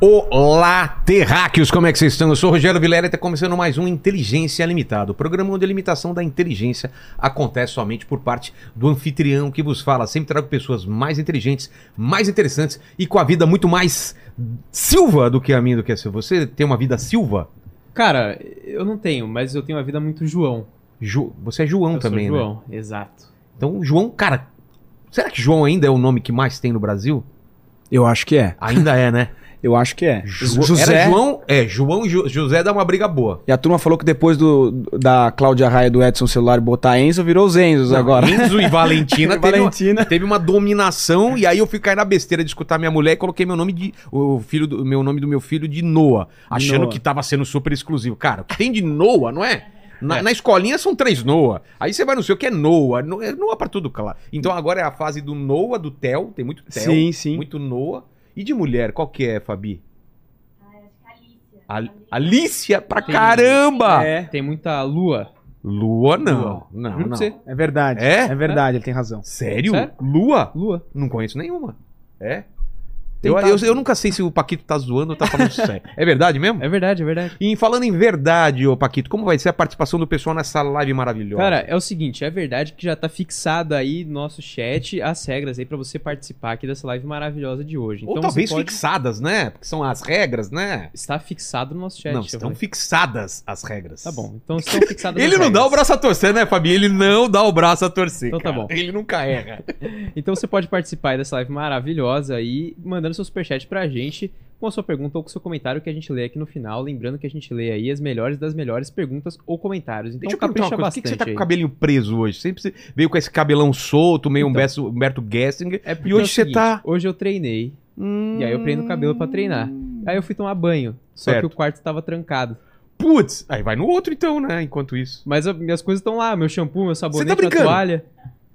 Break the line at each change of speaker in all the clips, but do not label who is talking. Olá, terráqueos, como é que vocês estão? Eu sou o Rogério Vilela e está começando mais um Inteligência Limitada, o programa onde a limitação da inteligência acontece somente por parte do anfitrião que vos fala. Sempre trago pessoas mais inteligentes, mais interessantes e com a vida muito mais silva do que a minha, do que a sua. Você tem uma vida silva?
Cara, eu não tenho, mas eu tenho uma vida muito João.
Ju- Você é João
eu
também,
sou
né?
João, exato.
Então, João, cara, será que João ainda é o nome que mais tem no Brasil?
Eu acho que é.
Ainda é, né?
Eu acho que é.
Ju- Era João, é, João e Ju- José dá uma briga boa.
E a turma falou que depois do, da Cláudia Raia do Edson Celular botar Enzo, virou os Enzos agora.
Enzo e Valentina teve, uma,
Valentina.
teve uma dominação e aí eu fui cair na besteira de escutar minha mulher e coloquei meu nome de o filho do meu nome do meu filho de Noah, achando
Noah.
que tava sendo super exclusivo. Cara, o que tem de Noah, não é? Na, na escolinha são três Noah. Aí você vai não sei o que é Noah. No- É Noah pra tudo, claro. Então agora é a fase do Noah, do Theo. Tem muito Theo.
Sim, sim.
Muito Noah. E de mulher, qual que é, Fabi? Al- Alicia pra
Tem-
caramba!
É.
Ah, Tem muita lua.
Lua não.
Lua.
Não,
Juro pra
não.
você.
É verdade.
É?
verdade, ele tem razão.
Sério?
Sério?
Lua?
Lua.
Não conheço nenhuma. É?
Tem
Eu,
tá-
eu, eu nunca sei se o Paquito tá zoando ou tá falando sério. É verdade mesmo?
É verdade, é verdade.
E falando em verdade, ô Paquito, como vai ser a participação do pessoal nessa live maravilhosa?
Cara, é o seguinte, é verdade que já tá fixado aí no nosso chat as regras aí pra você participar aqui dessa live maravilhosa de hoje. Então
ou
você
talvez
pode-
fixadas, né? Porque são as regras, né?
Está fixado no nosso chat.
não,
Giovanni.
estão fixadas as regras.
Tá bom, então estão fixadas
Ele
as
não dá o
regras.
braço a torcer, né, Fabi? Ele não dá o braço a torcer.
Então tá
cara.
bom.
Ele nunca erra.
Então você pode participar aí dessa live maravilhosa aí, mandando seu superchat pra gente com a sua pergunta ou com o seu comentário que a gente lê aqui no final. Lembrando que a gente lê aí as melhores das melhores perguntas ou comentários. Então
Deixa eu perguntar
capricha
uma coisa. Por que,
bastante
que você tá com
aí.
o cabelinho preso hoje? Sempre você veio com esse cabelão solto, meio
Então.
Humberto, Humberto Gessinger.
É porque
E
é o
hoje você
seguinte,
tá...
Hoje eu treinei, e aí eu prendo o cabelo pra treinar. aí eu fui tomar banho, só
Certo.
que o quarto estava trancado.
Putz, aí vai no outro então, né? Enquanto isso.
Mas as minhas coisas estão lá, meu shampoo, meu sabonete, a
tá brincando?
toalha.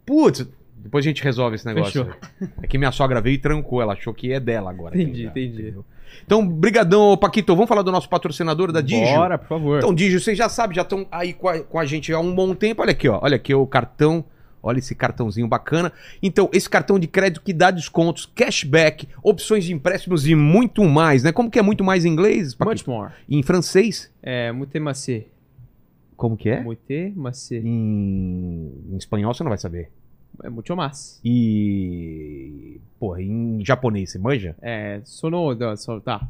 Putz, depois a gente resolve esse negócio.
Fechou.
É que minha sogra veio e trancou, ela achou que é dela agora.
Entendi,
aquele lugar,
entendi.
entendeu? Então, brigadão, ô, Paquito. Vamos falar do nosso patrocinador da Digio?
Bora, por favor.
tá Então, Digio, vocês já sabem, já estão aí com a, com a gente há um bom tempo. Olha aqui, ó. Olha aqui o cartão. Olha esse cartãozinho bacana. Então, esse cartão de crédito que dá descontos, cashback, opções de empréstimos e muito mais, né? Como que é muito mais em inglês, Paquito?
Much more.
E Em francês?
É, muito macê.
Como que é?
Muito macê.
Em- em espanhol você não vai saber.
É muito mas.
e. Porra, em japonês, você manja?
É, sonou, só- tá.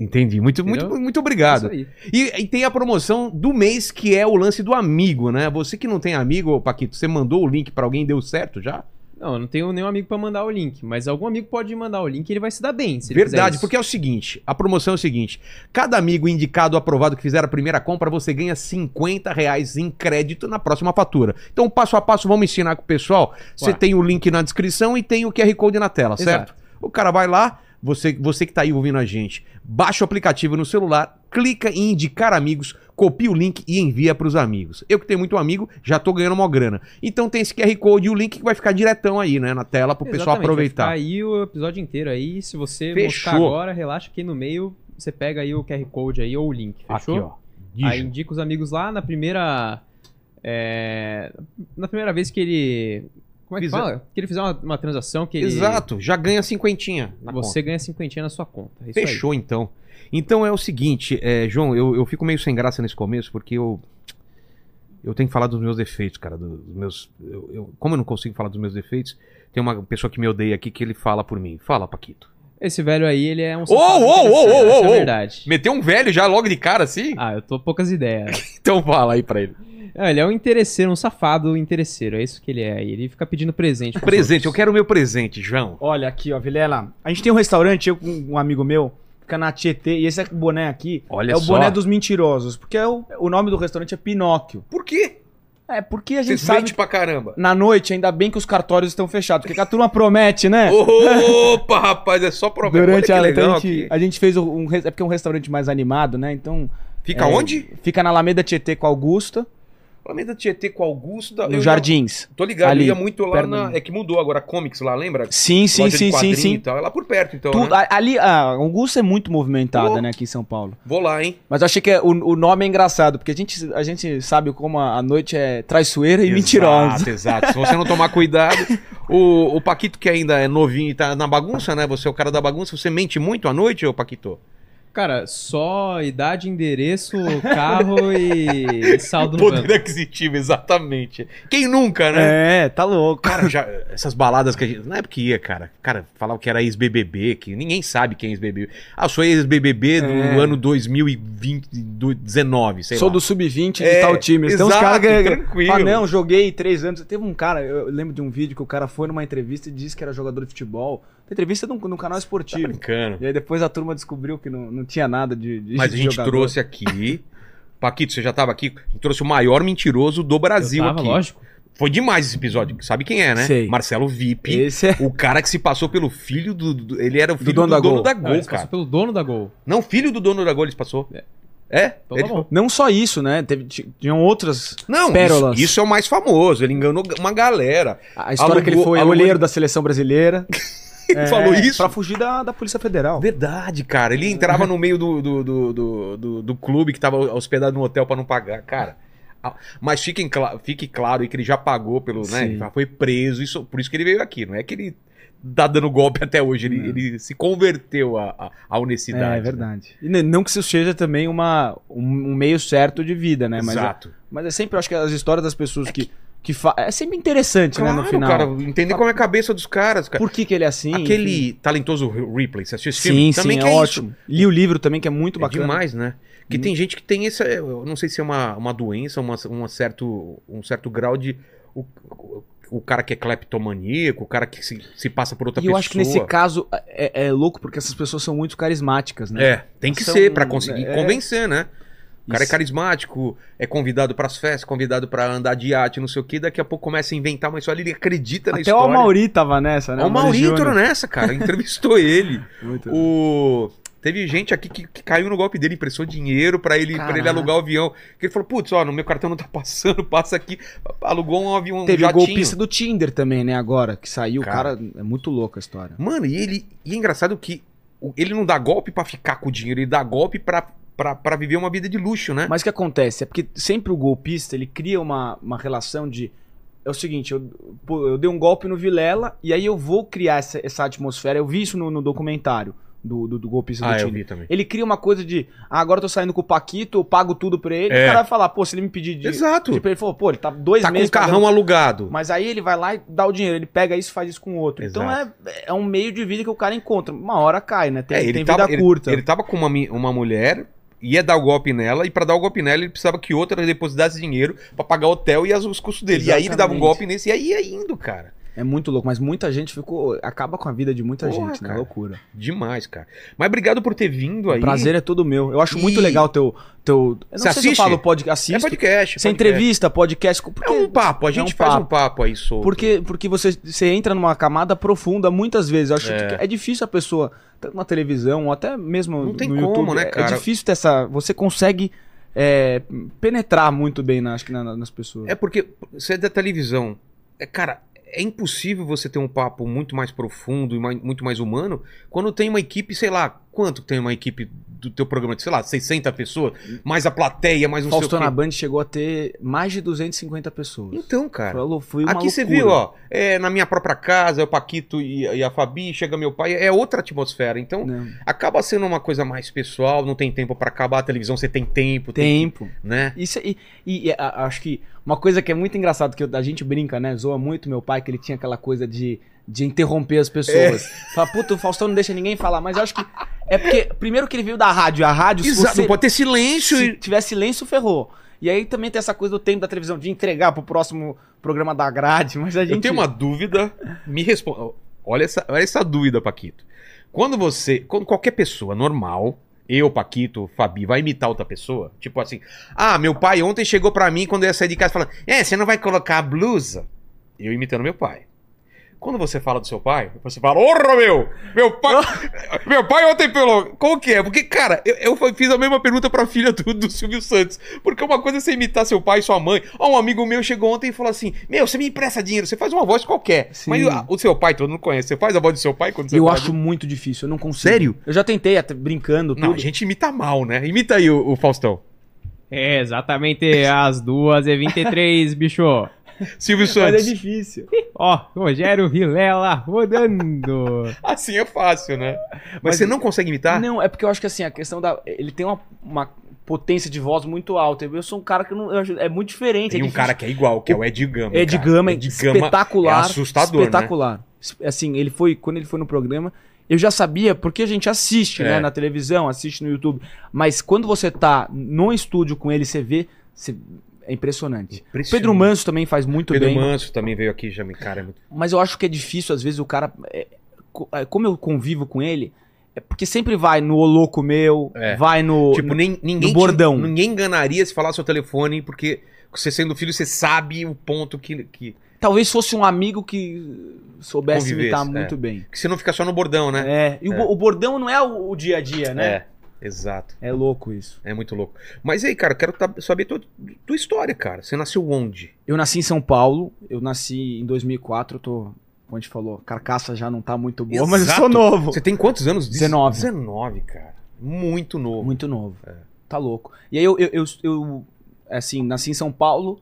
Entendi. Muito, muito,
Entendeu?
muito obrigado.
Isso aí.
E, e tem a promoção do mês, que é o lance do amigo, né? Você que não tem amigo, ô, Paquito, você mandou o link pra alguém, deu certo já?
Não, eu não tenho nenhum amigo pra mandar o link, mas algum amigo pode mandar o link e ele vai se dar bem. Se ele fizer
Verdade,
isso.
porque é o seguinte: a promoção é o seguinte: cada amigo indicado ou aprovado que fizer a primeira compra, você ganha 50 reais em crédito na próxima fatura. Então, passo a passo, vamos ensinar com o pessoal. Você
Ué.
tem o link na descrição e tem o QR Code na tela, é certo?
Exato.
O cara vai lá, você, você que tá aí ouvindo a gente, baixa o aplicativo no celular, clica em indicar amigos, copia o link e envia pros amigos. Eu que tenho muito amigo, já tô ganhando uma grana. Então tem esse QR Code e o link que vai ficar diretão aí, né, na tela pro pessoal
Exatamente,
aproveitar.
vai ficar aí o episódio inteiro aí. Se você
Fechou.
moscar agora, relaxa que no meio você pega aí o QR Code aí ou o link, fechou?
Aqui, ó.
Aí
Digio.
indica os amigos lá na primeira. é, na primeira vez que ele. Como é que
Fizer-
fala? Que ele fizer uma, uma transação que ele.
Exato, já ganha cinquentinha na conta.
Você ganha cinquentinha na sua conta. é Isso aí.
Fechou, então. Então é o seguinte, é, João, eu, eu fico meio sem graça nesse começo, porque eu. Eu tenho que falar dos meus defeitos, cara. Dos meus, eu- eu- como eu não consigo falar dos meus defeitos, tem uma pessoa que me odeia aqui que ele fala por mim. Fala, Paquito.
Esse velho aí, ele é um.
Ô, ô, ô, ô, ô,
Essa é
ô.
a verdade.
Meteu um velho já logo de cara assim?
Ah, eu tô poucas ideias.
Então fala aí pra ele.
É, ele é um interesseiro, um safado interesseiro. É isso que ele é. E ele fica pedindo presente. pros
Presente, eu
outros.
quero o meu presente, João.
Olha aqui, ó, Vilela. A gente tem um restaurante, eu com um amigo meu, fica na Tietê, e esse boné aqui
Olha
é o
só.
boné dos mentirosos, porque é o, o nome do restaurante é Pinóquio.
Por quê?
É, porque a gente
Vocês
sabe...
mentem pra caramba.
que Na noite, ainda bem que os cartórios estão fechados, porque a turma promete,
É.
né?
Opa, rapaz, é só problema.
Durante a
Olha
noite,
que legal
a gente,
aqui.
a gente fez um- um... res- É porque é um restaurante mais animado, né? Então...
Fica
É,
onde?
Fica na Alameda Tietê com a Augusta.
Planeta Tietê com Augusto. eu
Nos
ia-
jardins.
Tô ligado,
ali,
eu ia muito lá
perto
na.
do-
É que mudou agora, Comics lá, lembra?
Sim, sim,
Loja de
sim, sim,
quadrinho
sim.
E tal. É lá por perto, então.
Tudo,
né?
a- ali, a Augusta é muito movimentada,
Pô.
né, aqui em São Paulo.
Vou lá, hein?
Mas eu achei que é- o, o nome é engraçado, porque a gente, a gente sabe como a, a noite é traiçoeira e mentirosa.
Exato, exato. Se você não tomar cuidado. O, o Paquito, que ainda é novinho e tá na bagunça, né? Você é o cara da bagunça. Você mente muito à noite, ô Paquito?
Cara, só idade, endereço, carro e saldo no banco.
Poder aquisitivo, exatamente. Quem nunca, né?
É, tá louco.
Cara, já, essas baladas que a gente. Na época ia, cara. Cara, falava que era ex-BBB, que ninguém sabe quem é ex-BBB. Ah, eu sou ex-BBB do
É.
ano 2020, do 19, sei
Sou
lá.
do sub-20
É,
de tal time. Tem uns
exato,
caras que.
tranquilo.
Ah, não, joguei três anos. Teve um cara, eu lembro de um vídeo que o cara foi numa entrevista e disse que era jogador de futebol. Tem Entrevista num, num canal
Tá
esportivo.
brincando.
E aí depois a turma descobriu que não, não tinha nada de. de
Mas a gente
jogador.
trouxe aqui. Paquito, você já tava aqui? A gente trouxe o maior mentiroso do Brasil
Eu tava,
aqui.
lógico.
Foi demais esse episódio. Sabe quem é, né?
Sei.
Marcelo VIP.
Esse é.
O cara que se passou pelo filho do. do- ele era o filho do
dono
dono,
da Gol.
da
Não,
Gol,
ele
cara.
passou pelo dono da Gol.
Não, filho do dono da Gol, ele se passou. É?
Então
Ele-
tá bom.
Não só isso, né? Teve, ti- tinham outras.
Não,
Pérolas.
isso, isso é o mais famoso. Ele enganou uma galera.
A história que ele
Alugou-
foi
alugou-
olheiro da seleção brasileira.
Ele falou isso.
Pra fugir da, da Polícia Federal.
Verdade, cara. Ele entrava no meio do, do, do, do, do- do clube que tava hospedado no hotel pra não pagar, cara. Ah, Mas fiquem cla- fique claro aí que ele já pagou pelo, né?
Sim.
Ele já foi preso, isso, por isso que ele veio aqui. Não é que ele tá dando golpe até hoje, ele, ele se converteu à, à- à honestidade. né?
É, é verdade. E ne- não que isso seja também uma, um, um meio certo de vida, né?
Né?
Mas, é,
Exato.
mas é sempre, eu acho que as histórias das pessoas que. que fa... É sempre interessante, né? No
Claro,
final.
cara, entender como é a cabeça dos caras, cara.
Por que, que ele é assim? enfim.
Aquele talentoso replay, você assistiu esse filme?
Sim, sim, é
que isso,
ótimo. Li o livro também, que é muito
É
bacana.
demais, né? Que
Hum.
tem gente que tem essa. Eu não sei se é uma, uma doença, uma, uma certo, um certo grau de. O, o, o cara que é cleptomaníaco, o cara que se, se passa por outra
E eu
pessoa.
acho que nesse caso é, é louco porque essas pessoas são muito carismáticas, né?
É, tem que
São-
ser pra conseguir
é-
convencer, né? O cara é
Isso.
carismático, é convidado pras festas, convidado pra andar de iate, não sei o que, daqui a pouco começa a inventar uma história, ele acredita na
Até o
história.
Mauri tava nessa, né?
Ó, o Mauri
Júnior.
entrou nessa, cara, entrevistou ele.
Muito.
O... Teve gente aqui que, que caiu no golpe dele, emprestou dinheiro pra ele, pra ele
Caraca.
alugar o avião. Que ele falou, putz, ó, no meu cartão não tá passando, passa aqui. Alugou um avião, um
Teve o
jatinho.
golpista do Tinder também, né? Agora que saiu,
Cara.
o cara é muito louco a história.
Mano, e ele... E é engraçado que o- ele não dá golpe pra ficar com o dinheiro, ele dá golpe pra, pra, pra viver uma vida de luxo, né?
Mas o que acontece? É porque sempre o golpista ele cria uma, uma relação de. É o seguinte, eu, pô, eu dei um golpe no Vilela e aí eu vou criar essa, essa atmosfera. Eu vi isso no, no documentário do, do, do golpista
Ah,
do Tinder.
também.
Ele cria uma coisa de, ah, agora eu tô saindo com o Paquito, eu pago tudo pra ele.
É.
O cara vai falar, pô, se ele me pedir de.
Exato.
Tipo, ele falou, pô, ele tá dois
tá com um
meses.
carrão
pagando-
alugado.
Mas aí ele vai lá e dá o dinheiro, ele pega isso e faz isso com o outro. Então é, é um meio de vida que o cara encontra. Uma hora cai, né? Tem,
É, ele
tem
tava-
vida curta.
Ele tava com uma, mi- uma mulher... Ia dar o golpe nela, e pra dar o golpe nela, ele precisava que outra depositasse dinheiro pra pagar hotel e as- os custos dele. E aí ele dava um
Exatamente.
golpe nesse, e aí ia indo, cara.
É muito louco, mas muita gente ficou. Acaba com a vida de muita
Porra,
gente, né?
cara.
Loucura.
Demais, cara. Mas obrigado por ter vindo aí.
O prazer é todo meu. Eu acho
E-
muito legal teu. teu... Eu
Você
não sei se eu
assiste?
falo podcast.
É
Assisto.
podcast. podcast.
Você entrevista, podcast. Porque,
É um papo, a gente
um
faz
papo.
um papo aí sobre.
porque, porque você, você entra numa camada profunda muitas vezes. Eu acho
É.
que é difícil a pessoa, tanto na televisão, ou até mesmo.
Não tem
no
como,
YouTube,
né,
é-
cara?
É difícil ter essa. Você consegue é, penetrar muito bem, na- acho que, na- na- nas pessoas.
É porque você é da televisão. É, cara, é impossível você ter um papo muito mais profundo e mais- muito mais humano quando tem uma equipe, sei lá, quanto tem uma equipe do teu programa? de, Sei lá, 60 pessoas, mais a plateia, mais um
Faustão na
sei o quê.
Band chegou a ter mais de 250 pessoas.
Então, cara.
Falou, foi uma
Aqui você
loucura.
viu, ó, é, na minha própria casa, o Paquito e, e a Fabi, chega meu pai, é outra atmosfera. Então,
Né?
acaba sendo uma coisa mais pessoal, não tem tempo pra acabar a televisão, você tem tempo,
Tempo.
né?
Isso e, e, e, a- acho que uma coisa que é muito engraçado que eu- a gente brinca, né? Zoa muito meu pai que ele tinha aquela coisa de, de interromper as pessoas.
É.
Fala, puta, o Faustão não deixa ninguém falar, mas eu acho que é porque primeiro que ele veio da rádio, a rádio se
Exato,
você-
não pode ter silêncio.
se
e-
tiver silêncio ferrou. E aí também tem essa coisa do tempo da televisão de entregar pro próximo programa da grade, mas a gente
Eu tenho uma dúvida, me responda. Olha essa, olha essa dúvida, Paquito. Quando você, quando qualquer pessoa normal, eu, Paquito, Fabi, vai imitar outra pessoa, tipo assim, ah, meu pai ontem chegou pra mim quando eu ia sair de casa falando, é, você não vai colocar a blusa? Eu imitando meu pai. Quando você fala do seu pai, você fala, ô Romeu! Meu pai. meu pai ontem pelo. Como que é? Porque, cara, eu, eu fa- fiz a mesma pergunta pra filha do, do Silvio Santos. Porque uma coisa é você imitar seu pai e sua mãe. Ó, um amigo meu chegou ontem e falou assim: Meu, você me empresta dinheiro, você faz uma voz qualquer.
Sim.
Mas a- o seu pai, todo mundo conhece. Você faz a voz do seu pai quando você
Eu
fala
acho
do-
muito difícil, eu não consigo.
Sério?
Eu já tentei, até brincando, tudo.
Não, a gente imita mal, né? Imita aí o, o Faustão.
É, exatamente às 2h23, bicho.
Silvio
Mas é
Santos.
difícil.
Ó, Rogério Vilela rodando.
Assim é fácil, né? Mas,
Mas
você não consegue imitar?
Não, é porque eu acho que assim, a questão da. Ele tem uma, uma potência de voz muito alta. Eu sou um cara que não. eu acho- é muito diferente.
Tem
é
um
difícil.
cara que é igual, que é o Ed Gama.
É de
cara.
gama,
Ed Gama
espetacular.
é assustador, né?
Espetacular. Es- Assim, ele foi, quando ele foi no programa, eu já sabia, porque a gente assiste,
É.
né, na televisão, assiste no YouTube. Mas quando você tá no estúdio com ele, você vê, você- é impressionante.
Impressionante.
Pedro Manso também faz muito
Pedro
bem.
Manso também veio aqui, já me cara. é muito-
Mas eu acho que é difícil, às vezes, o cara. é, co- é, como eu convivo com ele, é porque sempre vai no Ô Louco Meu,
É.
vai no.
Tipo, nem, ninguém.
no bordão.
te- ninguém enganaria se falar seu telefone, porque você sendo filho, você sabe o ponto que. que,
Talvez fosse um amigo que soubesse
Convivesse,
imitar
é.
muito bem.
que você não fica só no bordão, né?
É. E o bo- o bordão não é o, o dia a dia, né?
É, exato.
É louco isso.
É muito louco. Mas aí, cara, eu quero tab- saber tua, tua história, cara. Você nasceu onde?
Eu nasci em São Paulo, eu nasci em 2004, eu tô, como a gente falou, carcaça já não tá muito boa, mas eu
Exato.
sou novo.
Você tem quantos anos?
19.
19, cara. Muito novo.
Muito novo.
É.
Tá louco. E aí eu, eu, eu, eu, assim, nasci em São Paulo,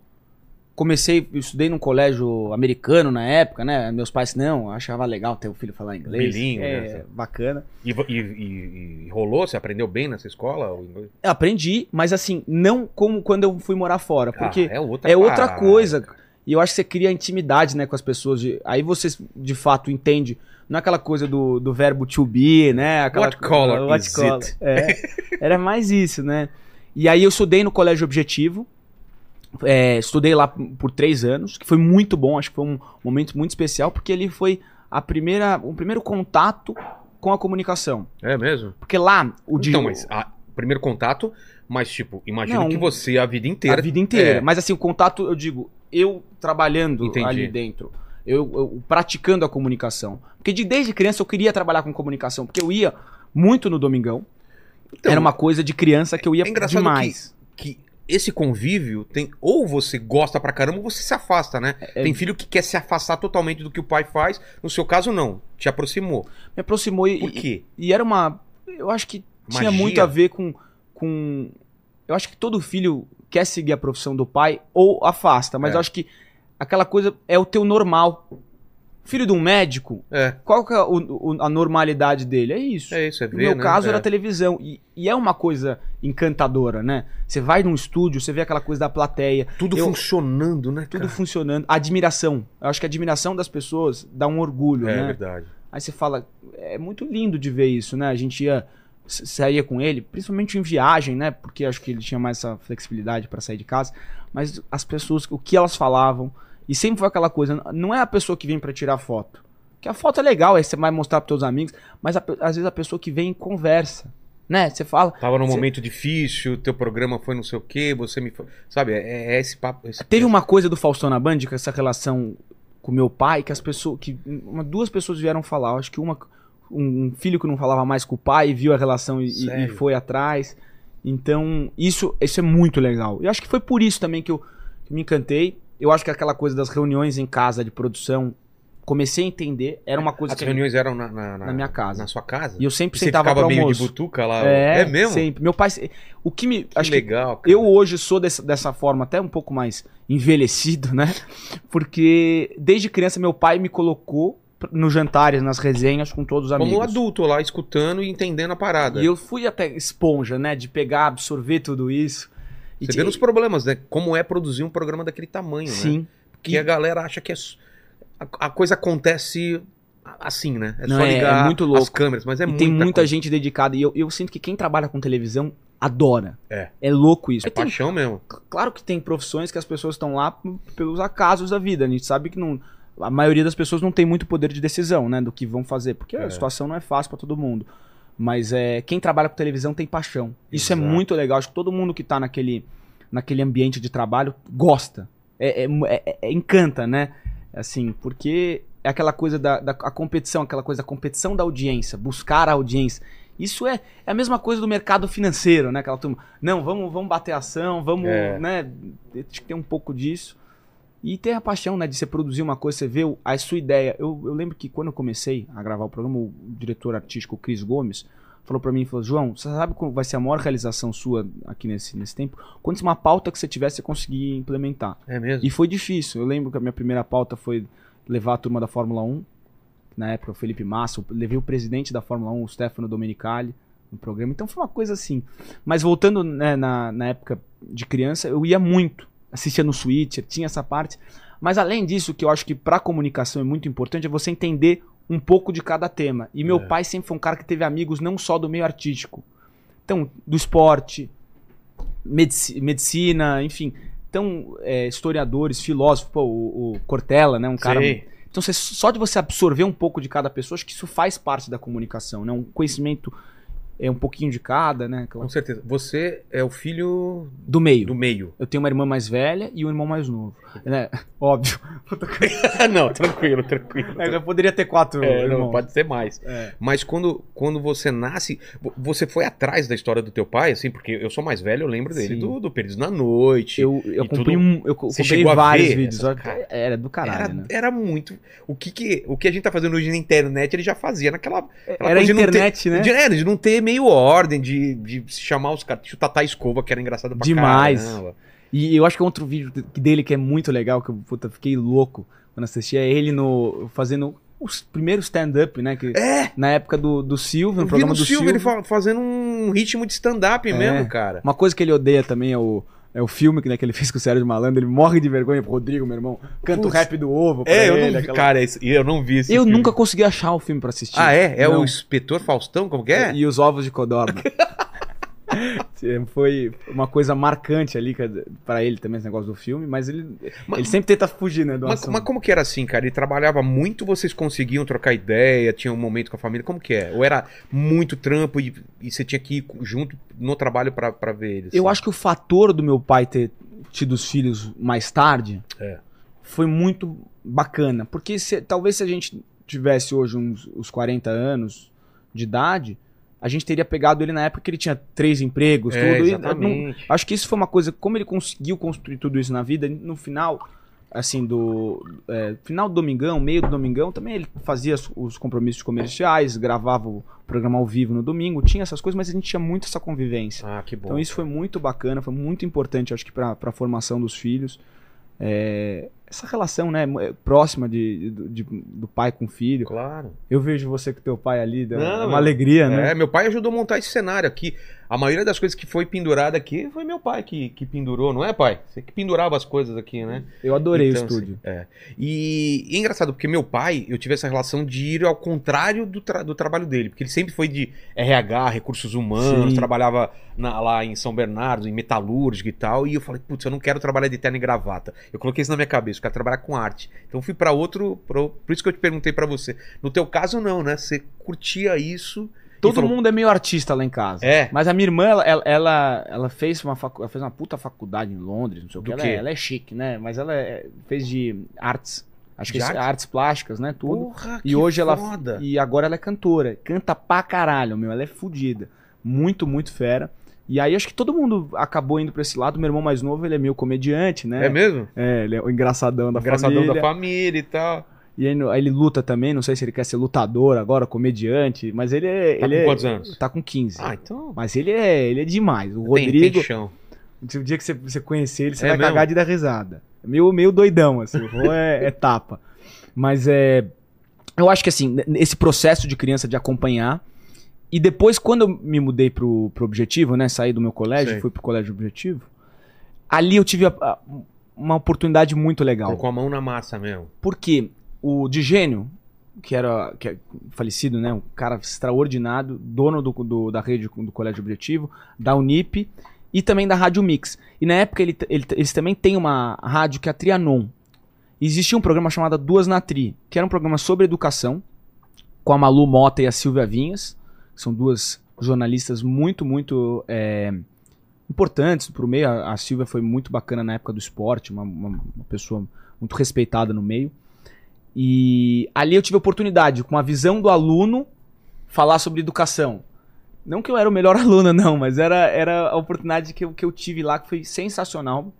comecei, eu estudei num colégio americano na época, né? Meus pais, não, achava legal ter o filho falar inglês.
Bilinho,
é,
né?
bacana.
E, vo- e- e- e rolou? Você aprendeu bem nessa escola? o inglês?
Eu aprendi, mas assim, não como quando eu fui morar fora, porque...
Ah, é outra,
É outra
parada.
coisa. E eu acho que você cria intimidade, né, com as pessoas. de- aí você, de fato, entende. Não é aquela coisa do, do verbo to be, né? Aquela,
What color
What
is
color.
it?
É. era mais isso, né? E aí eu estudei no Colégio Objetivo. é, estudei lá por três anos, que foi muito bom. Acho que foi um momento muito especial, porque ele foi a primeira, o primeiro contato com a comunicação.
É mesmo?
Porque lá, o de-
Então, mas ah, primeiro contato, mas tipo, imagino
Não,
que você a vida inteira.
A vida inteira.
É.
Mas assim, o contato, eu digo, eu trabalhando
Entendi.
ali dentro. Eu, eu praticando a comunicação. Porque de, desde criança eu queria trabalhar com comunicação, porque eu ia muito no Domingão.
Então,
Era uma coisa de criança que eu ia
é engraçado
demais.
que esse convívio tem ou você gosta pra caramba ou você se afasta, né?
é-
Tem filho que quer se afastar totalmente do que o pai faz. No seu caso não, te aproximou.
Me aproximou e,
Por quê?
e era uma. Eu acho que tinha
Magia?
muito a ver com, com. Eu acho que todo filho quer seguir a profissão do pai ou afasta, mas
É.
eu acho que aquela coisa é o teu normal. Filho de um médico,
É,
qual que é o- o- a normalidade dele? É isso.
é isso, é ver,
No meu
né?
caso
É.
era televisão. E, e é uma coisa encantadora, né? Você vai num estúdio, você vê aquela coisa da plateia,
tudo
eu-
funcionando, né?
tudo
cara?
funcionando. Admiração. Eu acho que a admiração das pessoas dá um orgulho,
É
né?
verdade.
Aí você fala, é muito lindo de ver isso, né? A gente ia s- saía com ele, principalmente em viagem, né? Porque acho que ele tinha mais essa flexibilidade pra sair de casa, mas as pessoas, o que elas falavam, e sempre foi aquela coisa, não é a pessoa que vem pra tirar foto. Que a foto é legal, aí você vai mostrar pros seus amigos, mas a pe- às vezes a pessoa que vem e conversa, né? Você fala,
Tava num
Cê-
momento difícil, teu programa foi não sei o quê, você me. fa- Sabe, é, é esse papo. esse-
Teve uma coisa do Faustão na Band, com essa relação com meu pai, que as pessoas. que uma, duas pessoas vieram falar. Eu Acho que uma. Um um filho que não falava mais com o pai viu a relação e, e- e
Sério?
foi atrás. Então, isso, isso é muito legal. Eu acho que foi por isso também que eu que me encantei. Eu acho que aquela coisa das reuniões em casa de produção, comecei a entender. Era uma coisa
As
que
reuniões eram na, na, na-
na minha casa.
Na sua casa?
E eu sempre
E você
sentava
ficava
para
meio de
almoço.
butuca lá?
É,
mesmo?
Sempre. Meu pai. O que me.
Que
acho que
legal. cara.
eu hoje sou dessa, dessa forma até um pouco mais envelhecido, né? Porque desde criança meu pai me colocou pr- nos jantares, nas resenhas com todos os
Como
amigos.
um adulto lá, escutando e entendendo a parada.
E eu fui até esponja, né? De pegar, absorver tudo isso.
Você vê nos problemas, né? Como é produzir um programa daquele tamanho, né?
Sim.
Porque a galera acha que é... s- a, a coisa acontece assim, né? É
Não,
só
é-
ligar
é muito
as
louco.
câmeras, mas é
e
muita
tem muita
coisa.
gente dedicada. E eu, eu sinto que quem trabalha com televisão adora.
É.
É louco isso.
É
Tem-
paixão mesmo.
claro que tem profissões que as pessoas estão lá p- pelos acasos da vida. A gente sabe que não, a maioria das pessoas não tem muito poder de decisão, né, do que vão fazer, porque
É.
a situação não é fácil para todo mundo. Mas é, quem trabalha com televisão tem paixão. Isso
Exato.
é muito legal. Acho que todo mundo que tá naquele, naquele ambiente de trabalho gosta. É, é mu- é- é- é- encanta, né? Assim, porque é aquela coisa da, da a competição, aquela coisa da competição da audiência, buscar a audiência. Isso é, é a mesma coisa do mercado financeiro, né? Aquela turma, não, vamos, vamos bater ação, vamos,
É.
né? Acho que tem um pouco disso. E ter a paixão, né, de você produzir uma coisa, você vê o- a sua ideia. Eu, eu lembro que quando eu comecei a gravar o programa, o diretor artístico Cris Gomes falou pra mim, falou, João, você sabe qual vai ser a maior realização sua aqui nesse, nesse tempo? Quando uma pauta que você tiver, você conseguir implementar.
É mesmo?
E foi difícil. Eu lembro que a minha primeira pauta foi levar a turma da Fórmula 1. Na época, o Felipe Massa. eu Levei o presidente da Fórmula 1, o Stefano Domenicali, no programa. Então foi uma coisa assim. Mas voltando né, na, na época de criança, eu ia muito. Assistia no Switcher, tinha essa parte. Mas além disso, que eu acho que pra comunicação é muito importante, é você entender um pouco de cada tema. E meu
É.
pai sempre foi um cara que teve amigos não só do meio artístico. Então, do esporte, medici- medicina, enfim. Então, é, historiadores, filósofos, pô, o, o Cortella, né? Um cara.
Sei.
Então, você- só de você absorver um pouco de cada pessoa, acho que isso faz parte da comunicação, né? Um conhecimento é um pouquinho de cada, né? aquela-
Com certeza. Você é o filho
Do meio.
do meio.
Eu tenho uma irmã mais velha e um irmão mais novo.
É.
né? Óbvio.
não, tranquilo, tranquilo.
É, eu poderia ter quatro
É, não,
irmãos.
pode ser mais.
É.
Mas quando, quando você nasce, vo- você foi atrás da história do teu pai, assim, porque eu sou mais velho, eu lembro dele
Sim.
do, do Perdidos na Noite.
Eu, eu
E
comprei,
tudo-
um, eu co-
Você
comprei
chegou a
vários
ver
vídeos.
essa-
ó, Era do caralho,
era,
né?
era muito. O que, que, o que a gente tá fazendo hoje na internet, ele já fazia naquela. aquela
Era
coisa de não ter-
internet, né?
De, é, de não ter meio ordem, de, de se chamar os caras. Deixa o Tatá Escova, que era engraçado pra
Demais.
caramba.
E eu acho que é outro vídeo de- que dele que é muito legal, que eu puta, fiquei louco quando assisti, é ele no, fazendo o s- primeiro stand-up, né? Que,
É!
Na época do, do Silvio, no
Eu vi
programa
no
do
Silvio,
Silvio. É.
ele fa- fazendo um ritmo de stand-up mesmo, cara.
Uma coisa que ele odeia também é o, é o filme que, né, que ele fez com o Sérgio Malandro, ele morre de vergonha pro Rodrigo, meu irmão. Canta o
Putz.
rap do ovo pra
É, eu
ele,
não vi,
aquela-
cara, esse- eu não vi esse
Eu
filme.
nunca consegui achar o filme pra assistir.
Ah, é? É
Não.
o Inspetor Faustão, como que é?
E os ovos de codorna. Foi uma coisa marcante ali cara, pra ele também, esse negócio do filme, mas ele,
Mas-
ele sempre tenta fugir, né? Do
Mas,
assunto.
mas como que era assim, cara? Ele trabalhava muito, vocês conseguiam trocar ideia, tinha um momento com a família, como que é? Ou era muito trampo e, e você tinha que ir junto no trabalho pra, pra ver eles?
Eu acho que o fator do meu pai ter tido os filhos mais tarde
É.
foi muito bacana. Porque se- talvez se a gente tivesse hoje uns, uns 40 anos de idade, a gente teria pegado ele na época que ele tinha três empregos,
é,
tudo. e não-
exatamente.
acho que isso foi uma coisa, como ele conseguiu construir tudo isso na vida, no final, assim, do. é, final do Domingão, meio do Domingão, também ele fazia os, os compromissos comerciais, gravava o programa ao vivo no domingo, tinha essas coisas, mas a gente tinha muito essa convivência.
Ah, que bom.
Então isso foi muito bacana, foi muito importante, acho que para a formação dos filhos. É, essa relação, né, mo- é, próxima de, do- de- do pai com o filho.
Claro.
Eu vejo você com teu pai ali, deu
Não,
uma alegria, né?
É, meu pai ajudou a montar esse cenário aqui. A maioria das coisas que foi pendurada aqui foi meu pai que, que pendurou, não é, pai? Você que pendurava as coisas aqui, né?
Eu adorei
Então,
o estúdio.
assim, é. E, e é engraçado, porque meu pai, eu tive essa relação de ir ao contrário do, tra- do trabalho dele, porque ele sempre foi de RH, recursos humanos,
Sim.
trabalhava na- lá em São Bernardo, em metalúrgica e tal, e eu falei, putz, eu não quero trabalhar de terno e gravata. Eu coloquei isso na minha cabeça, eu quero trabalhar com arte. Então eu fui pra outro, pro- por isso que eu te perguntei pra você. No teu caso, não, né? Você curtia isso. e
Todo
falou,
mundo é meio artista lá em casa.
É.
Mas a minha irmã, ela, ela, ela, ela fez, uma facu- ela fez uma puta faculdade em Londres, não sei o
Do
que. Ela,
quê?
é- ela é chique, né? Mas ela é- fez de artes. Acho que
De
isso é
artes?
artes plásticas, né? Tudo.
Porra,
E hoje ela-
foda.
E agora ela é cantora. Canta pra caralho, meu. Ela é fodida. Muito, muito fera. E aí acho que todo mundo acabou indo pra esse lado. Meu irmão mais novo, ele é meio comediante, né?
É mesmo?
É, ele é o engraçadão da
Engraçadão
família.
da família e tal. Tá
E aí, no- aí ele luta também. Não sei se ele quer ser lutador agora, comediante. Mas ele é...
Tá
ele
com
é-
quantos anos?
Tá com 15.
Ah, então.
Mas ele é, ele é demais. O
tem-
Rodrigo,
tem chão.
se o dia que você, você conhecer ele, você
É
vai
mesmo?
cagar de dar risada. É Meio, meio doidão, assim. O Rô é, é tapa. Mas é. Eu acho que assim, n- esse processo de criança de acompanhar. E depois, quando eu me mudei pro, pro objetivo, né? Saí do meu colégio,
Sei.
fui pro colégio objetivo. Ali eu tive a- a- uma oportunidade muito legal.
Colocou Tá a mão na massa mesmo.
Porque o Digênio, que era que é falecido, né? Um cara extraordinário, dono do, do- da rede do Colégio Objetivo, da Unip e também da Rádio Mix. E na época ele, ele- eles também têm uma rádio que é a Trianon. Existia um programa chamado Duas na Tri, que era um programa sobre educação, com a Malu Mota e a Silvia Vinhas, que são duas jornalistas muito, muito é, importantes para o meio. A, a Silvia foi muito bacana na época do esporte, uma- uma- uma pessoa muito respeitada no meio. E ali eu tive a oportunidade, com a visão do aluno, falar sobre educação. Não que eu era o melhor aluno, não, mas era, era a oportunidade que eu, que eu tive lá, que foi sensacional.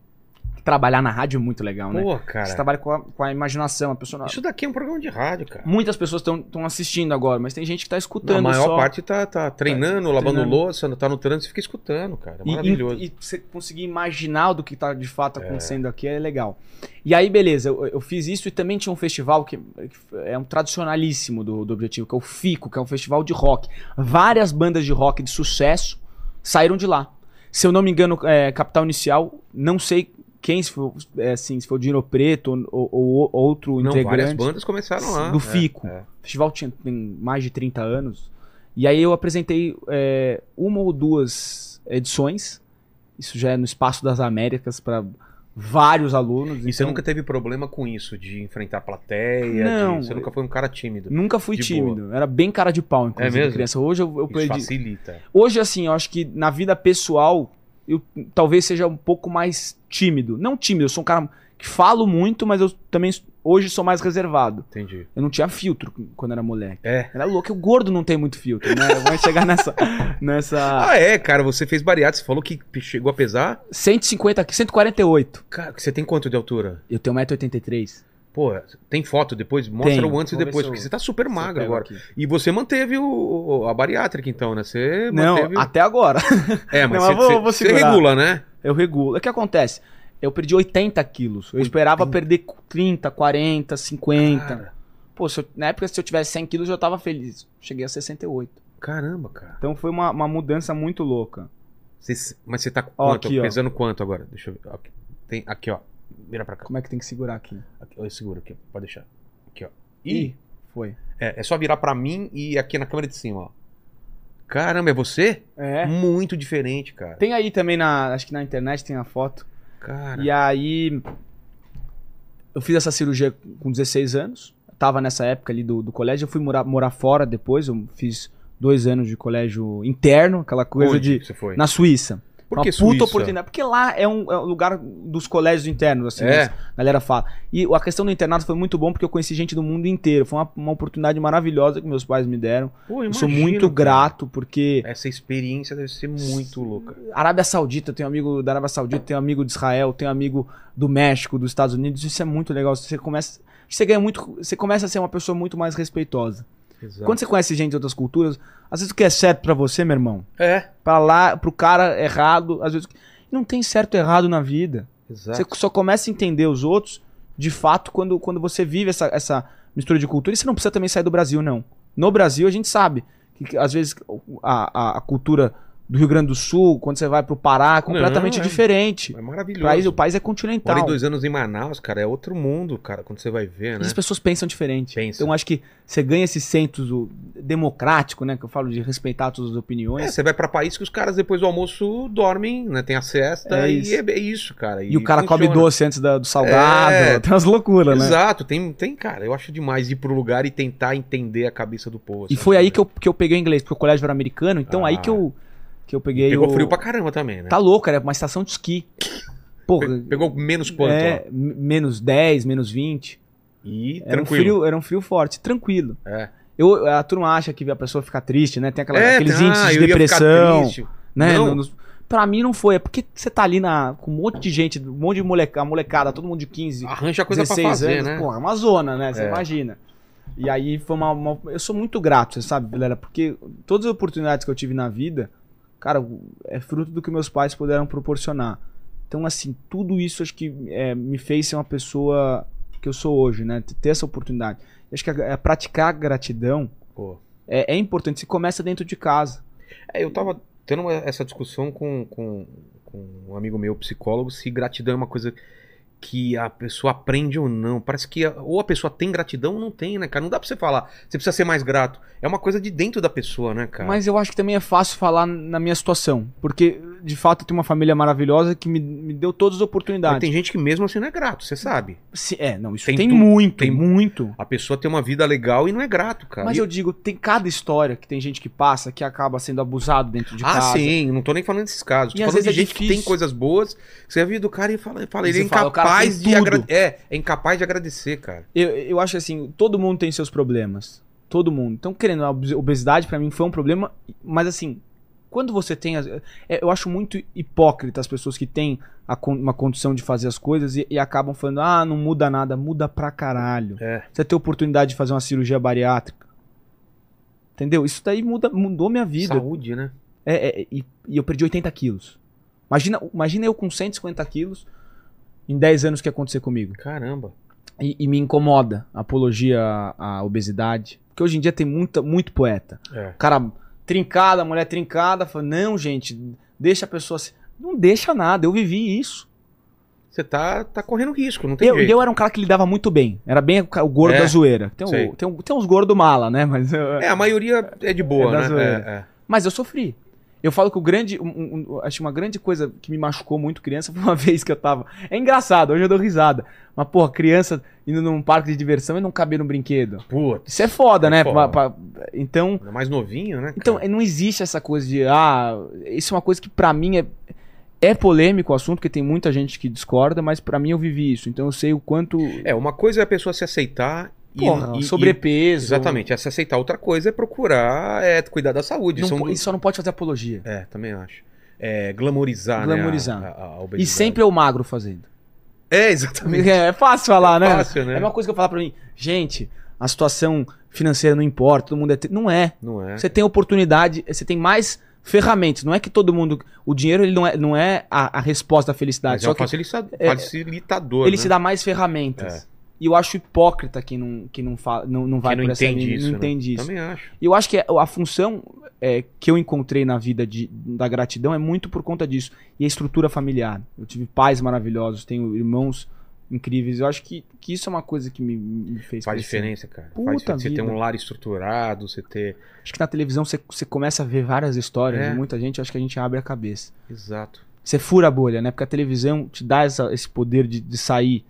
Trabalhar na rádio é muito legal, né?
Pô,
Você
cara.
trabalha com a, com a imaginação, a pessoa.
Isso daqui é um programa de rádio, cara.
Muitas pessoas estão assistindo agora, mas tem gente que está escutando
a maior
só.
parte tá, tá treinando, lavando
treinando.
louça, tá no trânsito, fica escutando, cara. É
E-
maravilhoso.
E, e você conseguir imaginar do que está de fato acontecendo aqui é legal. E aí, beleza, eu, eu fiz isso e também tinha um festival que que é um tradicionalíssimo do, do Objetivo, que é o FICO, que é um festival de rock. Várias bandas de rock de sucesso saíram de lá. Se eu não me engano, é, Capital Inicial, não sei quem, se foi, é, assim, se foi o Dino Preto ou, ou- ou outro
Não, várias
integrante.
bandas começaram lá.
do
É,
Fico.
é.
O festival tinha, tem mais de 30 anos. E aí eu apresentei é, uma ou duas edições. Isso já é no Espaço das Américas para vários alunos.
E você
então,
nunca teve problema com isso, de enfrentar a plateia?
Não.
de- Você nunca foi um cara tímido.
Nunca fui
de
tímido. Era bem cara de pau, inclusive,
É mesmo?
criança. Hoje eu, eu
Isso
perdi.
facilita.
Hoje, assim, eu acho que na vida pessoal, eu talvez seja um pouco mais tímido. Não tímido, eu sou um cara que falo muito, mas eu também hoje sou mais reservado.
Entendi.
Eu não tinha filtro quando era moleque.
É.
Era louco, o gordo não tem muito filtro, né? Vai chegar nessa. nessa...
Ah, é, cara, você fez bariátrica, você falou que chegou a pesar.
150 aqui, 148.
Cara, você tem quanto de altura?
Eu tenho 1,83m.
Pô, tem foto depois? Mostra
Tenho.
o antes e
Vou ver
depois,
se eu-
porque você tá super magro agora. E você manteve o, o- a bariátrica, então, né? Você
Não,
manteve. o-
até agora.
É, mas
não,
você,
eu vou-
você-
vou
você
segurar.
regula, né?
Eu regulo. O que acontece? Eu perdi 80 quilos. Eu esperava perder 30, 40, 50.
Cara,
Pô, se eu- na época, se eu tivesse 100 quilos, eu já tava feliz. Cheguei a 68.
Ah, caramba, cara.
Então foi uma, uma mudança muito louca.
Você- mas você tá com
Ó,
quanto?
aqui, ó.
Pesando quanto agora? Deixa eu ver. Aqui, tem, aqui ó. Vira pra cá.
Como é que tem que segurar aqui?
Aqui, eu seguro aqui, pode deixar. Aqui, ó. Ih!
Ih, foi.
É, é só virar pra mim e aqui na câmera de cima, ó. Caramba, é você?
É.
Muito diferente, cara.
Tem aí também na. Acho que na internet tem a foto.
Cara.
E aí, eu fiz essa cirurgia com 16 anos. Tava nessa época ali do, do colégio. Eu fui morar, morar fora depois. Eu fiz dois anos de colégio interno, aquela coisa
Onde
de.
Você foi?
Na Suíça.
Por que
uma puta
Suíça?
oportunidade. Porque lá é um, é um lugar dos colégios internos, assim,
É.
né? a galera fala. E a questão do internato foi muito bom porque eu conheci gente do mundo inteiro. Foi uma, uma oportunidade maravilhosa que meus pais me deram.
Pô,
eu
imagino,
sou muito
cara.
grato porque.
Essa experiência deve ser muito louca.
Arábia Saudita, eu tenho amigo da Arábia Saudita, tenho amigo de Israel, tenho amigo do México, dos Estados Unidos. Isso é muito legal. Você começa, você ganha muito, você começa a ser uma pessoa muito mais respeitosa.
Exato.
Quando você conhece gente de outras culturas, às vezes o que é certo pra você, meu irmão,
É,
Pra lá, pro cara errado, às vezes não tem certo e errado na vida.
exato.
Você só começa a entender os outros de fato quando, quando você vive essa, essa mistura de cultura. E você não precisa também sair do Brasil, não. No Brasil, a gente sabe que, que, às vezes a, a- a cultura do Rio Grande do Sul, quando você vai pro Pará, é completamente
é.
diferente.
É
O
maravilhoso.
país, o país é
Morei
continental.
dois anos em Manaus, cara. É outro mundo, cara, quando você vai ver,
E
né?
As pessoas pensam diferente.
Pensam.
Então, acho que você ganha esse senso democrático, né? Que eu falo de respeitar todas as
É,
opiniões.
você vai pra país que os caras depois do almoço dormem, né? Tem a cesta
É
e
isso.
é, é isso, cara.
e o cara
funciona.
come doce antes da- do salgado.
É.
Tem umas loucuras, né?
Exato, tem, tem, cara. Eu acho demais ir pro lugar e tentar entender a cabeça do povo.
E foi aí que eu, que eu peguei o inglês, porque o colégio era americano, então
Ah.
aí que eu, que eu peguei.
Pegou
o-
frio pra caramba também, né?
Tá louco, era uma estação de esqui. Porra.
Pe- Pegou menos quanto,
é,
ó.
m- menos 10, menos 20.
E
Era um,
tranquilo.
frio, era um frio forte, tranquilo.
É.
Eu, a turma acha que a pessoa fica triste, né? Tem aquela- aqueles
tá,
índices de
eu ia ficar
depressão.
triste.
Né?
Não.
No- nos- Pra mim não foi, é porque você tá ali na, com um monte de gente, um monte de moleca, molecada, todo mundo de 15,
Arranja coisa pra
16
fazer,
anos,
né?
pô, é uma zona, né? Você
É.
imagina. E aí foi uma, uma- Eu sou muito grato, você sabe, galera, porque todas as oportunidades que eu tive na vida, cara, é fruto do que meus pais puderam proporcionar. Então, assim, tudo isso acho que é, me fez ser uma pessoa que eu sou hoje, né? Ter essa oportunidade. Eu acho que é, é praticar gratidão
Pô.
é, é importante. Você começa dentro de casa.
É, eu tava tendo uma- essa discussão com, com, com um amigo meu, psicólogo, se gratidão é uma coisa que a pessoa aprende ou não. Parece que a- ou a pessoa tem gratidão ou não tem, né, cara? Não dá pra você falar, você precisa ser mais grato. É uma coisa de dentro da pessoa, né, cara?
Mas eu acho que também é fácil falar na minha situação. Porque, de fato, eu tenho uma família maravilhosa que me, me deu todas as
Mas
oportunidades.
tem gente que mesmo assim não é grato, você sabe.
Se- é, não, isso
Tem
tem,
tu-
muito,
tem-
muito.
A pessoa tem uma vida legal e não é grato, cara.
Mas
E-
eu digo, tem cada história que tem gente que passa que acaba sendo abusado dentro de
ah,
casa.
sim, não tô nem falando desses casos.
E
Tô
às
falando de
vezes é
gente que tem
difícil.
coisas boas. Você vê do cara e fala, fala
E
ele é
você fala,
incapaz
o cara
incapaz
tem
de
tudo.
agra- é, é incapaz de agradecer, cara.
Eu, eu acho assim, todo mundo tem seus problemas. Todo mundo. Então, querendo, a obes- obesidade pra mim foi um problema, mas assim, quando você tem. as- é, Eu acho muito hipócrita as pessoas que têm a con- uma condição de fazer as coisas e, e acabam falando, ah, não muda nada, muda pra caralho.
É.
Você tem a oportunidade de fazer uma cirurgia bariátrica. Entendeu? Isso daí muda, mudou minha vida.
Saúde, né?
É, é, e, e eu perdi 80 quilos. Imagina, imagina eu com 150 quilos em 10 anos o que ia acontecer comigo.
Caramba.
E, e me incomoda a apologia à, à obesidade. Porque hoje em dia tem muita, muito poeta.
É.
O cara trincada, a mulher trincada, fala, não, gente, deixa a pessoa. se-". Não deixa nada, eu vivi isso.
Você tá, tá correndo risco, não tem
Eu,
jeito.
eu era um cara que lidava muito bem. Era bem o ca- o gordo
É,
da zoeira. Tem, o-
sei.
tem, o- tem uns gordo mala, né? Mas eu-
É, a maioria é de
É
boa,
da
né?
zoeira.
É, é.
Mas eu sofri. Eu falo que o grande. um- um- um- acho uma grande coisa que me machucou muito criança foi uma vez que eu tava. É engraçado, hoje eu dou risada. Mas, porra, criança indo num parque de diversão e não caber no brinquedo.
Putz,
Isso é foda,
É
né?
foda.
Pra- pra- então.
ainda mais novinho, né? cara?
Então, não existe essa coisa de. Ah, isso é uma coisa que pra mim é. É polêmico o assunto, porque tem muita gente que discorda, mas pra mim eu vivi isso. Então eu sei o quanto.
é, uma coisa é a pessoa se aceitar e-
Porra,
e, e
sobrepeso.
Exatamente, é se aceitar. Outra coisa é procurar é, cuidar da saúde.
Não
São
po-
duas-
Isso só não pode fazer apologia.
É, também acho. É, glamorizar,
Glamorizar.
né? a- a- a
E
obesidade.
sempre é o magro fazendo.
É, exatamente.
É, é fácil falar, né?
Fácil, né?
É uma coisa que eu falar pra mim, gente, a situação financeira não importa, todo mundo é. tri- Não é.
Não é?
Você tem oportunidade, você tem mais ferramentas. Não é que todo mundo. O dinheiro ele não é, não é a, a resposta à felicidade.
Mas é
Só
um
que
facilita-
é-
facilitador.
ele
né?
se dá mais ferramentas. E eu acho hipócrita quem não, quem não, fala, não, não
Quem
vai
não
por essa
entende
linha,
isso.
não
né?
entende isso.
Também acho.
E eu acho que a função é, que eu encontrei na vida de- da gratidão é muito por conta disso. E a estrutura familiar. Eu tive pais maravilhosos, tenho irmãos incríveis. Eu acho que, que isso é uma coisa que me, me fez
Faz
crescer.
diferença, cara.
Puta
Faz diferença. Você ter
vida.
um lar estruturado, você ter.
Acho que na televisão você, você começa a ver várias histórias
É.
de muita gente. eu Acho que a gente abre a cabeça.
Exato.
Você fura a bolha, né? Porque a televisão te dá essa- esse poder de, de sair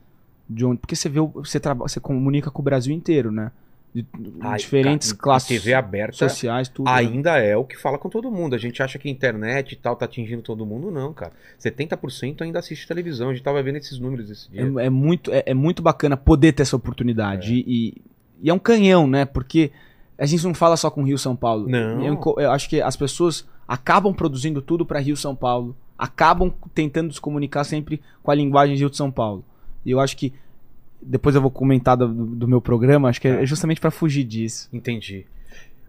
de onde. Porque você vê, o- você, traba, você comunica com o Brasil inteiro, né? De,
Ai,
diferentes
cara,
classes
TV aberta
sociais, tudo. né?
ainda é o que fala com todo mundo. A gente acha que a internet e tal tá atingindo todo mundo. Não, cara. 70% ainda assiste televisão. A gente tava vendo esses números esse dia.
É, é muito, é, é muito bacana poder ter essa oportunidade. E, e- e é um canhão, né? Porque a gente não fala só com Rio São Paulo.
Não.
Eu, enco- eu acho que as pessoas acabam produzindo tudo para Rio São Paulo. Acabam tentando se comunicar sempre com a linguagem de Rio de São Paulo. E eu acho que. Depois eu vou comentar do, do meu programa, acho que é,
Tá.
justamente para fugir disso.
Entendi.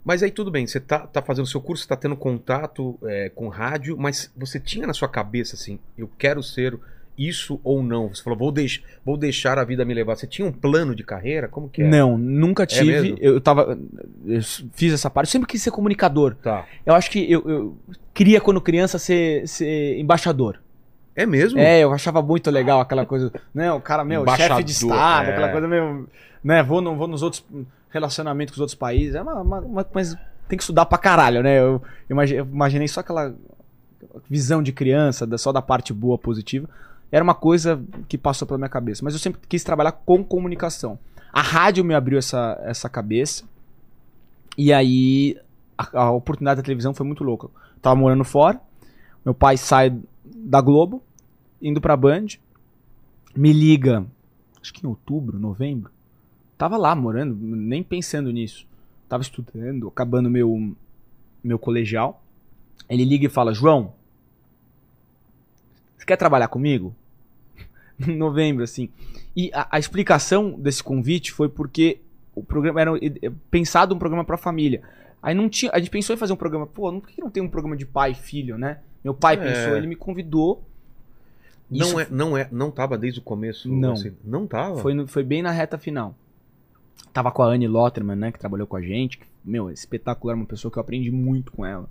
Mas aí tudo bem, você tá, tá fazendo seu curso, tá tendo contato é, com rádio, mas você tinha na sua cabeça assim, eu quero ser isso ou não? Você falou, vou, deix vou deixar a vida me levar. Você tinha um plano de carreira? Como que é?
Não, nunca tive.
mesmo?
eu, eu tava. Eu fiz essa parte. Sempre quis ser comunicador.
Tá.
Eu acho que eu, eu queria, quando criança, ser- ser embaixador.
É mesmo?
É, eu achava muito legal aquela coisa, né? O cara, meu, chefe
Embaixador,
de Estado,
é.
aquela coisa meio. Né, vou, no, vou nos outros relacionamentos com os outros países. É uma, uma- uma- mas tem que estudar pra caralho, né? Eu, imagi- eu imaginei só aquela visão de criança, da- só da parte boa, positiva. Era uma coisa que passou pela minha cabeça. Mas eu sempre quis trabalhar com comunicação. A rádio me abriu essa, essa cabeça. E aí a, a oportunidade da televisão foi muito louca. Eu tava morando fora, meu pai sai da Globo, indo pra Band, me liga, acho que em outubro, novembro. Tava lá morando, nem pensando nisso. Tava estudando, acabando meu meu colegial. Ele liga e fala: "João, você quer trabalhar comigo?" em novembro assim. E a, a explicação desse convite foi porque o programa era eh, pensado um programa pra família. Aí não tinha, a gente pensou em fazer um programa, pô, não- por que não tem um programa de pai e filho, né? Meu pai
É.
pensou, ele me convidou.
Não
Isso
é, não é, não tava desde o começo. assim?
Não.
não tava.
Foi, no- foi bem na reta final. Tava com a Anne Lotterman, né, que trabalhou com a gente. que, meu, é espetacular, uma pessoa que eu aprendi muito com ela.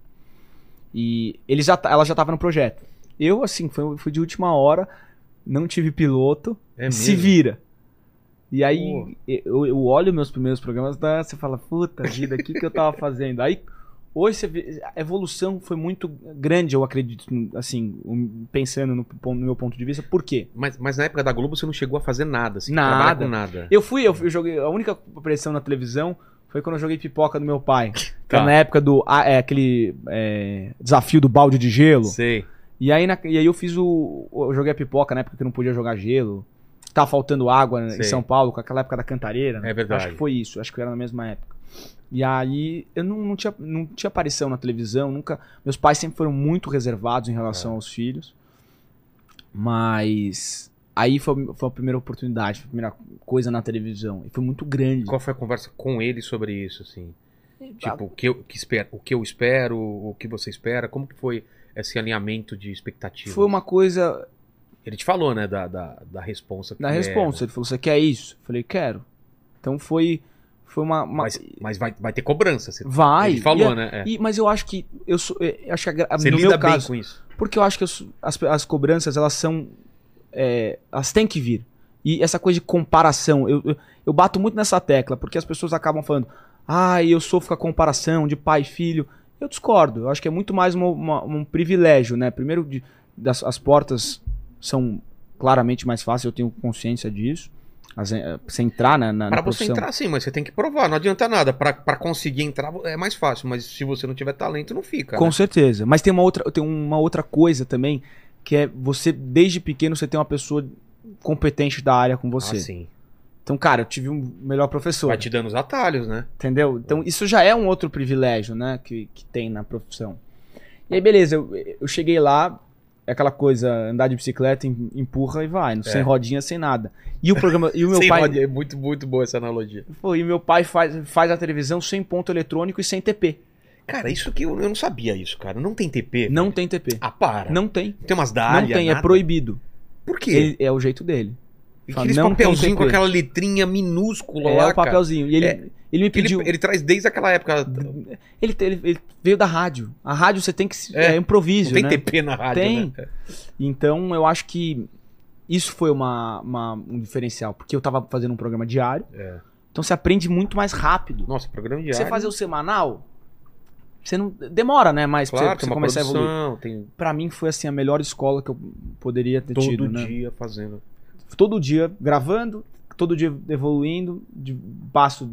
E ele já, ta- ela já tava no projeto. Eu, assim, foi, fui de última hora, não tive piloto,
É mesmo.
se vira. E aí,
Pô.
eu, eu olho meus primeiros programas, tá, você fala, puta vida, o que, que eu tava fazendo? Aí, hoje você vê, a evolução foi muito grande, eu acredito, assim, um- pensando no, pon- no meu ponto de vista. Por quê?
Mas, mas na época da Globo você não chegou a fazer nada, assim,
Nada.
trabalhar com nada.
Eu fui, eu, fui- eu joguei. A única pressão na televisão foi quando eu joguei pipoca do meu pai.
Tá.
Na época do. ah, é, aquele. é, desafio do balde de gelo.
Sei.
E aí, na- e aí eu fiz o. Eu joguei a pipoca na época que eu não podia jogar gelo. tá faltando água né,
Sei.
em São Paulo, com aquela época da cantareira. né?
É verdade.
Acho que foi isso, acho que era na mesma época. E aí, eu não, não tinha, não tinha aparição na televisão, nunca. Meus pais sempre foram muito reservados em
É.
relação aos filhos. Mas aí foi, foi a primeira oportunidade, foi a primeira coisa na televisão. E foi muito grande.
Qual foi a conversa com ele sobre isso, assim?
Ah,
Tipo, o que eu, que espero, o que eu espero, o que você espera, como que foi esse alinhamento de expectativa?
foi uma coisa
Ele te falou, né, da, da, da responsa. que
Na
é,
resposta, ele falou: Você quer isso? Eu falei: Quero. Então foi, foi uma. uma-
Mas, mas vai, vai ter cobrança. Você, tá,
vai.
ele falou,
e,
né? é.
e- mas eu acho que. Eu sou, é, eu acho que a gra-
Você
no
lida
meu
bem
caso.
com isso.
Porque eu acho que eu sou- as, as cobranças, elas são. é, elas têm que vir. E essa coisa de comparação, eu, eu, eu bato muito nessa tecla, porque as pessoas acabam falando. Ah, eu sofro com a comparação de pai e filho. Eu discordo. Eu acho que é muito mais uma- uma- um privilégio, né? Primeiro, de- das, as portas são claramente mais fáceis, eu tenho consciência disso. As, eh, você entrar na, na, na
Pra você
profissão.
entrar, sim, mas você tem que provar. Não adianta nada. Pra, pra conseguir entrar é mais fácil, mas se você não tiver talento, não fica.
Com
né?
certeza. Mas tem uma outra, tem uma outra coisa também, que é você, desde pequeno, você tem uma pessoa competente da área com você.
Ah, sim.
Então, cara, eu tive um melhor professor,
Vai te dando os atalhos, né?
entendeu? Então, isso já é um outro privilégio, né, que, que tem na profissão. E aí, beleza, eu, eu cheguei lá, é aquela coisa, andar de bicicleta, em- empurra e
É.
vai, sem rodinha, sem nada. E o programa, e o meu
Sim,
pai,
Rod, É muito, muito boa essa analogia.
pô, e meu pai faz, faz a televisão sem ponto eletrônico e sem TP.
Cara, isso que eu, eu não sabia isso, cara. Não tem TP.
Não tem TP.
Ah, para.
Não tem.
Tem umas
Não
dálias.
tem, é
nada.
proibido.
Por quê?
Ele- é o jeito dele. Fala,
Aqueles
não tem
papelzinhos com
TP.
aquela letrinha minúscula
É
lá,
o papelzinho. E ele,
É.
ele me
cara. Ele,
pediu.
ele traz desde aquela época. Não
Ele, ele- ele veio da rádio. A rádio você tem que. se-
É.
É, improviso.
tem
né?
TP na rádio,
Tem.
né?
Então eu acho que isso foi uma, uma- um diferencial. Porque eu tava fazendo um programa diário.
É.
Então você aprende muito mais rápido.
Nossa, programa diário.
Você fazer o semanal, você não. Demora, né? Mais pra
claro,
você,
tem
pra você
uma
começar a evoluir.
produção, tem
Pra mim foi assim a melhor escola que eu poderia ter
todo
tido, né?
dia fazendo.
todo dia gravando, todo dia evoluindo, de passo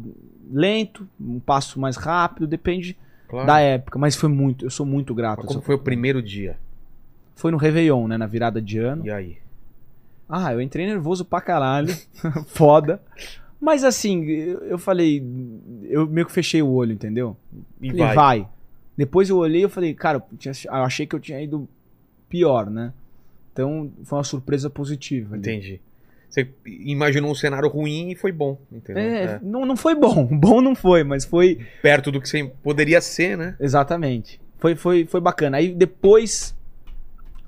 lento, um passo mais rápido, depende
Claro.
da época. Mas foi muito, eu sou muito grato.
Mas
a
como
essa-
foi o primeiro dia?
Foi no Réveillon, né? Na virada de ano.
E aí?
Ah, eu entrei nervoso pra caralho. Foda. Mas assim, eu eu falei, eu meio que fechei o olho, entendeu?
E
Falei, vai.
vai.
Depois eu olhei e falei, cara, eu, tinha- eu achei que eu tinha ido pior, né? Então foi uma surpresa positiva. ali.
Entendi. Você imaginou um cenário ruim e foi bom, entendeu?
É,
É.
Não, não foi bom. Bom não foi, mas foi.
Perto do que você poderia ser, né?
Exatamente. Foi, foi, foi bacana. Aí depois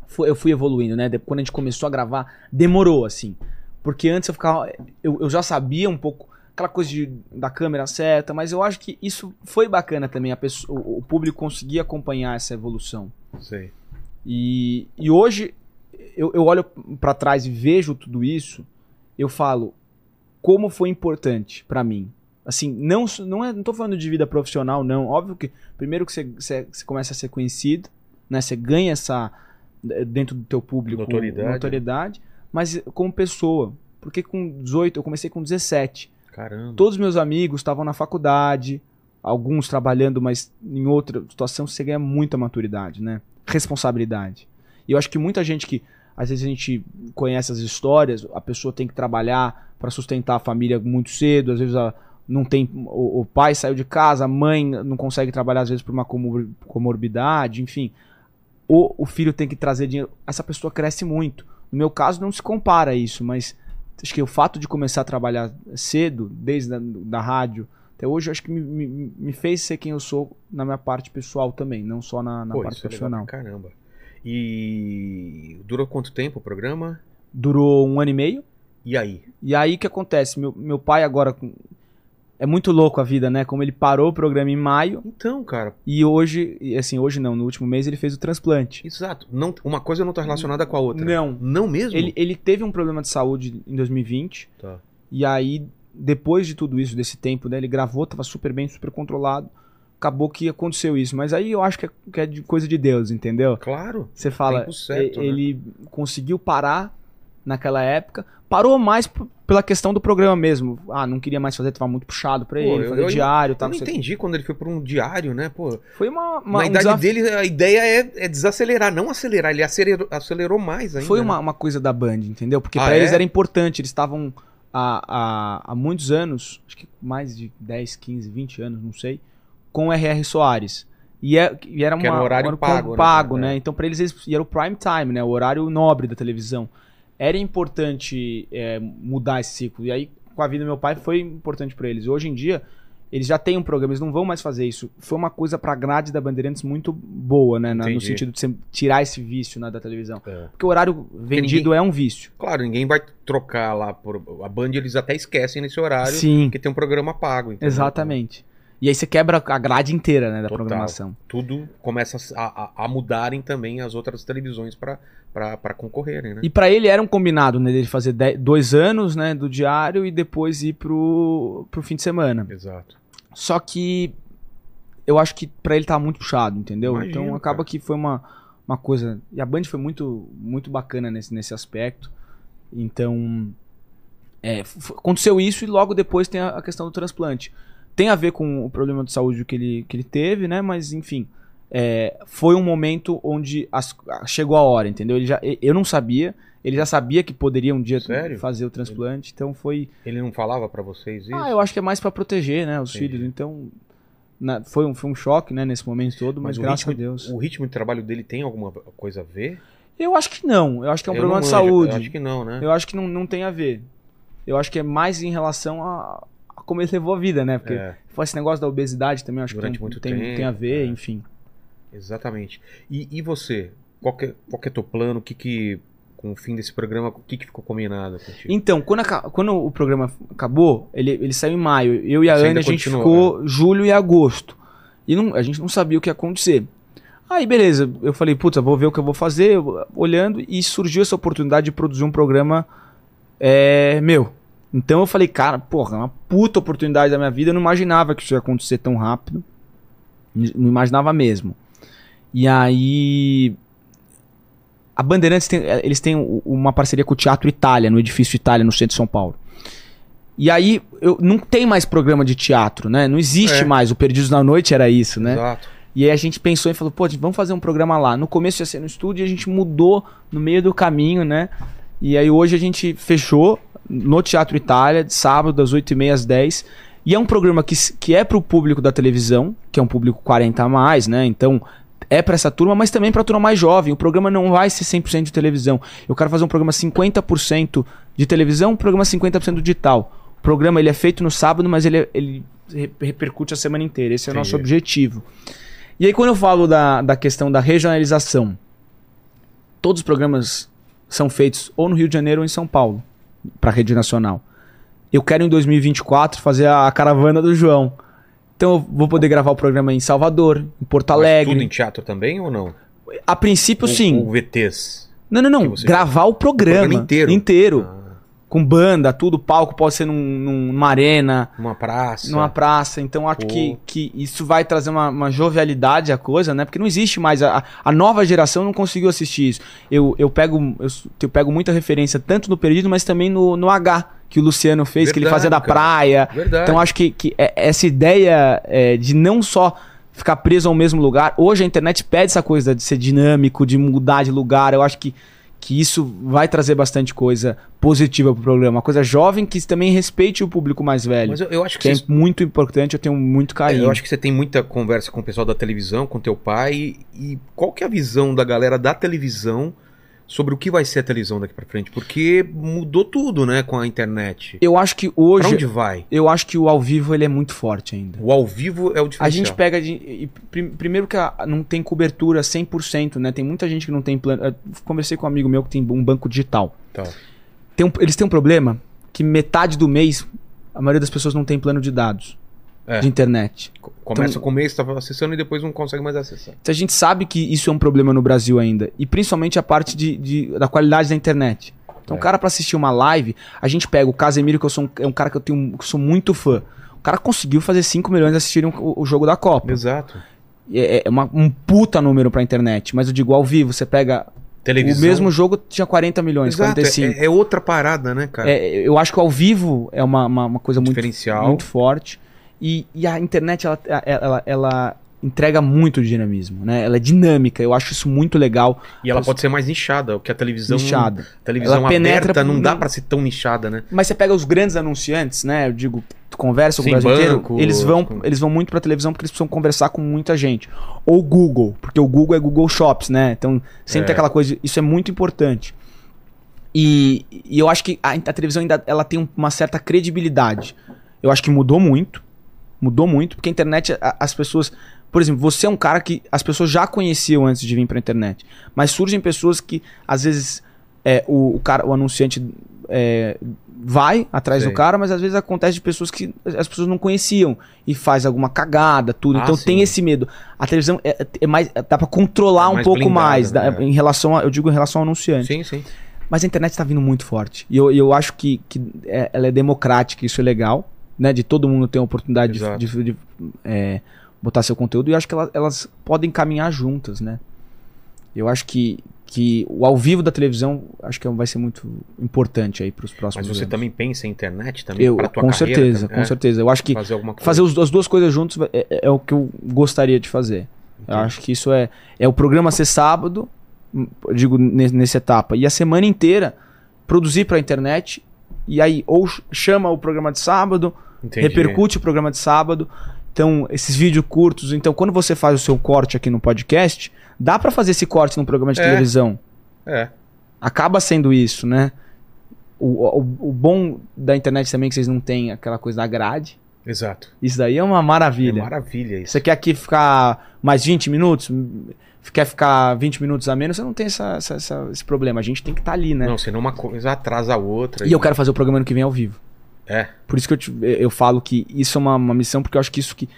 foi- eu fui evoluindo, né? De- Quando a gente começou a gravar, demorou, assim. Porque antes eu ficava. Eu, eu já sabia um pouco aquela coisa de- da câmera certa, mas eu acho que isso foi bacana também. A pessoa, o, o público conseguia acompanhar essa evolução.
Não sei.
E, e hoje eu, eu olho pra trás e vejo tudo isso, eu falo como foi importante pra mim. Assim, não, s- não, é, não tô falando de vida profissional, não. Óbvio que primeiro que você- você você começa a ser conhecido, né? Você ganha essa eh, dentro do teu público
Notoriedade.
notoriedade, mas eh, como pessoa. Porque com 18, eu comecei com 17.
Caramba.
Todos meus amigos estavam na faculdade, alguns trabalhando, mas em outra situação você ganha muita maturidade, né? Responsabilidade. E eu acho que muita gente que às vezes a gente conhece as histórias, a pessoa tem que trabalhar para sustentar a família muito cedo, às vezes a- não tem o, o pai saiu de casa, a mãe não consegue trabalhar às vezes por uma comor- comorbidade, enfim. Ou o filho tem que trazer dinheiro. Essa pessoa cresce muito. No meu caso não se compara isso, mas acho que o fato de começar a trabalhar cedo, desde a, da rádio até hoje, acho que me, me- me fez ser quem eu sou na minha parte pessoal também, não só na, na
Pô,
parte
isso é legal pra
profissional.
caramba. E durou quanto tempo o programa?
Durou um ano e meio.
E aí?
E aí o que acontece? Meu, meu pai agora. com- É muito louco a vida, né? Como ele parou o programa em maio
Então, cara,
e hoje, e assim, hoje não, no último mês ele fez o transplante.
exato. Não, uma coisa não tá relacionada com a outra.
Não.
Não mesmo?
Ele, ele teve um problema de saúde em 2020.
Tá.
E aí, depois de tudo isso, desse tempo, né? Ele gravou, tava super bem, super controlado. Acabou que aconteceu isso. Mas aí eu acho que é, que é de coisa de Deus, entendeu?
Claro.
Você fala,
Tempo certo, né?
e- ele conseguiu parar naquela época. Parou mais p- pela questão do programa mesmo. Ah, não queria mais fazer, tava muito puxado pra
Pô,
ele,
eu-
fazer
eu-
diário, tá,
Eu
não
não
sei o quê.
entendi quando ele foi pra um diário, né? Pô,
Foi uma, uma-
na
um
idade
desafio.
dele, a ideia é, é desacelerar, não acelerar. Ele acelerou, acelerou mais ainda.
Foi
né?
uma, uma coisa da Band, entendeu? Porque
Ah,
pra eles
é?
era importante, eles estavam há, há, há muitos anos, acho que mais de 10, 15, 20 anos, não sei, com o R.R. Soares. E, é, e era, uma,
Que era um horário
um
pago, né?
pago, né?
É.
Então pra eles, eles- e era o prime time, né? O horário nobre da televisão. Era importante é, mudar esse ciclo. E aí, com a vida do meu pai, foi importante pra eles. Hoje em dia, eles já têm um programa, eles não vão mais fazer isso. Foi uma coisa pra grade da Bandeirantes muito boa, né? Na- no
Entendi.
sentido de você tirar esse vício né, da televisão.
É.
Porque o horário vendido é um vício.
Claro, ninguém vai trocar lá por. A Band eles até esquecem nesse horário
Sim,
que tem um programa pago. entendeu?
exatamente. E aí você quebra a grade inteira, né, da
Total.
programação.
Tudo começa a, a- a mudarem também as outras televisões pra- pra pra concorrerem, né?
E pra ele era um combinado, né, dele fazer dez- dois anos, né, do diário e depois ir pro, pro fim de semana.
Exato.
Só que eu acho que pra ele tava muito puxado, entendeu?
Imagino,
então acaba
cara.
que foi uma, uma coisa. E a Band foi muito, muito bacana nesse, nesse aspecto. Então. é, f- aconteceu isso e logo depois tem a, a questão do transplante. Tem a ver com o problema de saúde que ele, que ele teve, né? Mas enfim. é, foi um momento onde as- a- chegou a hora, entendeu? Ele já, e- eu não sabia, ele já sabia que poderia um dia
Sério?
fazer o transplante, então foi
Ele não falava pra vocês isso?
ah, eu acho que é mais pra proteger, né, os
Entendi.
filhos. Então, na- foi, um, foi um choque, né, nesse momento todo, mas,
Mas o
graças
ritmo-
a Deus.
O ritmo de trabalho dele tem alguma coisa a ver?
Eu acho que não. Eu acho que é um
Eu
problema
não
de
manjo,
saúde.
Eu acho que não, né?
não, não tem a ver. Eu acho que é mais em relação a, a como ele levou a vida, né? Porque
É,
foi esse negócio da obesidade também, eu acho
Durante
que tem,
muito
tem,
tempo,
tem a ver,
é.
enfim.
exatamente. E, e você? Qual que, é- qual que é teu plano? O que que... Com o fim desse programa, o que que ficou combinado contigo?
Então, quando, aca- quando o programa acabou, ele, ele saiu em maio. Eu e a
Você
Ana,
ainda
a gente
continua, né?
ficou julho e agosto. E não- a gente não sabia o que ia acontecer. Aí, beleza, eu falei, puta, vou ver o que eu vou fazer, eu- olhando, e surgiu essa oportunidade de produzir um programa é, meu. Então eu falei, cara, porra, é uma puta oportunidade da minha vida, eu não imaginava que isso ia acontecer tão rápido. Não imaginava mesmo. E aí, a Bandeirantes tem, eh, eles têm u- uma parceria com o Teatro Itália, no edifício Itália, no centro de São Paulo. E aí, eu, não tem mais programa de teatro, né? Não existe
É.
mais. O Perdidos na Noite era isso, né?
Exato.
E aí a gente pensou e falou, pô, vamos fazer um programa lá. No começo ia ser no estúdio e a gente mudou no meio do caminho, né? E aí hoje a gente fechou no Teatro Itália, de sábado, das 8h30 às 10 E é um programa que, s- que é pro público da televisão, que é um público 40 a mais, né? Então é pra essa turma, mas também pra turma mais jovem. O programa não vai ser 100% de televisão. Eu quero fazer um programa 50% de televisão, um programa 50% digital. O programa ele é feito no sábado, mas ele, é, ele re- repercute a semana inteira. Esse é o nosso
Entendi.
objetivo. E aí, quando eu falo da, da questão da regionalização, todos os programas são feitos ou no Rio de Janeiro ou em São Paulo, para rede nacional. Eu quero em 2024 fazer a caravana do João. Então eu vou poder gravar o programa em Salvador, em Porto
Mas
Alegre.
tudo em teatro também ou não?
A princípio,
Ou-
sim.
ou VTs.
Não, não,
que
não.
você-
Gravar o programa,
programa inteiro.
inteiro.
Ah,
Com banda, tudo, palco, pode ser num- num- numa arena,
numa praça.
numa praça. Então acho
Pô.
que, que isso vai trazer uma, uma jovialidade à coisa, né? Porque não existe mais. A, a nova geração não conseguiu assistir isso. Eu, eu, pego, eu, s- eu pego muita referência tanto no Perdido, mas também no, no H, que o Luciano fez, que ele
Verdade,
fazia da
cara.
praia.
Verdade.
Então acho que, que é- essa ideia é, de não só ficar preso ao mesmo lugar, hoje a internet pede essa coisa de ser dinâmico, de mudar de lugar. Eu acho que, que isso vai trazer bastante coisa positiva pro programa. Uma coisa jovem que também respeite o público mais velho.
Mas eu, eu acho que
que é
vocês- É,
muito importante, eu tenho muito carinho.
Ah, Eu acho que você tem muita conversa com o pessoal da televisão, com teu pai. E qual que é a visão da galera da televisão sobre o que vai ser a televisão daqui pra frente? Porque mudou tudo, né, com a internet.
Eu acho que
Pra
hoje,
onde vai?
eu acho que o ao vivo ele é muito forte ainda.
O ao vivo é o diferencial.
A gente pega. de- e prim- primeiro que a- não tem cobertura 100%, né? Tem muita gente que não tem plano. Eu conversei com um amigo meu que tem um banco digital.
Tá.
Tem um- eles têm um problema que metade do mês a maioria das pessoas não tem plano de dados
É.
de internet.
Co- Começa
Então-
com o mês, tá acessando e depois não consegue mais acessar.
Então, a gente sabe que isso é um problema no Brasil ainda. E principalmente a parte de, de- da qualidade da internet. Então,
É.
o cara, pra assistir uma live, a gente pega o Casemiro, que eu sou um, é um cara que eu tenho, que eu sou muito fã. O cara conseguiu fazer 5 milhões assistirem o, o jogo da Copa.
Exato.
É, é uma- um puta número pra internet. Mas eu digo, ao vivo, você pega
televisão.
O mesmo jogo tinha 40 milhões,
Exato,
45.
é, é outra parada, né, cara?
É, eu acho que ao vivo é uma, uma, uma coisa muito,
Diferencial.
muito forte. E, e a internet, ela, ela, ela entrega muito dinamismo, né? Ela é dinâmica, eu acho isso muito legal.
E ela pode ser mais nichada, o que a televisão.
Nichada.
A televisão
Ela penetra
aberta não
por-
dá pra ser tão nichada, né?
Mas você pega os grandes anunciantes, né? Eu digo, tu conversa com
Sim,
o Brasil
banco,
inteiro. Eles vão,
com-
eles vão muito pra televisão porque eles precisam conversar com muita gente. Ou Google, porque o Google é Google Shops, né? Então sempre
É.
tem aquela coisa. de- Isso é muito importante. E, e eu acho que a, a televisão ainda ela tem um, uma certa credibilidade. Eu acho que mudou muito. Mudou muito, porque a internet, a- as pessoas. Por exemplo, você é um cara que as pessoas já conheciam antes de vir pra internet. Mas surgem pessoas que, às vezes, é, o, o cara, o anunciante é, vai atrás
Sei.
do cara, mas às vezes acontece de pessoas que as pessoas não conheciam e faz alguma cagada, tudo.
Ah,
então tem
sim.
esse medo. A televisão é, é mais. dá pra controlar
É
um
mais
pouco
blindada,
mais dá-
né?
em relação a, Eu digo em relação ao anunciante.
Sim, sim.
Mas a internet tá vindo muito forte. E eu, eu acho que, que é- ela é democrática, isso é legal, né? De todo mundo ter a oportunidade de,
Exato.
de- de, é, botar seu conteúdo. E eu acho que ela- elas podem caminhar juntas, né? Eu acho que, que o ao vivo da televisão acho que é um, vai ser muito importante aí pros
Mas
próximos
você
anos.
também pensa em internet também
Eu,
pra tua
com
carreira,
certeza,
também,
com
é?
certeza. Eu acho que
Fazer alguma coisa.
fazer os- as duas coisas juntos é, é- é o que eu gostaria de fazer. Eu acho que isso é, é o programa ser sábado, hum, eu digo ne- nessa etapa, e a semana inteira produzir pra internet. E aí, ou ch- chama o programa de sábado,
Entendi.
repercute o programa de sábado. Então, esses vídeos curtos. Então, quando você faz o seu corte aqui no podcast, dá pra fazer esse corte num programa de
É.
televisão.
É.
Acaba sendo isso, né? O, o- o bom da internet também é que vocês não têm aquela coisa da grade.
Exato.
Isso daí é uma
É
maravilha.
maravilha isso.
Você quer aqui ficar mais 20 minutos? Quer ficar 20 minutos a menos? Você não tem essa- essa- essa- esse problema. A gente tem que estar ali, né?
Não, senão uma coisa atrasa a outra.
E eu quero fazer o programa ano que vem ao vivo.
É.
Por isso que eu, te- eu falo que isso é uma, uma missão, porque eu acho que isso que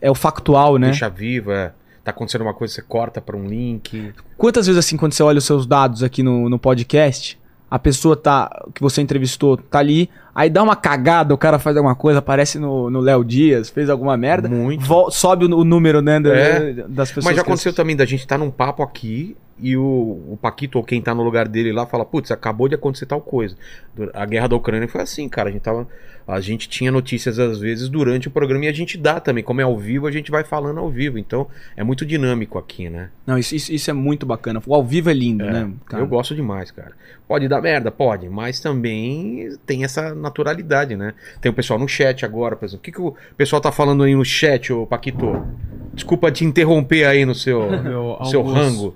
é o factual, né?
Deixa viva. é. Tá acontecendo uma coisa, você corta pra um link.
Quantas vezes, assim, quando você olha os seus dados aqui no, no podcast, a pessoa tá que você entrevistou tá ali, aí dá uma cagada, o cara faz alguma coisa, aparece no no Léo Dias, fez alguma merda,
Muito.
vol- sobe o, o número né, da-
É.
das pessoas.
Mas já
que-
aconteceu também da gente estar num papo aqui e o, o Paquito ou quem tá no lugar dele lá fala, putz, acabou de acontecer tal coisa. Du- A guerra da Ucrânia foi assim, cara. A gente, tava, a gente tinha notícias às vezes durante o programa e a gente dá também. Como é ao vivo, a gente vai falando ao vivo. Então é muito dinâmico aqui, né?
Não, isso, isso, isso é muito bacana. O ao vivo é lindo,
É,
né? cara?
Eu gosto demais, cara. Pode dar merda, pode, mas também tem essa naturalidade, né? Tem o pessoal no chat agora, por exemplo. O que, que o pessoal tá falando aí no chat, ô Paquito? Desculpa te interromper aí no seu,
Meu
no seu
almoço.
rango.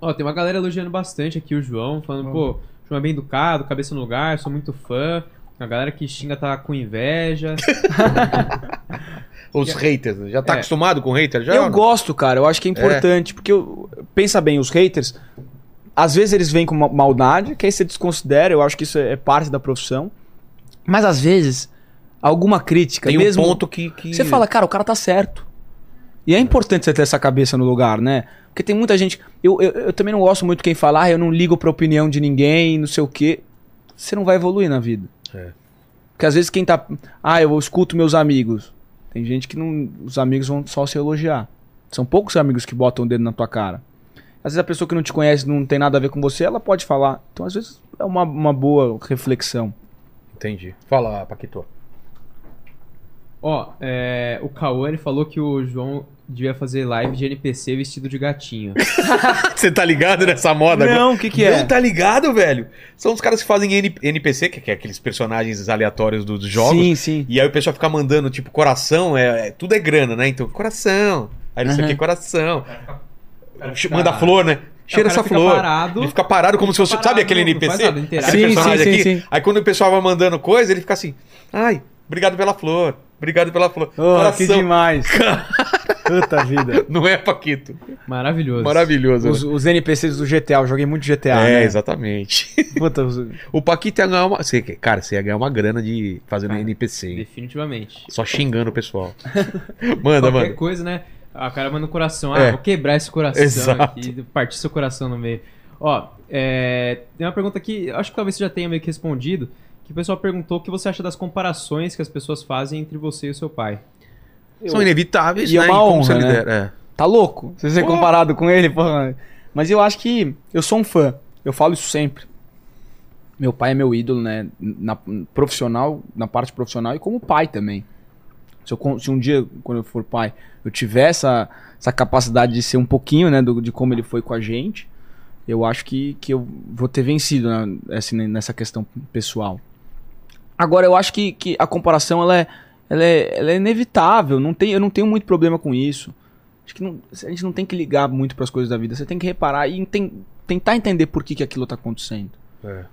Ó, tem uma galera elogiando bastante aqui o João, falando, pô, o João é bem educado, cabeça no lugar, sou muito fã. A galera que xinga tá com inveja.
Os haters, né? já tá
É.
acostumado com hater? Já
Eu
ou não?
gosto, cara. Eu acho que é importante, porque eu- pensa bem, os haters, às vezes eles vêm com ma- maldade, que aí você desconsidera, eu acho que isso é parte da profissão. Mas às vezes, alguma crítica,
Tem
mesmo
um ponto que, que-
Você fala, cara, o cara tá certo. E é importante você ter essa cabeça no lugar, né? Porque tem muita gente. Eu, eu, eu também não gosto muito quem fala, ah, eu não ligo pra opinião de ninguém, não sei o quê. Você não vai evoluir na vida.
É.
Porque às vezes quem tá. Ah, eu escuto meus amigos. Tem gente que não. Os amigos vão só se elogiar. São poucos amigos que botam o dedo na tua cara. Às vezes a pessoa que não te conhece, não tem nada a ver com você, ela pode falar. Então, às vezes, é uma, uma boa reflexão.
Entendi. Fala, Paquito.
Ó, é, o Cauã ele falou que o João devia fazer live de NPC vestido de gatinho.
Você tá ligado nessa moda? agora?
Não, o que, que é?
Não tá ligado, velho? São os caras que fazem N- NPC, que que é aqueles personagens aleatórios do- dos jogos.
Sim, sim.
E aí o pessoal fica mandando, tipo, coração, é, é- tudo é grana, né? Então, coração. Aí não sei o que, coração.
fica-
Manda flor, né? Cheira
o cara
essa
fica
flor.
parado.
ele fica parado como se fosse.
parado,
sabe aquele
não faz
NPC?
nada, não interage.
Aquele
Sim,
personagem
sim,
aqui.
sim, sim.
Aí quando o pessoal vai mandando coisa, ele fica assim. Ai, obrigado pela flor. Obrigado pela flor.
Oh, que
coração.
demais. Puta vida.
Não é, Paquito?
Maravilhoso.
Maravilhoso.
Os,
né?
os NPCs do GTA, eu joguei muito GTA.
é,
né?
exatamente.
Puta, os-
O Paquito ia ganhar uma. Você, cara, você ia ganhar uma grana de fazendo
Cara,
NPC, hein?
Definitivamente.
Só xingando o pessoal. manda,
Qualquer
manda.
coisa, né? A cara manda no coração. Ah,
É.
vou quebrar esse coração
Exato.
aqui, partir seu coração no meio. Ó, é, tem uma pergunta que eu acho que talvez você já tenha meio que respondido. Que o pessoal perguntou o que você acha das comparações que as pessoas fazem entre você e o seu pai.
São inevitáveis,
E é
né?
uma
como
honra,
você
né?
lidera? É.
tá louco? Se você ser
Pô.
comparado com ele, porra. Mas eu acho que eu sou um fã. Eu falo isso sempre. Meu pai é meu ídolo, né? Na profissional, na parte profissional e como pai também. Se, eu, con- se um dia, quando eu for pai, eu tiver essa, essa capacidade de ser um pouquinho, né? do- de como ele foi com a gente, eu acho que, que eu vou ter vencido né, assim, nessa questão pessoal. Agora, eu acho que, que a comparação ela é, ela é, ela é inevitável. Não tem, eu não tenho muito problema com isso. Acho que não- a gente não tem que ligar muito para as coisas da vida. Você tem que reparar e enten- tentar entender por que, que aquilo tá acontecendo.
É.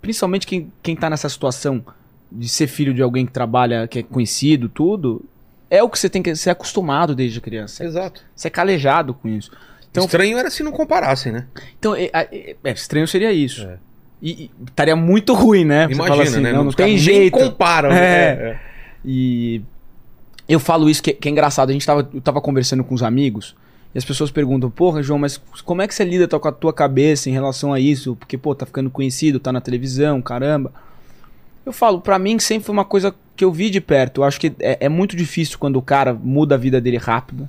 Principalmente quem, quem tá nessa situação de ser filho de alguém que trabalha, que é conhecido, tudo. É o que você tem que ser acostumado desde criança.
Exato.
Você é calejado com isso. Então-
Estranho era se não comparassem, né?
Então, é, é- é, estranho seria isso.
É.
E e estaria muito ruim, né? Você
Imagina,
fala assim,
né?
Não, não
Os caras
tem
nem
jeito.
comparam.
É.
né?
E eu falo isso que, que é engraçado. A gente tava, eu tava conversando com os amigos e as pessoas perguntam: Porra, João, mas como é que você lida tua- com a tua cabeça em relação a isso? Porque, pô, tá ficando conhecido, tá na televisão, caramba. Eu falo, pra mim sempre foi uma coisa que eu vi de perto. Eu acho que é, é muito difícil quando o cara muda a vida dele rápido.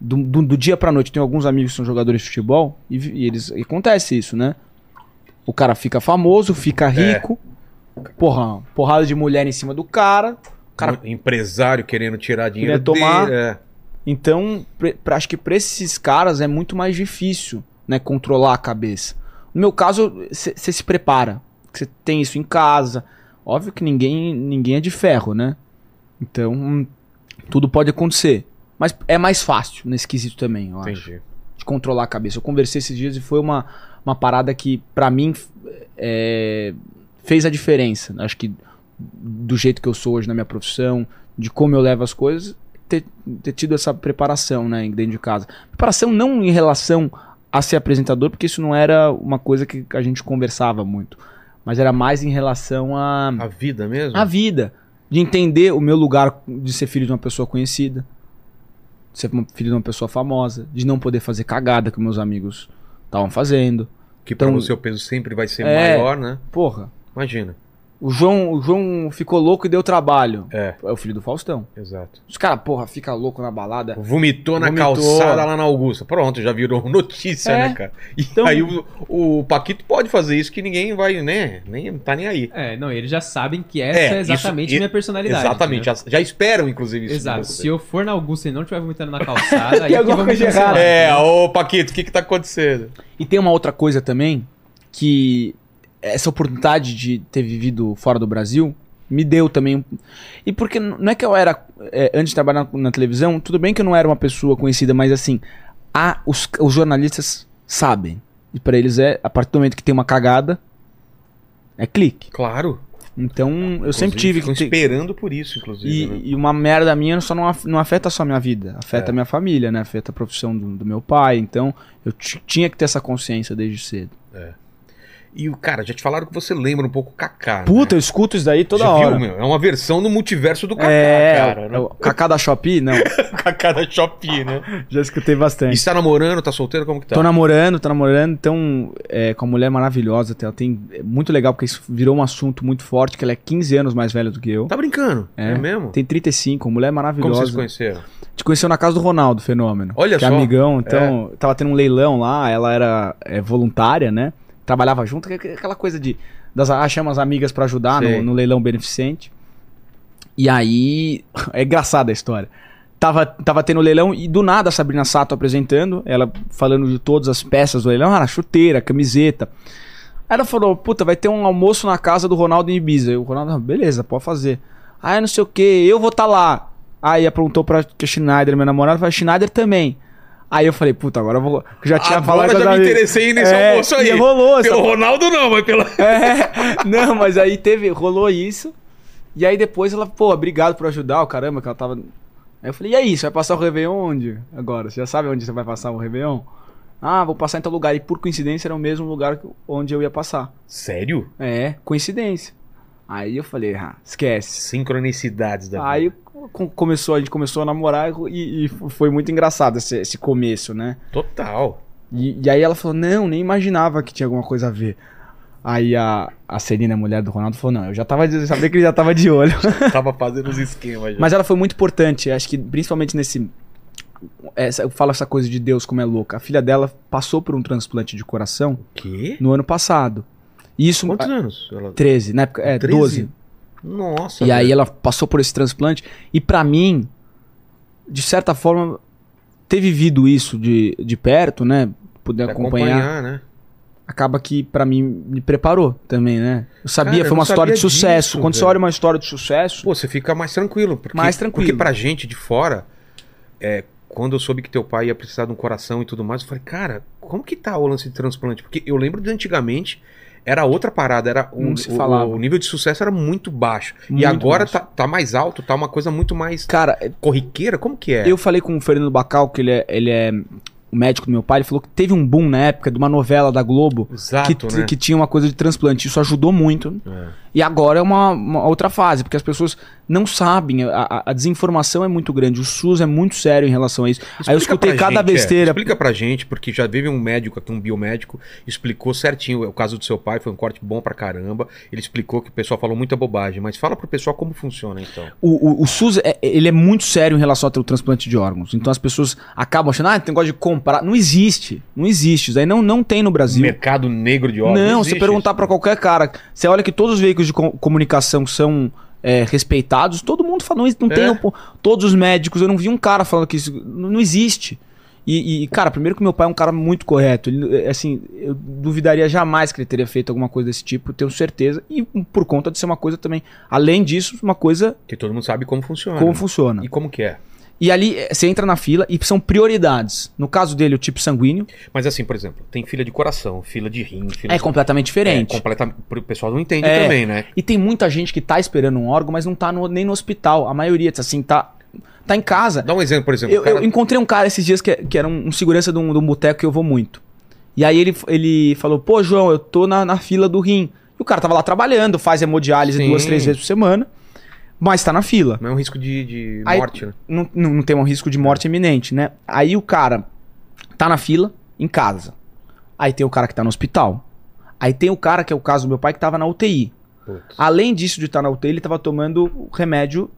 Do, do- do dia pra noite. Tem alguns amigos que são jogadores de futebol e, vi- e eles e acontece isso, né? O cara fica famoso, fica rico. Porra, porrada de mulher em cima do cara. O cara
Um empresário querendo tirar dinheiro
Queria tomar-
dele, é.
então, pre- pra- acho que pra esses caras é muito mais difícil, né, controlar a cabeça. No meu caso, você se prepara. Você tem isso em casa. Óbvio que ninguém, ninguém é de ferro, né? Então, hum, tudo pode acontecer. Mas é mais fácil nesse quesito também, eu acho
Entendi.
de controlar a cabeça. Eu conversei esses dias e foi uma, uma parada que, pra mim, f- é, fez a diferença. Acho que do jeito que eu sou hoje na minha profissão, de como eu levo as coisas, ter, ter tido essa preparação né, dentro de casa. Preparação não em relação a ser apresentador, porque isso não era uma coisa que a gente conversava muito, mas era mais em relação a
A vida mesmo?
a vida. De entender o meu lugar de ser filho de uma pessoa conhecida. De ser uma- filho de uma pessoa famosa. De não poder fazer cagada que meus amigos estavam fazendo.
Que pra
Então-
você o peso sempre vai ser
É.
maior, né?
Porra,
Imagina.
o João, o João ficou louco e deu trabalho.
É,
É o filho do Faustão.
exato.
Os caras, porra, fica louco na balada.
Vomitou na
Vomitou.
calçada lá na Augusta. Pronto, já virou notícia,
É.
né, cara? E
Então-
aí o, o Paquito pode fazer isso que ninguém vai, né? Nem tá nem aí.
É, não, eles já sabem que essa é,
É, isso-
exatamente
e-
a minha personalidade.
Exatamente.
entendeu?
né?
Já, já esperam, inclusive, isso. de
Exato.
você.
Se eu for na Augusta e não estiver vomitando na calçada, aí é que
alguma
vão me
coisa
cancelar,
errada.
É,
entendeu?
ô Paquito, o que que tá acontecendo?
E tem uma outra coisa também que essa oportunidade de ter vivido fora do Brasil me deu também. um- E porque n- não é que eu era é, antes de trabalhar na, na televisão, tudo bem que eu não era uma pessoa conhecida, mas assim, a, os, os jornalistas sabem. E pra eles é a partir do momento que tem uma cagada é clique.
Claro.
Então eu sempre
Inclusive,
tive
ficam
que ter-
esperando por isso, inclusive. né?
e, e uma merda minha só não, af- não afeta só a minha vida,
É.
afeta a minha família, né? Afeta a profissão do, do meu pai. Então, eu ti- tinha que ter essa consciência desde cedo.
E o cara, já te falaram que você lembra um pouco o Kaká. né?
Puta, eu escuto isso daí toda
Já
hora.
Viu, meu? É uma versão do multiverso do Kaká,
é,
cara.
o,
Né?
o Kaká da Shopee, não.
O Kaká da Shopee, né?
Já escutei bastante.
E está namorando, tá solteiro, como que tá?
Tô namorando, tô namorando, então, é, com uma mulher maravilhosa, ela tem, é muito legal, porque isso virou um assunto muito forte, que ela é 15 anos mais velha do que eu.
Tá brincando?
É.
mesmo?
Tem 35, mulher
Como vocês se
maravilhosa.
conheceram?
Te conheceu na casa do Ronaldo, fenômeno.
Olha
que é
só. É.
amigão, então, tava tendo um leilão lá, ela era é, voluntária, né? Trabalhava junto, que- que- aquela coisa de. Das, ah, chama as amigas pra ajudar
Sei.
no, no leilão beneficente. E aí. É engraçada a história. Tava, tava tendo leilão e do nada a Sabrina Sato apresentando, ela falando de todas as peças do leilão, ah, chuteira, camiseta. Aí ela falou, puta, vai ter um almoço na casa do Ronaldo em Ibiza. E o Ronaldo, "Ah, beleza, pode fazer. Ah, não sei o que, eu vou estar lá. Aí perguntou pra que Schneider, meu namorado, falou, Schneider também. Aí eu falei, puta, agora eu vou. eu Já tinha falado
Agora
com
eu
as
já me
amigas.
interessei nesse
É,
almoço aí.
E rolou essa
Pelo Ronaldo não, mas pela...
é, não, mas aí teve, rolou isso. E aí depois ela, pô, obrigado por ajudar, o caramba, que ela tava. Aí eu falei, e aí, você vai passar o Réveillon onde? Agora, você já sabe onde você vai passar o Réveillon? Ah, vou passar em tal lugar. E por coincidência era o mesmo lugar que- onde eu ia passar.
Sério?
É, coincidência. Aí eu falei, ah, esquece.
Sincronicidades da
Aí
vida.
co- começou, a gente começou a namorar e, e foi muito engraçado esse- esse começo, né?
Total.
E, e aí ela falou, não, nem imaginava que tinha alguma coisa a ver. Aí a, a Celina, a mulher do Ronaldo, falou, não, eu já tava, de- eu sabia que ele já tava de olho.
Tava fazendo os esquemas já.
Mas ela foi muito importante, acho que principalmente nesse... essa, eu falo essa coisa de Deus como é louca. A filha dela passou por um transplante de coração
Quê?
no ano passado. E isso.
Quantos anos? Ela...
13, na época. É,
13?
12.
Nossa.
E aí
velho.
ela passou por esse transplante. E pra mim, de certa forma, ter vivido isso de, de perto, né? Poder
Pra
acompanhar,
né?
acaba que pra mim me preparou também, né? Eu sabia,
Cara, eu
foi uma
não
história de
sabia
sucesso.
disso,
Quando você
velho.
olha uma história de sucesso,
Pô, você fica mais tranquilo. Porque,
Mais tranquilo.
Porque pra gente de fora, é, quando eu soube que teu pai ia precisar de um coração e tudo mais, eu falei, cara, como que tá o lance de transplante? Porque eu lembro de antigamente, era outra parada, era um-
Não se
o-
falava.
o, nível de sucesso era muito baixo. e
Muito
agora
baixo.
tá, tá mais alto, tá uma coisa muito mais
cara,
corriqueira? Como que é?
Eu falei com o Fernando Bacal, que ele é, ele é o médico do meu pai, ele falou que teve um boom na época de uma novela da Globo que,
Exato,
t-
né?
que tinha uma coisa de transplante. Isso ajudou muito.
É.
E agora é uma, uma outra fase, porque as pessoas não sabem, a- a, a desinformação é muito grande, o SUS é muito sério em relação a isso. Aí eu
Explica
escutei
pra
cada
gente, é.
besteira.
Explica pra gente, porque já veio um médico aqui, um biomédico, explicou certinho é o caso do seu pai, foi um corte bom pra caramba. Ele explicou que o pessoal falou muita bobagem, mas fala pro pessoal como funciona então.
O, o- o SUS é, ele é muito sério em relação ao transplante de órgãos. Então as pessoas acabam achando, ah, tem negócio de comprar. Não existe. Não existe. Isso aí não, não tem no Brasil.
Mercado negro de órgãos.
Não, se
existe
perguntar
isso.
pra qualquer cara, você olha que todos os veículos de co- comunicação são é, respeitados, todo mundo fala, não, não
É.
tem. op- Todos os médicos, eu não vi um cara falando que isso n- não existe. E, e, cara, primeiro que meu pai é um cara muito correto. Ele, eh, assim, eu duvidaria jamais que ele teria feito alguma coisa desse tipo, tenho certeza. E por conta de ser uma coisa também, além disso, uma coisa
Que todo mundo sabe como funciona.
como funciona.
E como que é.
E ali eh, você entra na fila e são prioridades. No caso dele, o tipo sanguíneo
Mas assim, por exemplo, tem fila de coração, fila de rim, fila
é
de...
completamente diferente.
É, completa- O pessoal não entende
É.
também, né?
E tem muita gente que tá esperando um órgão, mas não tá no- nem no hospital. A maioria, assim, tá, tá em casa.
Dá um exemplo, por exemplo.
Eu,
o cara-
eu encontrei um cara esses dias que, que era um, um segurança de um, de um boteco que eu vou muito. E aí ele, ele falou, pô, João, eu tô na, na fila do rim. E o cara tava lá trabalhando, faz hemodiálise
Sim.
duas, três vezes por semana, mas tá na fila.
Não é um risco de, de
Aí-
morte, né?
Não, não, não tem um risco de morte iminente, né? Aí o cara tá na fila, em casa. Aí tem o cara que tá no hospital. Aí tem o cara, que é o caso do meu pai, que tava na UTI.
Putz.
Além disso de estar na UTI, ele estava tomando o remédio,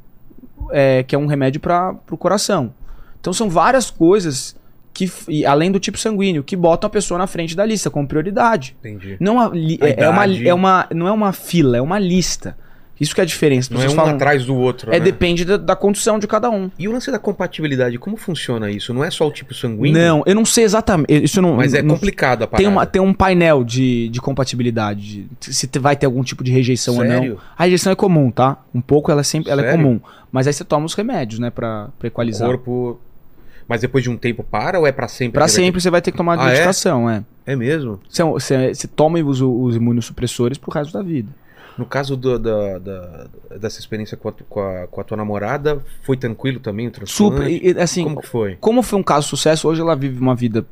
é, que é um remédio para o coração. Então são várias coisas que, f- e além do tipo sanguíneo, que botam a pessoa na frente da lista com prioridade.
Entendi.
Não a li-
A
é, é uma,
idade.
é uma- não é uma fila, é uma lista. Isso que é a diferença. As
Não é
pessoas
um
falam,
atrás do outro,
é
né?
depende da, da condição de cada um.
E o lance da compatibilidade, como funciona isso? Não é só o tipo sanguíneo?
Não, eu não sei exatamente. Isso eu não,
Mas é
não-
complicado a parada.
tem, uma- tem um painel de, de compatibilidade, de- se te- vai ter algum tipo de rejeição ou não.
Sério?
A injeção é comum, tá? Um pouco ela é sempre ela é
Sério?
comum. Mas aí você toma os remédios, né? Pra, pra
O
equalizar.
corpo... Mas depois de um tempo para ou é pra sempre?
Pra
que vai ter-
sempre você vai ter que tomar
Ah, é?
medicação, é.
É mesmo?
Você, você, você toma os, os imunossupressores pro resto da vida.
No caso do- da, da- dessa experiência com a, tu- com a- com a tua namorada, foi tranquilo também o transplante?
Super. e- e, assim,
Como
como...
que foi?
foi um caso de sucesso, hoje ela vive uma vida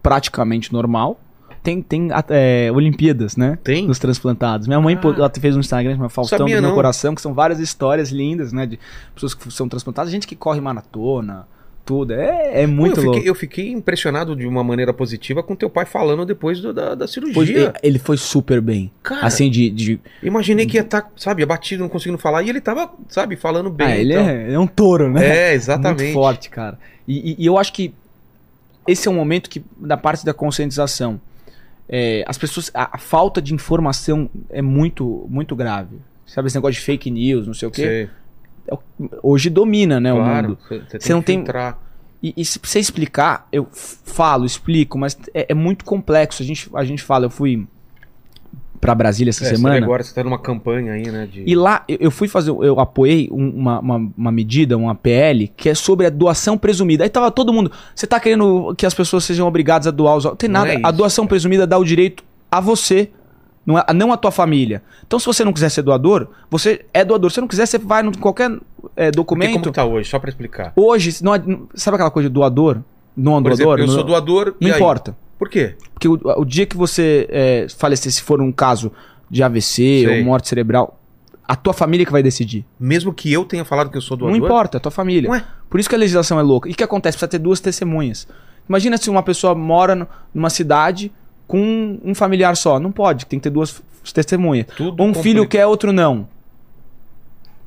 praticamente normal. Tem, tem é, Olimpíadas, né?
Tem?
Dos transplantados. Minha mãe
Ah.
pô- ela fez um Instagram chamado Faustão
Sabia
do meu
não.
coração, que são várias histórias lindas, né? De pessoas que são transplantadas, gente que corre maratona, tudo. É, é muito
eu
louco.
fiquei, eu fiquei impressionado de uma maneira positiva com teu pai falando depois do- da, da cirurgia.
Pois, e- ele foi super bem.
Cara,
assim, de. de-
imaginei que ia estar, sabe, abatido, não conseguindo falar, e ele tava, sabe, falando bem.
Ah, ele
então.
é, é um touro, né?
É, exatamente.
Muito forte, cara. E, e- e eu acho que esse é um momento que, da parte da conscientização, é, as pessoas. A, a falta de informação é muito, muito grave. Sabe, esse negócio de fake news, não sei o quê.
Sei,
Hoje domina, né, o
claro.
mundo.
Você tem
Você não
que
tem-
filtrar.
E, e se você explicar, eu f- falo, explico, mas é, é muito complexo. A gente, a gente fala, eu fui pra Brasília
É,
essa
você tá
semana.
Agora você tá numa campanha aí, né? De...
E lá eu, eu fui fazer, eu apoiei um- uma, uma, uma medida, uma PL, que é sobre a doação presumida. Aí tava todo mundo, você tá querendo que as pessoas sejam obrigadas a doar os órgãos?" Tem
Não
nada,
é
a
isso,
doação presumida dá o direito a você, não é, a, não a tua família. Então se você não quiser ser doador, você é doador. Se você não quiser, você vai no qualquer é,
Porque como
documento.
que tá hoje, só pra explicar.
Hoje, não, é- não- sabe aquela coisa de doador? Não é um
Por
doador?
exemplo, eu
não
sou doador.
não
e aí?
importa.
Por quê?
Porque o, o dia que você é, falecer, se for um caso de AVC
Sei.
ou morte cerebral, a tua família que vai decidir.
Mesmo que eu tenha falado que eu sou doador.
Não importa, é tua família.
Ué?
Por isso que a legislação é louca. E o que acontece? Precisa ter duas testemunhas. Imagina se uma pessoa mora no- numa cidade com um- um familiar só. Não pode, tem que ter duas f- testemunhas.
Tudo
Um filho
complicado.
quer, outro não.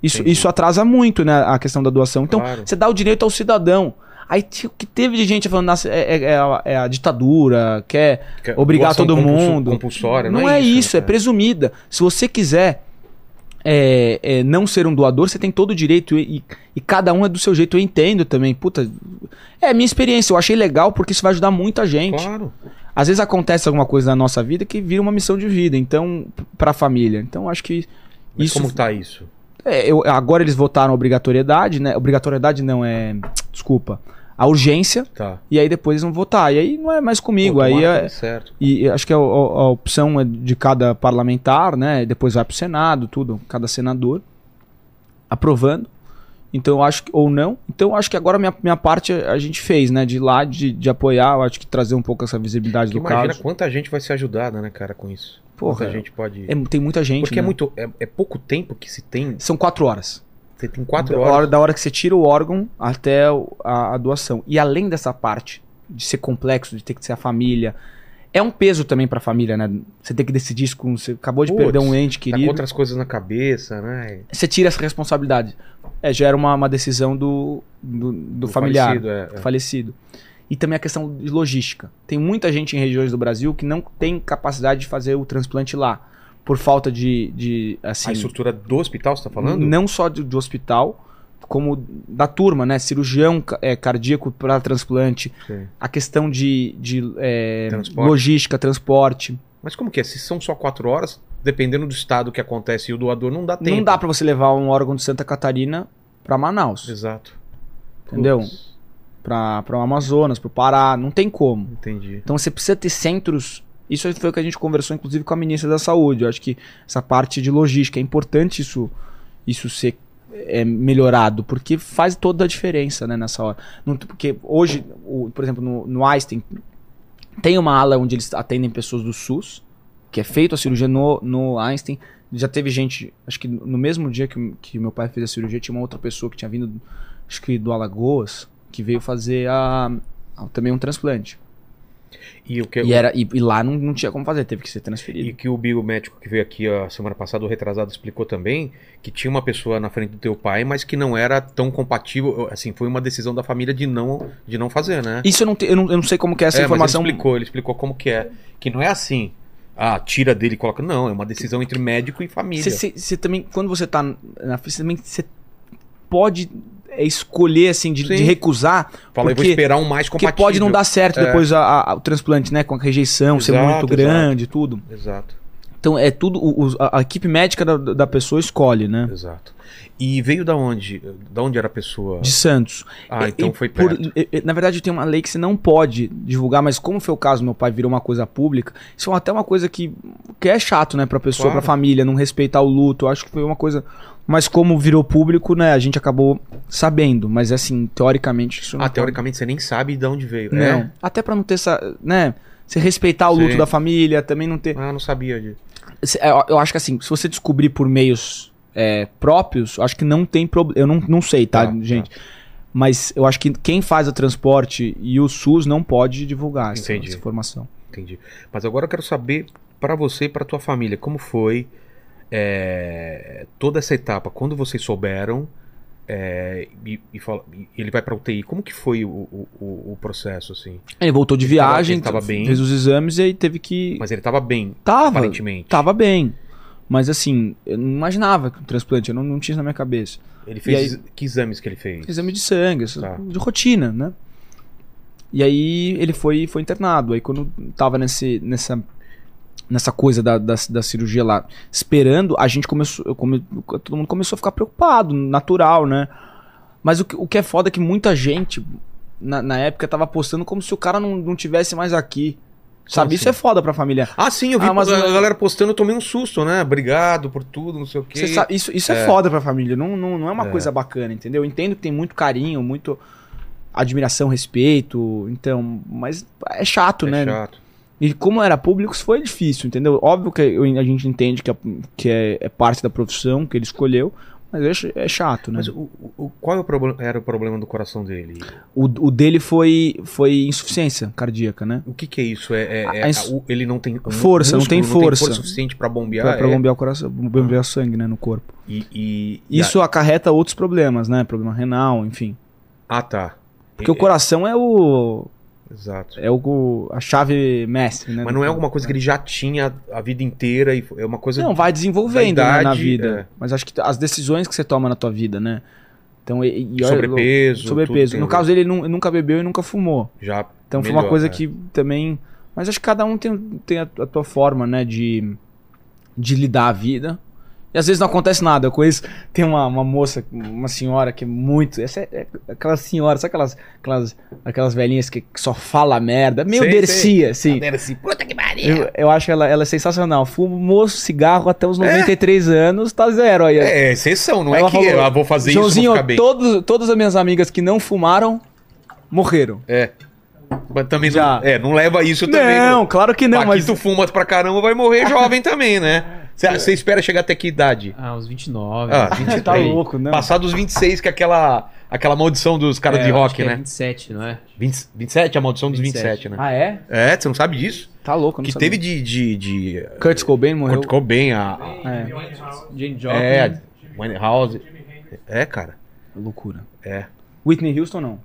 Isso,
Entendi.
isso atrasa muito né, a questão da doação. Então,
Claro.
você dá o direito ao cidadão. Aí t- o que teve de gente falando, nossa, é, é- é a, é a ditadura, quer.
Que-
Obrigar
doação
todo
compulso-
mundo.
Compulsória,
Não, é, isso, é
né, cara?
presumida. Se você quiser é, é, não ser um doador, você tem todo o direito e, e- e cada um é do seu jeito. Eu entendo também. Puta, é minha experiência. Eu achei legal porque isso vai ajudar muita gente.
Claro.
Às vezes acontece alguma coisa na nossa vida que vira uma missão de vida, então, p- pra família. Então, acho que
Mas
isso.
como tá isso?
É, eu- agora eles votaram a obrigatoriedade, né? Obrigatoriedade não, é. Desculpa. A urgência,
Tá.
e aí depois eles vão votar. E aí não é mais comigo.
Pô,
aí
tomara
é,
que dê certo.
e acho que a, a- a opção é de cada parlamentar, né? Depois vai pro Senado, tudo, cada senador aprovando. Então eu acho que, ou não. Então eu acho que agora minha, minha parte a gente fez, né? De ir lá, de, de apoiar, eu acho que trazer um pouco essa visibilidade
Porque
do
imagina
caso.
quanta gente vai ser ajudada, né, cara, com isso.
Porra,
Quanta gente pode.
é, tem muita gente.
Porque é
né?
muito. É, é pouco tempo que se tem.
São quatro horas.
Você tem quatro
da,
horas. tá
Hora, da hora que você tira o órgão até o- a, a doação. E além dessa parte de ser complexo, de ter que ser a família. É um peso também pra família, né? Você tem que decidir isso com. Você acabou de
Putz,
perder um ente
Tá com
querido.
outras coisas na cabeça, né?
Você tira essa responsabilidade. É, gera uma, uma decisão do, do, do familiar,
falecido, é, é.
do falecido. E também a questão de logística. Tem muita gente em regiões do Brasil que não tem capacidade de fazer o transplante lá. Por falta de. de assim,
A estrutura do hospital, você tá falando?
não só de, de hospital, como da turma, né? Cirurgião ca- é, cardíaco para transplante,
Sim.
a questão de, de, é,
Transporte.
logística, transporte.
Mas como que é? Se são só quatro horas, dependendo do estado que acontece e o doador, não dá tempo.
Não dá para você levar um órgão de Santa Catarina para Manaus,
Exato.
Entendeu?
Putz,
para o Amazonas, para o Pará, não tem como.
entendi.
Então você precisa ter centros. Isso foi o que a gente conversou, inclusive, com a ministra da Saúde. Eu acho que essa parte de logística é importante isso, isso ser é, melhorado, porque faz toda a diferença né, nessa hora. Não t- porque hoje, o- por exemplo, no, no Einstein, tem uma ala onde eles atendem pessoas do SUS, que é feito a cirurgia no, no Einstein. Já teve gente, acho que no mesmo dia que, que meu pai fez a cirurgia, tinha uma outra pessoa que tinha vindo, acho que do Alagoas, que veio fazer a- a- também um transplante.
E o que,
E, é- era, e, e lá não, não tinha como fazer, teve que ser transferido.
E que o biomédico que veio aqui a semana passada, o retrasado, explicou também que tinha uma pessoa na frente do teu pai, mas que não era tão compatível. Assim, foi uma decisão da família de não, de não fazer, né?
Isso eu não, te- eu, não, eu não sei como que é essa
é,
informação.
Mas ele explicou, ele explicou como que é. Que não é assim. Ah, tira dele e coloca. Não, é uma decisão entre médico e família.
Você- Você você também, quando você tá na frente, você também você pode é, escolher, assim, de, de
Sim.
recusar,
Fala, eu vou
porque-
esperar um mais
porque
compatível.
pode não dar certo
É.
depois a- a- o transplante, né? Com a rejeição, ser
Exato,
muito
exato.
grande e tudo.
Exato,
Então é tudo, o- os- a, a equipe médica da, da pessoa escolhe, né?
exato. E veio da onde? Da onde era a pessoa?
De Santos.
Ah,
E-
então
e
foi
por-
perto.
e- e- na verdade, tem uma lei que você não pode divulgar, mas como foi o caso, meu pai virou uma coisa pública, isso é até uma coisa que, que é chato, né, pra pessoa,
Claro.
pra família, não respeitar o luto. eu Acho que foi uma coisa. Mas como virou público, né, a gente acabou sabendo. Mas assim, teoricamente, isso não
Ah,
pode.
teoricamente você nem sabe de onde veio.
Não.
É?
Até pra não ter essa. né? Você respeitar o
Sim.
luto da família, também não ter.
Ah, não sabia. De...
Se- é, Eu acho que assim, se você descobrir por meios é, próprios, eu acho que não tem problema. Eu não, não sei, tá,
Tá,
gente? Mas eu acho que quem faz o transporte e o SUS não pode divulgar essa,
Entendi.
essa informação.
Entendi. Mas agora eu quero saber pra você e pra tua família, como foi é, toda essa etapa? Quando vocês souberam é, e, e fala- e ele vai pra UTI, como que foi o, o- o- o processo assim?
Ele voltou de
Ele tava-
viagem,
ele tava bem?
fez os exames e Ah, tá. aí teve que.
Mas ele tava bem,
tava,
aparentemente.
tava bem. Mas assim, eu não imaginava que um transplante, eu não, não tinha isso na minha cabeça.
Ele fez
E aí-
ex- que exames que ele fez?
exame de sangue, essa-
Tá.
de rotina, né? E aí ele foi, foi internado. Aí quando tava nesse, nessa, nessa coisa da, da, da cirurgia lá, esperando, a gente começou, eu come- todo mundo começou a ficar preocupado, natural, né? Mas o, que- o que é foda é que muita gente, na, na época, tava postando como se o cara não, não tivesse mais aqui. Sabe? Isso
assim?
é foda pra família.
Ah, sim, eu vi
Ah, mas
a
não-
galera postando, eu tomei um susto, né? Obrigado por tudo, não sei o quê.
Você sabe- isso isso é. foda pra família, não, não, não é uma
É.
coisa bacana, entendeu? Eu entendo que tem muito carinho, muito admiração, respeito, então, mas é chato,
é
né?
chato.
E como era público, isso foi difícil, entendeu? Óbvio que eu- a gente entende que, é, que é, é parte da profissão que ele escolheu, mas é ch- é, chato, né?
Mas o, o- o- qual é o problema- era o problema do coração dele?
O, o dele foi, foi insuficiência cardíaca, né?
O que que é isso? É, é-
A-
é-
a ins-
o- ele não tem o
Ah, Força, não tem força.
suficiente pra bombear.
Pra, pra
é?
bombear o coração, bombear o sangue, né, no corpo.
E, e- e
Isso acarreta outros problemas, né? Problema renal, enfim.
a- ah, tá.
Porque o coração é o.
Exato.
É o, a chave mestre, né?
Mas não é alguma coisa que ele já tinha a vida inteira e é uma coisa.
Não, vai desenvolvendo né, na
Vaidade,
vida.
é.
Mas acho que as decisões que você toma na tua vida, né? Então, e, e olha-
Sobrepeso, tudo
Sobrepeso.
tem
No
a
caso dele, ele nu- nunca bebeu e nunca fumou.
já
Então foi
melhora,
uma coisa
é.
que também. Mas acho que cada um tem, tem a, a tua forma, né? De, de lidar a vida. E às vezes não acontece nada. Eu conheço. Tem uma, uma moça, uma senhora que é muito. Essa é, é aquela senhora, sabe aquelas, aquelas, aquelas velhinhas que, que só fala merda? Meio
Sei,
Dercia, assim.
Era assim, puta que pariu.
Eu, eu acho ela, ela é sensacional. Fumou cigarro até os 93 anos, tá zero aí.
É, exceção, não
Ela
é que
falou,
eu vou fazer isso
Joãozinho,
pra ficar bem.
todos, todas as minhas amigas que não fumaram morreram.
É. Mas também
Já.
não, é, não leva isso também. né?
não, claro que não,
Aqui
mas É.
tu fuma pra caramba, vai morrer jovem também, né? Você espera chegar até que idade?
Ah, uns 29.
É, Ah,
uns
23.
tá louco, né?
Passar dos 26, que é aquela, aquela maldição dos caras
É,
de
eu acho
rock,
que é
né?
27, não é?
20 27, a maldição dos 27,
27,
né?
Ah, é?
É, você não sabe disso?
Tá louco, não
que
sabia.
teve de. de, de
Kurt Cobain morreu.
Kurt Cobain, a.
É.
Jane Joplin.
a é,
né?
House. É, cara.
Loucura.
É.
Whitney Houston, não.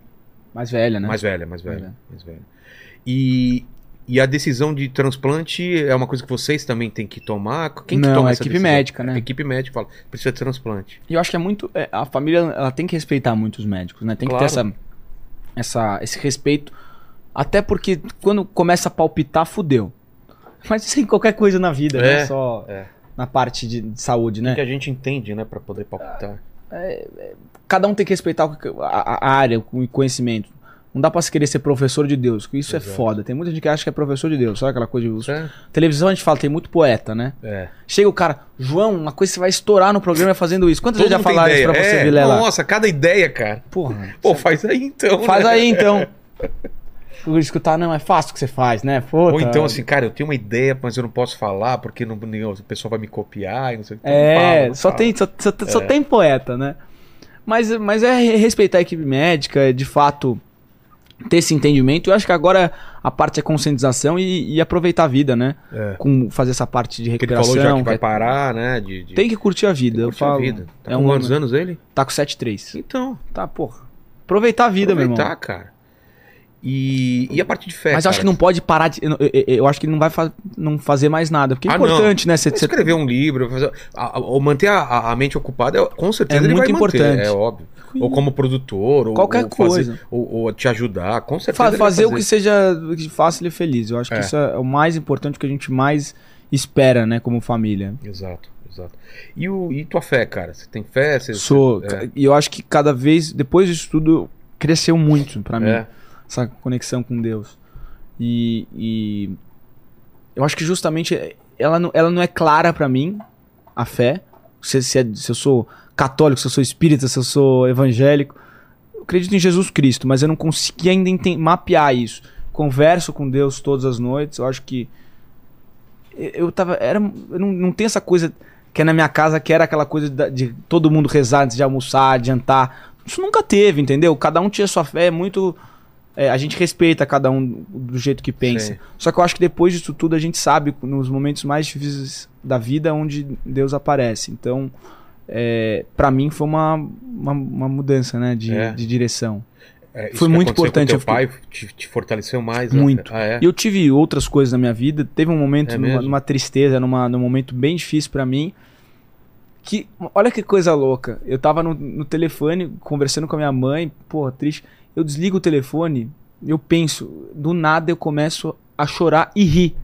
Mais velha, né?
Mais velha, mais
Mais
velha.
velha.
Mais velha. E, e a decisão de transplante é uma coisa que vocês também têm que tomar? Quem que
Não,
toma
é
essa
equipe
decisão?
médica, né?
A equipe médica fala, precisa de transplante.
E eu acho que é muito. é, a família ela tem que respeitar muito os médicos, né? Tem
Claro.
que ter essa, essa, esse respeito. Até porque quando começa a palpitar, fudeu. Mas isso é em qualquer coisa na vida, não
É,
é só
é.
na parte de, de saúde,
Que
né?
a gente entende, né, pra poder palpitar.
Cada um tem que respeitar o que- a, a área, o conhecimento. Não dá pra se querer ser professor de Deus, que isso
Exato.
é foda. Tem muita gente que acha que é professor de Deus, sabe aquela coisa de.
É.
Televisão a gente fala, tem muito poeta, né?
É.
Chega o cara, João, uma coisa que você vai estourar no programa é fazendo isso. Quantas
Todo
vezes já
mundo tem
falaram isso
ideia.
pra você,
É,
Vilela?
Nossa, cada ideia, cara.
Porra.
Pô, faz aí então.
Faz
né?
aí então. Por escutar, não, é fácil o que você faz, né? Puta.
Ou então, assim, cara, eu tenho uma ideia, mas eu não posso falar porque não, nem- o pessoal vai me copiar e não sei o que. Então não
É,
fala, não
só,
fala. É.
tem, só, só- só tem poeta, né? Mas, mas é re- respeitar a equipe médica, é de fato ter esse entendimento. Eu acho que agora a parte é conscientização e, e aproveitar a vida, né?
É.
Com fazer essa parte de
Porque ele falou já
recuperação.
que vai
que é-
parar, né? De, de
Tem que curtir a vida, eu
curtir a
falo.
vida. Tá
é
com
um-
quantos anos ele?
Tá com 7-3.
Então.
Tá, porra. Aproveitar a vida, meu irmão.
Aproveitar, cara. E, e a parte de fé.
Mas eu acho que
cara?
não pode parar de. Eu, eu- eu acho que ele não vai fa- não fazer mais nada. Porque é
Ah, não.
importante, né? Você,
Vai
você-
escrever um livro, fazer, a- a- ou manter a- a, a mente ocupada, é- com certeza
É
ele vai
muito
manter,
importante.
é óbvio. Ou como produtor, ou
Qualquer
ou fazer-
coisa.
ou, ou te ajudar, com certeza.
fa-
ele vai
fazer o que seja fácil e feliz. Eu acho
É.
que isso é o mais importante o que a gente mais espera, né? Como família.
Exato, exato. E, o, e tua fé, cara? Você tem fé? Você,
Sou.
é.
ca- E eu acho que cada vez, depois disso tudo, cresceu muito pra mim.
É,
Essa conexão com Deus. E. e eu acho que justamente ela não, ela não é clara pra mim, a fé. Se, se é- se eu sou católico, se eu sou espírita, se eu sou evangélico. Eu acredito em Jesus Cristo, mas eu não consegui ainda enten- mapear isso. Converso com Deus todas as noites. Eu acho que. Eu eu tava. Era, eu não, não tem essa coisa que é na minha casa, que era aquela coisa da- de todo mundo rezar antes de almoçar, de jantar. Isso nunca teve, entendeu? Cada um tinha sua fé, é muito. é, a gente respeita cada um do jeito que pensa.
Sei.
Só que eu acho que depois disso tudo a gente sabe nos momentos mais difíceis da vida onde Deus aparece. Então, é, para mim foi uma, uma, uma mudança né, de,
É.
de direção.
é, isso
Foi
que
muito
aconteceu
importante,
Com
eu
teu pai te, te fortaleceu mais? né?
Muito.
Ah, é?
E eu tive outras coisas na minha vida. Teve um momento,
É
numa,
mesmo?
numa tristeza, numa, num momento bem difícil pra mim. Que, olha que coisa louca. Eu tava no, no telefone conversando com a minha mãe, porra, triste. Eu desligo o telefone, eu penso, do nada eu começo a chorar e rir.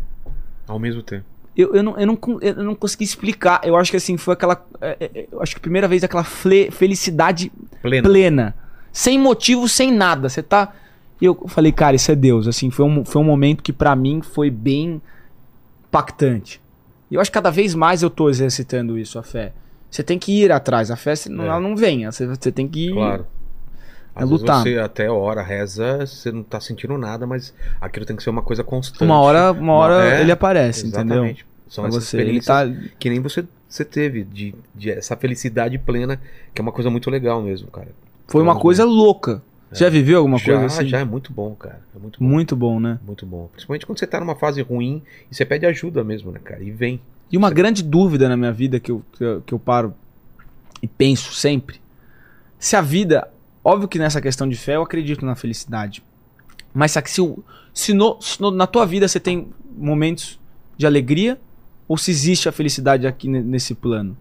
Ao mesmo tempo.
Eu, eu, não, eu, não, con- eu não consegui explicar. Eu acho que assim, foi aquela. é, é, é, Eu acho que a primeira vez aquela fle- felicidade
Pleno.
plena. Sem motivo, sem nada. Você tá. E eu falei, cara, isso é Deus. Assim, foi um, foi um momento que pra mim foi bem impactante. E eu acho que cada vez mais eu tô exercitando isso, a fé. Você tem que ir atrás. A fé você não,
É.
ela não vem. Você, você tem que ir.
Claro.
É
Às vezes
lutar.
você até a hora reza, você não tá sentindo nada, mas aquilo tem que ser uma coisa constante.
Uma hora, uma hora
É,
ele aparece, entendeu?
Exatamente. São
Pra
essas
você. Ele
experiências
tá.
que nem você, você teve, de, de essa felicidade plena, que é uma coisa muito legal mesmo, cara.
tá- Foi uma coisa louca. Você já viveu alguma
É. já,
coisa assim?
já é muito bom, cara. É muito bom.
Muito bom, né?
Muito bom. Principalmente quando você tá numa fase ruim e você pede ajuda mesmo, né, cara? E vem.
E uma grande dúvida na minha vida que eu, que eu, que eu paro e penso sempre: se a vida Óbvio que nessa questão de fé eu acredito na felicidade. Mas sabe, se, o- se no- se no- na tua vida você tem momentos de alegria ou se existe a felicidade aqui ne- nesse plano?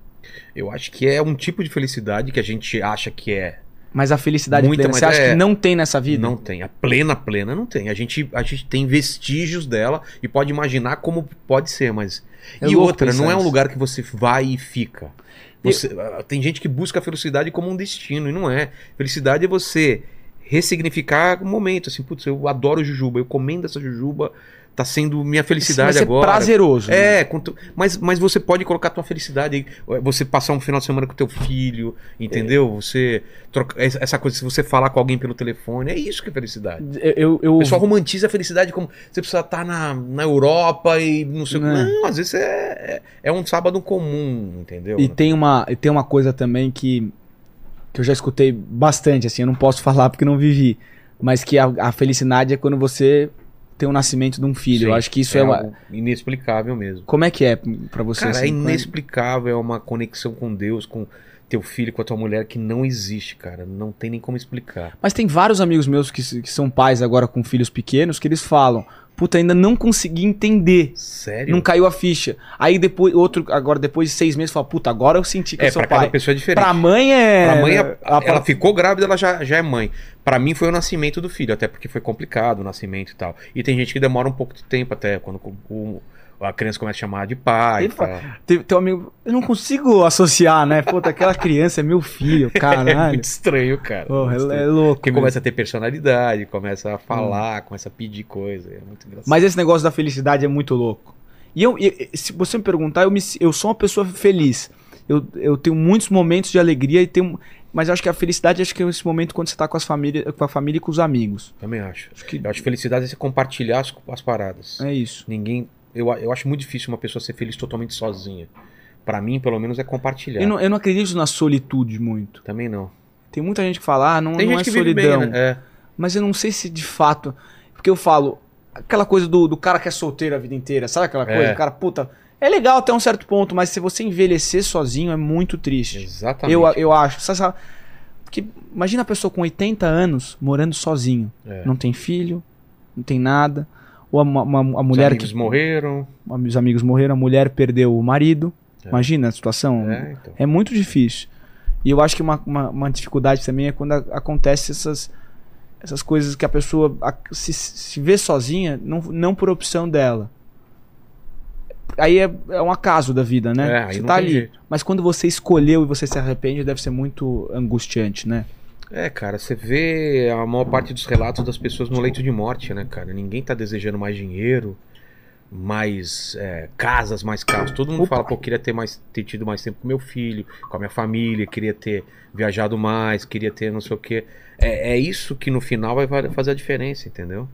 Eu acho que é um tipo de felicidade que a gente acha que é.
Mas a felicidade
Muita,
plena,
mas
você acha
é-
que não tem nessa vida?
Não tem. A plena, plena não tem. A gente, a gente tem vestígios dela e pode imaginar como pode ser, mas.
É
e
louco
outra,
pensar
não é um
isso.
lugar que você vai e fica. Você- ah, Tem gente que busca a felicidade como um destino, e não é. Felicidade é você ressignificar o momento. Assim, putz, eu adoro jujuba, eu comendo essa jujuba, tá sendo minha felicidade
Mas é
agora.
prazeroso. né?
É, com tu- mas, mas você pode colocar a tua felicidade aí. Você passar um final de semana com teu filho,
É.
entendeu? Você troca, essa essa coisa, se você falar com alguém pelo telefone, é isso que é felicidade.
Eu, eu, eu-
O pessoal romantiza a felicidade como você precisa estar na, na Europa e não sei o que.
Né.
Não, às vezes é, é, é um sábado comum, entendeu?
E tem uma, e tem uma coisa também que, que eu já escutei bastante, assim, eu não posso falar porque não vivi, mas que a, a felicidade é quando você tem o nascimento de um filho.
Sim,
eu acho que isso é, uma...
algo inexplicável mesmo.
Como é que é pra você?
Cara, é
assim, quando-
inexplicável, é uma conexão com Deus, com teu filho, com a tua mulher que não existe, cara. Não tem nem como explicar.
Mas tem vários amigos meus que, s- que são pais agora com filhos pequenos que eles falam, puta, ainda não consegui entender.
Sério?
Não caiu a ficha. Aí depois, outro, agora depois de seis meses, fala, puta, agora eu senti que
é,
eu sou
pra cada
pai.
pessoa é diferente.
Pra mãe é.
Pra mãe, a-
a-
ela ficou grávida, ela já, já é mãe. Pra mim foi o nascimento do filho, até porque foi complicado o nascimento e tal. E tem gente que demora um pouco de tempo até quando o- a criança começa a chamar de pai. e
Ele fala,
tal.
Teve teu amigo.
Eu não consigo associar, né? Puta, aquela criança é meu filho,
É
caralho.
muito estranho, cara.
Porra,
Muito
é,
estranho.
é louco.
Porque
meu.
começa a ter personalidade, começa a falar, começa a pedir coisa. É muito engraçado.
Hum. Mas esse negócio da felicidade é muito louco. E eu, e- e se você me perguntar, eu, me, si- eu sou uma pessoa feliz. Eu, eu tenho muitos momentos de alegria e tenho. Mas eu acho que a felicidade acho que é esse momento quando você tá com, as família, com a família e com os amigos.
Também acho.
Acho que
Eu acho felicidade é você compartilhar as, as paradas.
é isso.
Ninguém. Eu, a- eu acho muito difícil uma pessoa ser feliz totalmente sozinha. Pra mim, pelo menos, é compartilhar.
Eu não, eu não acredito na solitude muito.
Também não.
Tem muita gente que fala, ah, não,
Tem
não
gente
é
que vive
solidão.
bem, né? É.
Mas eu não sei se de fato. Porque eu falo, aquela coisa do, do cara que é solteiro a vida inteira, sabe aquela coisa?
É.
O cara, puta, é legal até um certo ponto, mas se você envelhecer sozinho é muito triste.
Exatamente.
Eu, eu acho. Sabe, sabe? Porque imagina a pessoa com 80 anos morando sozinho.
É.
Não tem filho, não tem nada. Ou a, uma- uma- a mulher
Os amigos
que.
morreram.
Os amigos morreram, a mulher perdeu o marido.
É.
Imagina a situação.
É, então.
É muito difícil. E eu acho que uma, uma, uma dificuldade também é quando a, acontece essas, essas coisas que a pessoa a- se, se vê sozinha, não, não por opção dela. Aí é, é um acaso da vida, né?
É, aí
você
não
tá
tem
ali.
jeito.
Mas quando você escolheu e você se arrepende, deve ser muito angustiante, né?
É, cara, você vê a maior parte dos relatos das pessoas no leito de morte, né, cara? Ninguém tá desejando mais dinheiro, mais é, casas, mais carros. Todo mundo
Opa.
fala, pô, eu queria ter, mais, ter tido mais tempo com meu filho, com a minha família, queria ter viajado mais, queria ter não sei o quê. É, é isso que no final vai va- fazer a diferença, entendeu?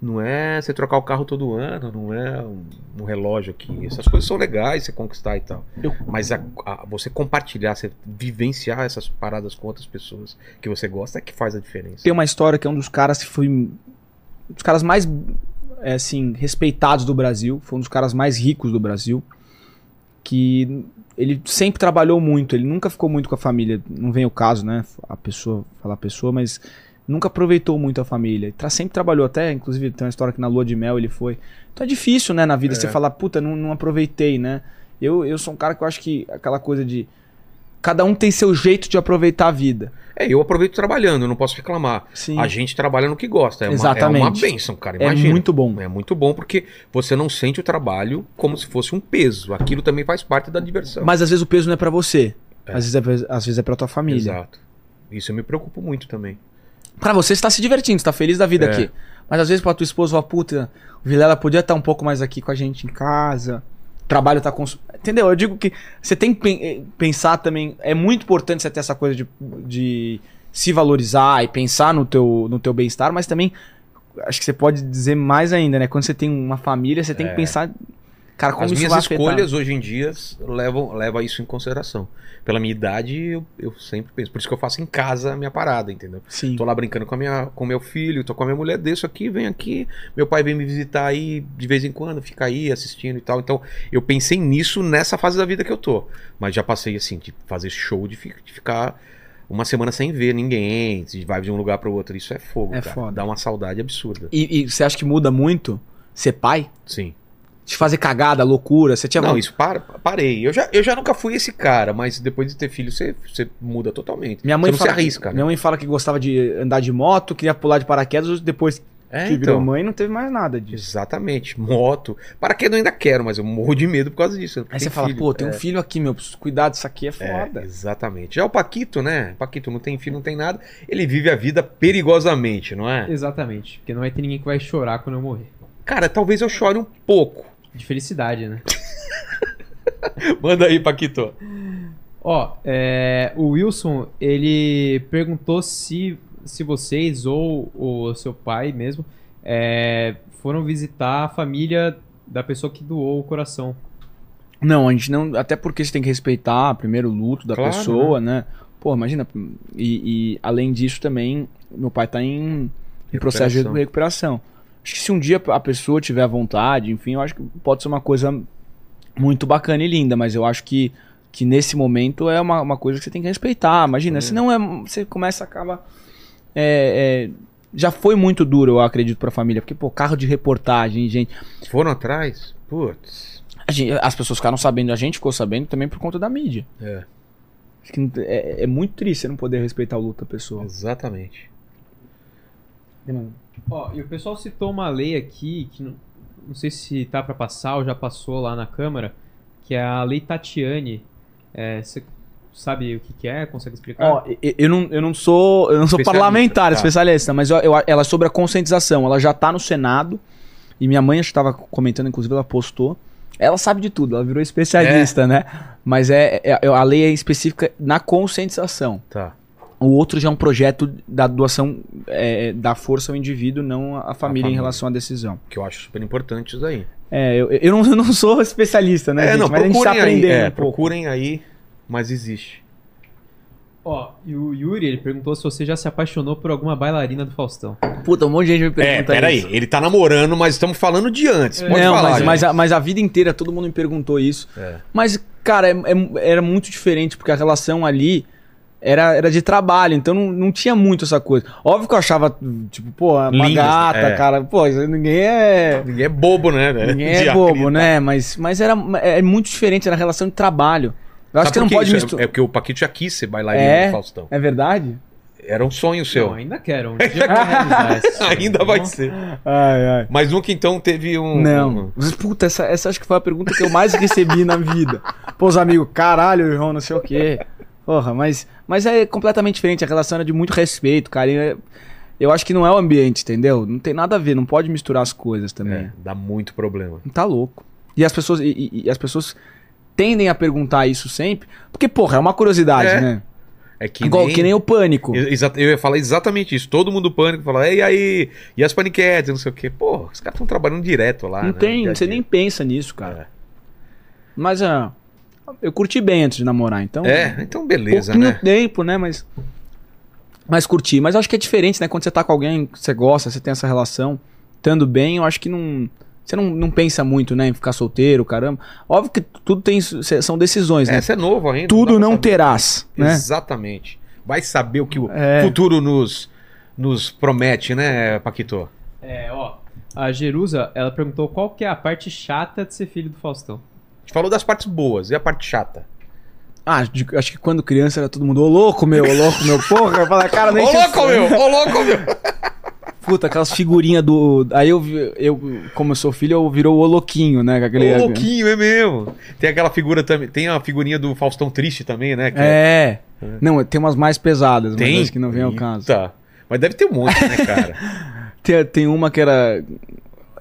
Não é você trocar o carro todo ano, não é um, um relógio aqui. Essas coisas são legais, você conquistar e tal.
Eu-
Mas a- a- você compartilhar, você vivenciar essas paradas com outras pessoas que você gosta é que faz a diferença.
Tem uma história que é um dos caras que foi. Um dos caras mais é, assim, respeitados do Brasil. Foi um dos caras mais ricos do Brasil. Que ele sempre trabalhou muito. Ele nunca ficou muito com a família. Não vem o caso, né? A pessoa, falar a pessoa, mas nunca aproveitou muito a família. Tra- Sempre trabalhou até, inclusive, tem uma história que na lua de mel ele foi. Então é difícil, né, na vida,
É.
você falar, puta, não, não aproveitei, né? Eu, eu sou um cara que eu acho que aquela coisa de. Cada um tem seu jeito de aproveitar a vida.
É, eu aproveito trabalhando, eu não posso reclamar.
Sim.
A gente trabalha no que gosta. É uma, É
Exatamente.
uma benção, cara.
É
Imagina.
muito bom.
É muito bom porque você não sente o trabalho como se fosse um peso. Aquilo também faz parte da diversão.
Mas às vezes o peso não é pra você.
Então. É.
Às, vezes é, pra- às vezes é pra tua família.
Exato. Isso eu me preocupo muito também.
Pra você, você tá se divertindo, você tá feliz da vida
É.
aqui. Mas às vezes pra tua esposa, fala, puta, o Vilela podia estar um pouco mais aqui com a gente em casa. O trabalho tá cons... Entendeu? Eu digo que você tem que pen- eh, pensar também. É muito importante você ter essa coisa de, de se valorizar e pensar no teu, no teu bem-estar, mas também acho que você pode dizer mais ainda, né? Quando você tem uma família, você tem
É.
que pensar. Cara, como
As
isso
minhas
vai afetar?
escolhas hoje em dia levam leva isso em consideração. Pela minha idade, eu, eu sempre penso. Por isso que eu faço em casa a minha parada, entendeu?
Sim.
Tô lá brincando com a minha, com meu filho, tô com a minha mulher, desço aqui, venho aqui. Meu pai vem me visitar aí de vez em quando, fica aí assistindo e tal. Então, eu pensei nisso nessa fase da vida que eu tô. Mas já passei assim, de fazer show, de, fi- de ficar uma semana sem ver ninguém, se vai de um lugar para o outro. Isso é fogo,
É
cara.
foda.
Dá uma saudade absurda.
E, e você acha que muda muito ser pai?
Sim.
De fazer cagada, loucura? Você tinha
Não, isso para, parei. Eu já, eu já nunca fui esse cara, mas depois de ter filho, você, você muda totalmente.
Minha mãe
você não
fala
se arrisca,
que,
né?
Minha mãe fala que gostava de andar de moto, queria pular de paraquedas, depois
É,
que virou
então.
mãe não teve mais nada disso.
Exatamente. Moto. Paraquedas eu ainda quero, mas eu morro de medo por causa disso.
Aí você fala, pô,
é.
tem um filho aqui, meu, preciso cuidar disso aqui, é
Foda.
foda.
exatamente. Já o Paquito, né? Paquito não tem filho, não tem nada. Ele vive a vida perigosamente, não é?
Exatamente, porque não vai ter ninguém que vai chorar quando eu morrer.
Cara, talvez eu chore um pouco.
De felicidade, né?
Manda aí, Paquito.
Ó, é, o Wilson, ele perguntou se, se vocês ou o seu pai mesmo é, foram visitar a família da pessoa que doou o coração.
Não, a gente não. Até porque você tem que respeitar primeiro o luto da
Claro,
pessoa, né? Pô, imagina. E, e, além disso também, meu pai tá em, em processo de
Recuperação.
recuperação. Acho que se um dia a pessoa tiver à vontade, enfim, eu acho que pode ser uma coisa muito bacana e linda, mas eu acho que, que nesse momento é uma, uma coisa que você tem que respeitar. Imagina,
Também.
senão é, você começa a acabar. é, é, já foi muito duro, eu acredito, pra família, porque, pô, carro de reportagem, gente.
Foram atrás? Putz.
A gente- as pessoas ficaram sabendo, a gente ficou sabendo também por conta da mídia.
É,
Acho que não- é, é muito triste você não poder respeitar o luto da pessoa.
exatamente.
Ó, e o pessoal citou uma lei aqui que não, não sei se tá pra passar ou já passou lá na Câmara, que é a Lei Tatiane. É, você sabe o que, que é? Consegue explicar?
Ó, e- e- eu, não, eu não sou, eu não sou
Especialista,
parlamentar,
tá.
especialista, mas eu- eu- ela é sobre a conscientização. Ela já tá no Senado. E minha mãe estava comentando, inclusive, ela postou. Ela sabe de tudo, ela virou especialista, né? Mas é, é- é- a lei é específica na conscientização.
Tá.
O outro já é um projeto da doação é, da força ao indivíduo, não à família em
família.
relação à decisão.
Que eu acho super importante isso daí.
É, eu, eu, não, eu não sou especialista, né? gente? Mas a gente tá aprendendo
É, aí. é,
um pouco.
procurem aí, mas existe.
Ó, e o Yuri, ele perguntou se você já se apaixonou por alguma bailarina do Faustão.
Puta, um monte de gente É. me
É,
pergunta
peraí,
isso.
ele tá namorando, mas estamos falando de antes. Pode
não,
falar.
mas,
gente.
mas, a, mas a vida inteira todo mundo me perguntou isso.
É.
Mas, cara, é- é- era muito diferente, porque a relação ali era, era de trabalho, então não, não tinha muito essa coisa. Óbvio que eu achava, tipo, pô, uma
Lindas,
gata,
é.
cara. Pô, isso aí ninguém é.
Ninguém é bobo, né? né?
Ninguém
De
é
acreditar.
bobo, né? Mas, mas era é muito diferente, era relação de trabalho. Eu acho
Sabe
que não
por
pode
isso?
misturar.
É, é porque o Paquito já quis ser bailarino
É.
do Faustão.
é verdade?
Era um sonho seu.
Não, ainda quero. Um dia eu vou realizar esse sonho,
Ainda
tá
vai
bom?
ser.
Ai, ai.
Mas nunca então teve um.
Não. Mas, Puta, essa, essa acho que foi a pergunta que eu mais recebi na vida. Pô, os amigos, caralho, João, não sei o quê. Porra, mas, mas é completamente diferente. A relação era de muito respeito, carinho. É- Eu acho que não é o ambiente, entendeu? Não tem nada a ver, não pode misturar as coisas
um-
também.
É, dá muito problema.
Tá louco. E as pessoas. E, e- e as pessoas tendem a perguntar isso sempre, porque, porra, é uma curiosidade,
É,
né?
É que
Igual
nem...
que nem o pânico.
Eu, exa- eu ia falar exatamente isso. Todo mundo pânico fala, e aí? E as paniquetes, não sei o quê. Pô, os caras estão trabalhando direto lá.
não
né,
tem,
dia a
você
dia. É.
nem pensa nisso, cara. Mas ah, eu curti bem antes de namorar, então.
É, então beleza,
pouquinho
né?
tempo, né? Mas. Mas curti. Mas acho que é diferente, né? Quando você tá com alguém que você gosta, você tem essa relação, estando bem, eu acho que não. Você não, não pensa muito, né? Em ficar solteiro, caramba. Óbvio que tudo tem. cê- São decisões, né?
Essa é novo ainda. dá
tudo
pra
não
saber.
terás, né?
Exatamente. Vai saber o que o
É.
futuro nos, nos promete, né, Paquito?
É, ó. A Jerusa, ela perguntou qual que é a parte chata de ser filho do Faustão.
A gente falou das partes boas e a parte chata.
Ah, de- acho que quando criança era todo mundo, ô louco meu, ô louco meu, porra. Eu falava, cara,
Ô
nem se
louco, meu! Ô louco, meu!
Puta, aquelas figurinhas do. Aí eu, vi- eu, como eu sou filho, eu virou o louquinho, né? com Aquele...
Ô louquinho, é mesmo. Tem aquela figura também. Tem a figurinha do Faustão Triste também, né? que
É. Não, tem umas mais pesadas, mas
Tem?
acho que não vem ao caso.
Tá. Mas deve ter um monte, né, cara?
Tem, tem uma que era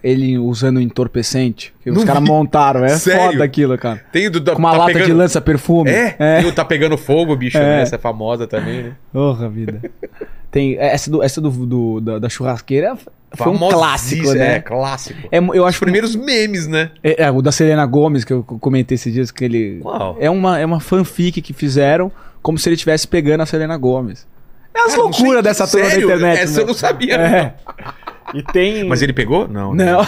ele usando entorpecente, que os
Não
caras
vi.
montaram. É
Sério?
foda aquilo, cara.
Tem o do... da-
Com uma
tá
lata de
pegando...
lança-perfume.
É? E o Tá Pegando Fogo, bicho, né?
É.
Essa é famosa também, né?
Porra, vida. Tem, é, essa do, essa do, do- da, da churrasqueira foi um
Famosíssima,
clássico,
É,
né?
clássico.
É, eu
Os
acho primeiro...
primeiros memes, né?
é, é, o da Selena Gomes, que eu comentei esses dias, que ele.
Uau.
É uma, é uma fanfic que fizeram como se ele estivesse pegando a Selena Gomes. É as
Cara, não sei
loucuras
que-
dessa turma da
sério?
internet.
Essa eu
meu.
não sabia. não.
É. E tem.
Mas ele pegou? Não. né?
Não,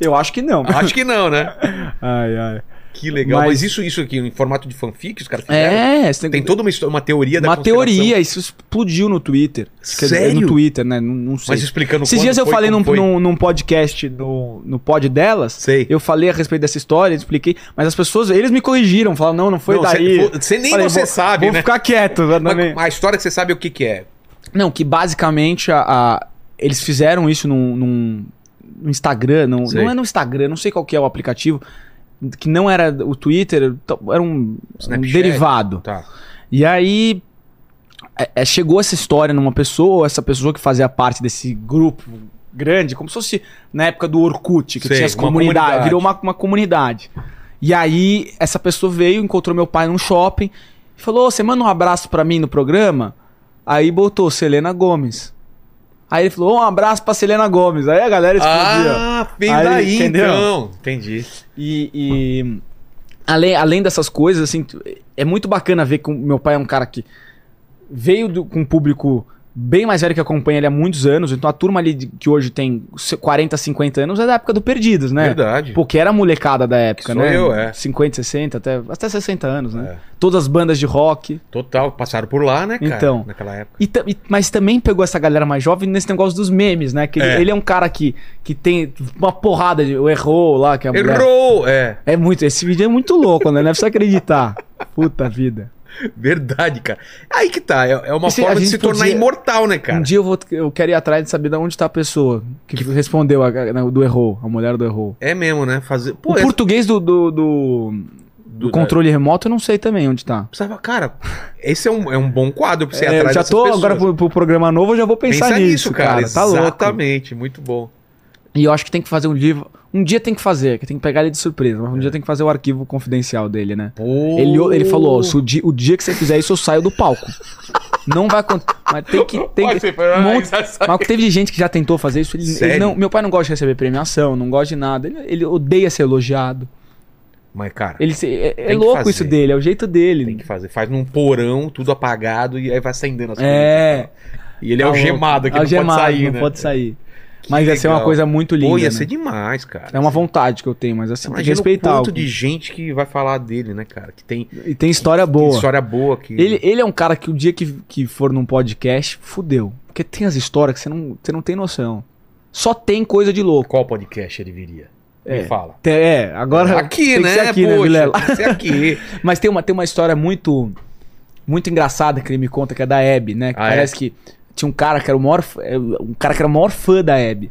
eu acho que não.
Acho que não, né?
Ai, ai.
Que legal. Mas,
Mas
isso, isso aqui, em formato de fanfic, os caras fizeram?
É, você
Tem
tem,
toda uma, histó- uma teoria da
uma
conspiração.
teoria, isso explodiu no Twitter. Quer dizer,
Sério?
No Twitter, né? Não, não sei.
Mas explicando
Esses
quando
dias eu
foi,
falei
como
num,
foi.
num, num podcast no, no pod delas.
Sei.
Eu falei a respeito dessa história, expliquei, mas as pessoas, eles me corrigiram, falaram, não, não foi
Não,
daí.
cê- cê nem
Falei,
você
vou-
sabe,
Vou
né?
ficar quieto.
Mas
também.
a história que você sabe o que, que é.
Não, que basicamente a, a- eles fizeram isso num, num- no Instagram, não,
Sei.
não é no Instagram, não sei qual que é o aplicativo, que não era o Twitter, t- era um, um
Snapchat.
derivado.
Tá.
E aí é- é, chegou essa história numa pessoa, essa pessoa que fazia parte desse grupo grande, como se fosse na época do Orkut, que
Sei,
tinha as
uma
comunidades,
comunidade.
virou uma, uma comunidade. E aí essa pessoa veio, encontrou meu pai num shopping e falou: "Ô, "Você manda um abraço pra mim no programa?" Aí botou Selena Gomes. Aí ele falou: "Um abraço pra Selena Gomes". Aí a galera explodiu.
Ah, veio
Aí,
daí,
entendeu?
então. Entendi.
E, e, além, além dessas coisas, assim, tu- é muito bacana ver que o meu pai é um cara que veio do- com um público bem mais velho que acompanha ele há muitos anos. Então a turma ali de- que hoje tem se- 40, 50 anos é da época do Perdidos, né?
Verdade.
Pô, que era a molecada da época,
Que sou
né?
eu, é.
50, 60, até, até 60 anos, né?
É.
Todas as bandas de rock.
Total, passaram por lá, né, cara?
Então.
Naquela época.
E ta- e- mas também pegou essa galera mais jovem nesse negócio dos memes, né? Que ele
É.
ele é um cara que, que tem uma porrada de. O errou lá, que é a mulher-
Errou! É,
É muito, esse vídeo é muito louco, né? Não é pra você acreditar. Puta vida.
verdade, cara. Aí que tá, é, é uma
E se a
forma de
gente
se tornar
podia-
imortal, né, cara?
Um dia eu, vou, eu quero ir atrás de saber de onde tá a pessoa que, respondeu a, né, do errou, a mulher do errou.
É mesmo, né? Fazer.
O
é-
português do, do, do- do
do-
controle remoto eu não sei também onde tá.
Precisava, cara, esse é um, é um bom quadro pra você ir
É, eu
atrás
já
dessas
tô
pessoas.
agora pro, pro programa novo, eu já vou pensar
Pensa
nisso, cara. Tá louco.
Exatamente, muito bom.
E eu acho que tem que fazer um livro. Um dia tem que fazer, que tem que pegar ele de surpresa, mas um
É.
dia tem que fazer o arquivo confidencial dele, né? Ele, ele falou, ó, se o, di- o dia que você fizer isso, eu saio do palco. Não vai acontecer. Mas tem que. Tem que um monte- mas teve gente que já tentou fazer isso. ele- ele
Sério?
não- meu pai não gosta de receber premiação, não gosta de nada. Ele, ele odeia ser elogiado.
Mas, cara,
Ele se- é, é
Tem que
louco
fazer.
isso dele, é o jeito
tem
dele.
que fazer. Faz num porão, tudo apagado, e aí vai acendendo as
É.
coisas. E ele é
Tá
algemado, que não
Algemado,
pode sair,
não
né?
pode sair.
Que
Mas ia ser uma
legal.
coisa muito linda.
Pô, ia
né?
ser demais, cara.
É uma vontade que eu tenho, mas assim, tem que
Imagina
respeitar.
o
algo.
quanto de gente que vai falar dele, né, cara? Que tem
E tem história boa.
história boa. Que...
Ele, ele é um cara que o dia que, que for num podcast, fudeu. Porque tem as histórias que você não, você não tem noção. Só tem coisa de louco.
Qual podcast ele viria? Me fala.
Tem- É, agora.
Aqui,
tem que
né?
ser aqui, né,
Poxa,
Vilela?
tem que ser aqui.
Mas tem uma, tem uma história muito muito engraçada que ele me conta, que é da Hebe, né? Que
Ah, é?
parece que tinha um cara que era o maior, f- é, um cara que era o maior fã da Hebe.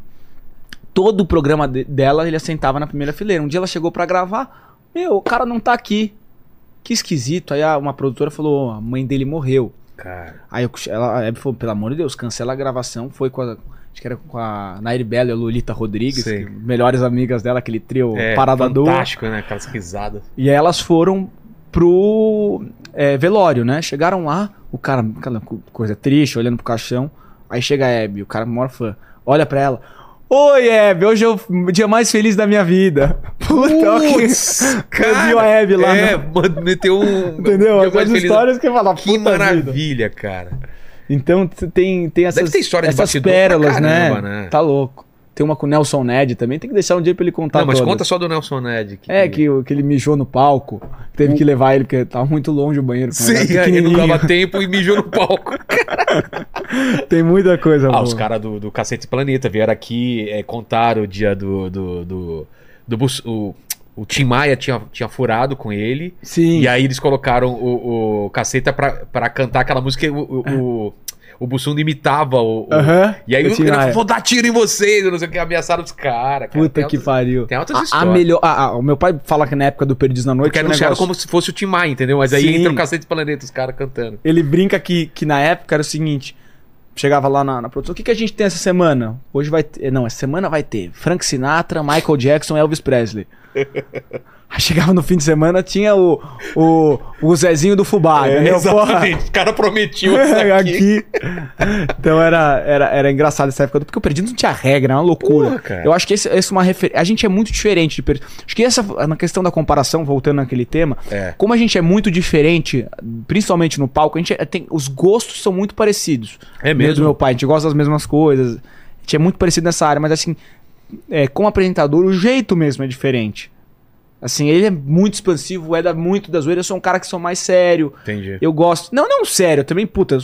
Todo o programa de- dela, ele assentava na primeira fileira. Um dia ela chegou pra gravar, meu, o cara não tá aqui. Que esquisito. Aí a- uma produtora falou, a mãe dele morreu.
Cara,
Aí eu- ela, a Hebe falou, pelo amor de Deus, cancela a gravação. Foi com a. Acho que era com a Nair Bela e a Lolita Rodrigues,
Sei.
que- melhores amigas dela, aquele trio
é
Parada Dura.
fantástico, né? Aquelas risadas.
E aí elas foram pro é, velório, né? Chegaram lá, o cara, aquela co- coisa triste, olhando pro caixão. Aí chega a Hebe, o cara maior fã, olha pra ela. Oi, Hebe, hoje é o f- dia mais feliz da minha vida. Puta, olha que...
Putz, cara.
viu a Hebe lá, né?
É, mano, meteu um...
Entendeu?
Eu mais
Essas
feliz-
histórias que fala,
Que
puta vida.
maravilha, cara.
Então t- tem, tem essas,
ter história de
essas
bastidor pra
pérolas,
caramba,
né?
né?
Tá louco. Tem uma com o Nelson Ned também, tem que deixar um dia pra ele contar
Não, mas
todas.
conta só do Nelson Ned.
É, que, o- que ele mijou no palco, teve que levar ele porque tava muito longe o banheiro. porque
Sim,
era
aí não
É, pequenininho.
dava tempo e mijou no palco.
Tem muita coisa
Ah,
boa.
os caras do, do Cacete Planeta vieram aqui, é, contaram o dia do. do, do, do Bus- o, o Tim Maia tinha, tinha furado com ele.
Sim.
E aí eles colocaram o, o Caceta pra, pra cantar aquela música. e O, o, o, o Bussunda imitava o. o-
É. Aham.
E aí
Eu
o
tinha-
cara vou dar tiro em vocês, eu não sei o que, ameaçaram os caras. cara.
Puta
Tem
que
outras-
pariu.
Tem outras
A, a
histórias.
melhor. a- a- o meu pai fala que na época do Perdidos na Noite.
Porque
tinha um
anunciaram
negócio-
como se fosse o Tim Maia, entendeu? Mas aí
Sim.
entra o Cacete Planeta, os caras cantando.
Ele brinca que, que na época era o seguinte: chegava lá na, na produção, o que, que a gente tem essa semana? Hoje vai ter. Não, essa semana vai ter Frank Sinatra, Michael Jackson, Elvis Presley. Aí chegava no fim de semana, tinha o, o, o Zezinho do Fubá,
É,
entendeu? Porra.
exatamente, o cara
É,
prometiu isso aqui.
aqui. Então era, era, era engraçado essa época, porque o Perdido não tinha regra, era uma loucura.
Porra, cara.
Eu acho que esse, esse é uma referência. A gente é muito diferente de Perdido. Acho que essa, na questão da comparação, voltando naquele tema,
É.
como a gente é muito diferente, principalmente no palco, a gente é- tem, os gostos são muito parecidos.
É
do
mesmo.
meu pai, a gente gosta das mesmas coisas. A gente é muito parecido nessa área, mas assim, é, como apresentador, o jeito mesmo é diferente. Assim, ele é muito expansivo, é da- muito da zoeira. Eu sou um cara que sou mais sério.
Entendi.
Eu gosto. Não, não sério, eu também, puta,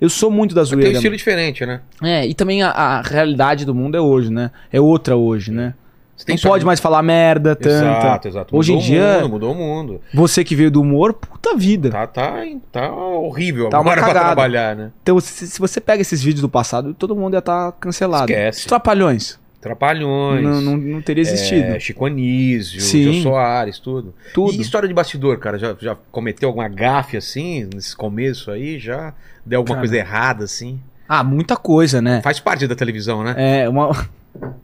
eu sou muito da
Tem um
zoeira.
estilo diferente, né?
É, e também a, a realidade do mundo é hoje, né? É outra hoje, né?
Você
não pode mais falar merda tanta.
Exato, exato.
Hoje em
Mudou o
dia-
mundo, mudou o mundo.
Você que veio do humor, puta vida.
Tá, tá, tá horrível
Tá uma
agora pra
cagada.
trabalhar, né?
Então, se, se você pega esses vídeos do passado, todo mundo ia estar cancelado.
Esquece.
Os trapalhões.
Trapalhões.
Não, não, não teria existido.
É, Chico Anísio,
Sim.
Jô Soares, tudo.
Tudo.
E história de bastidor, cara? Já, já cometeu alguma gafe assim, nesse começo aí? Já deu alguma
Cara.
coisa errada assim?
Ah, muita coisa, né?
Faz parte da televisão, né?
É, uma.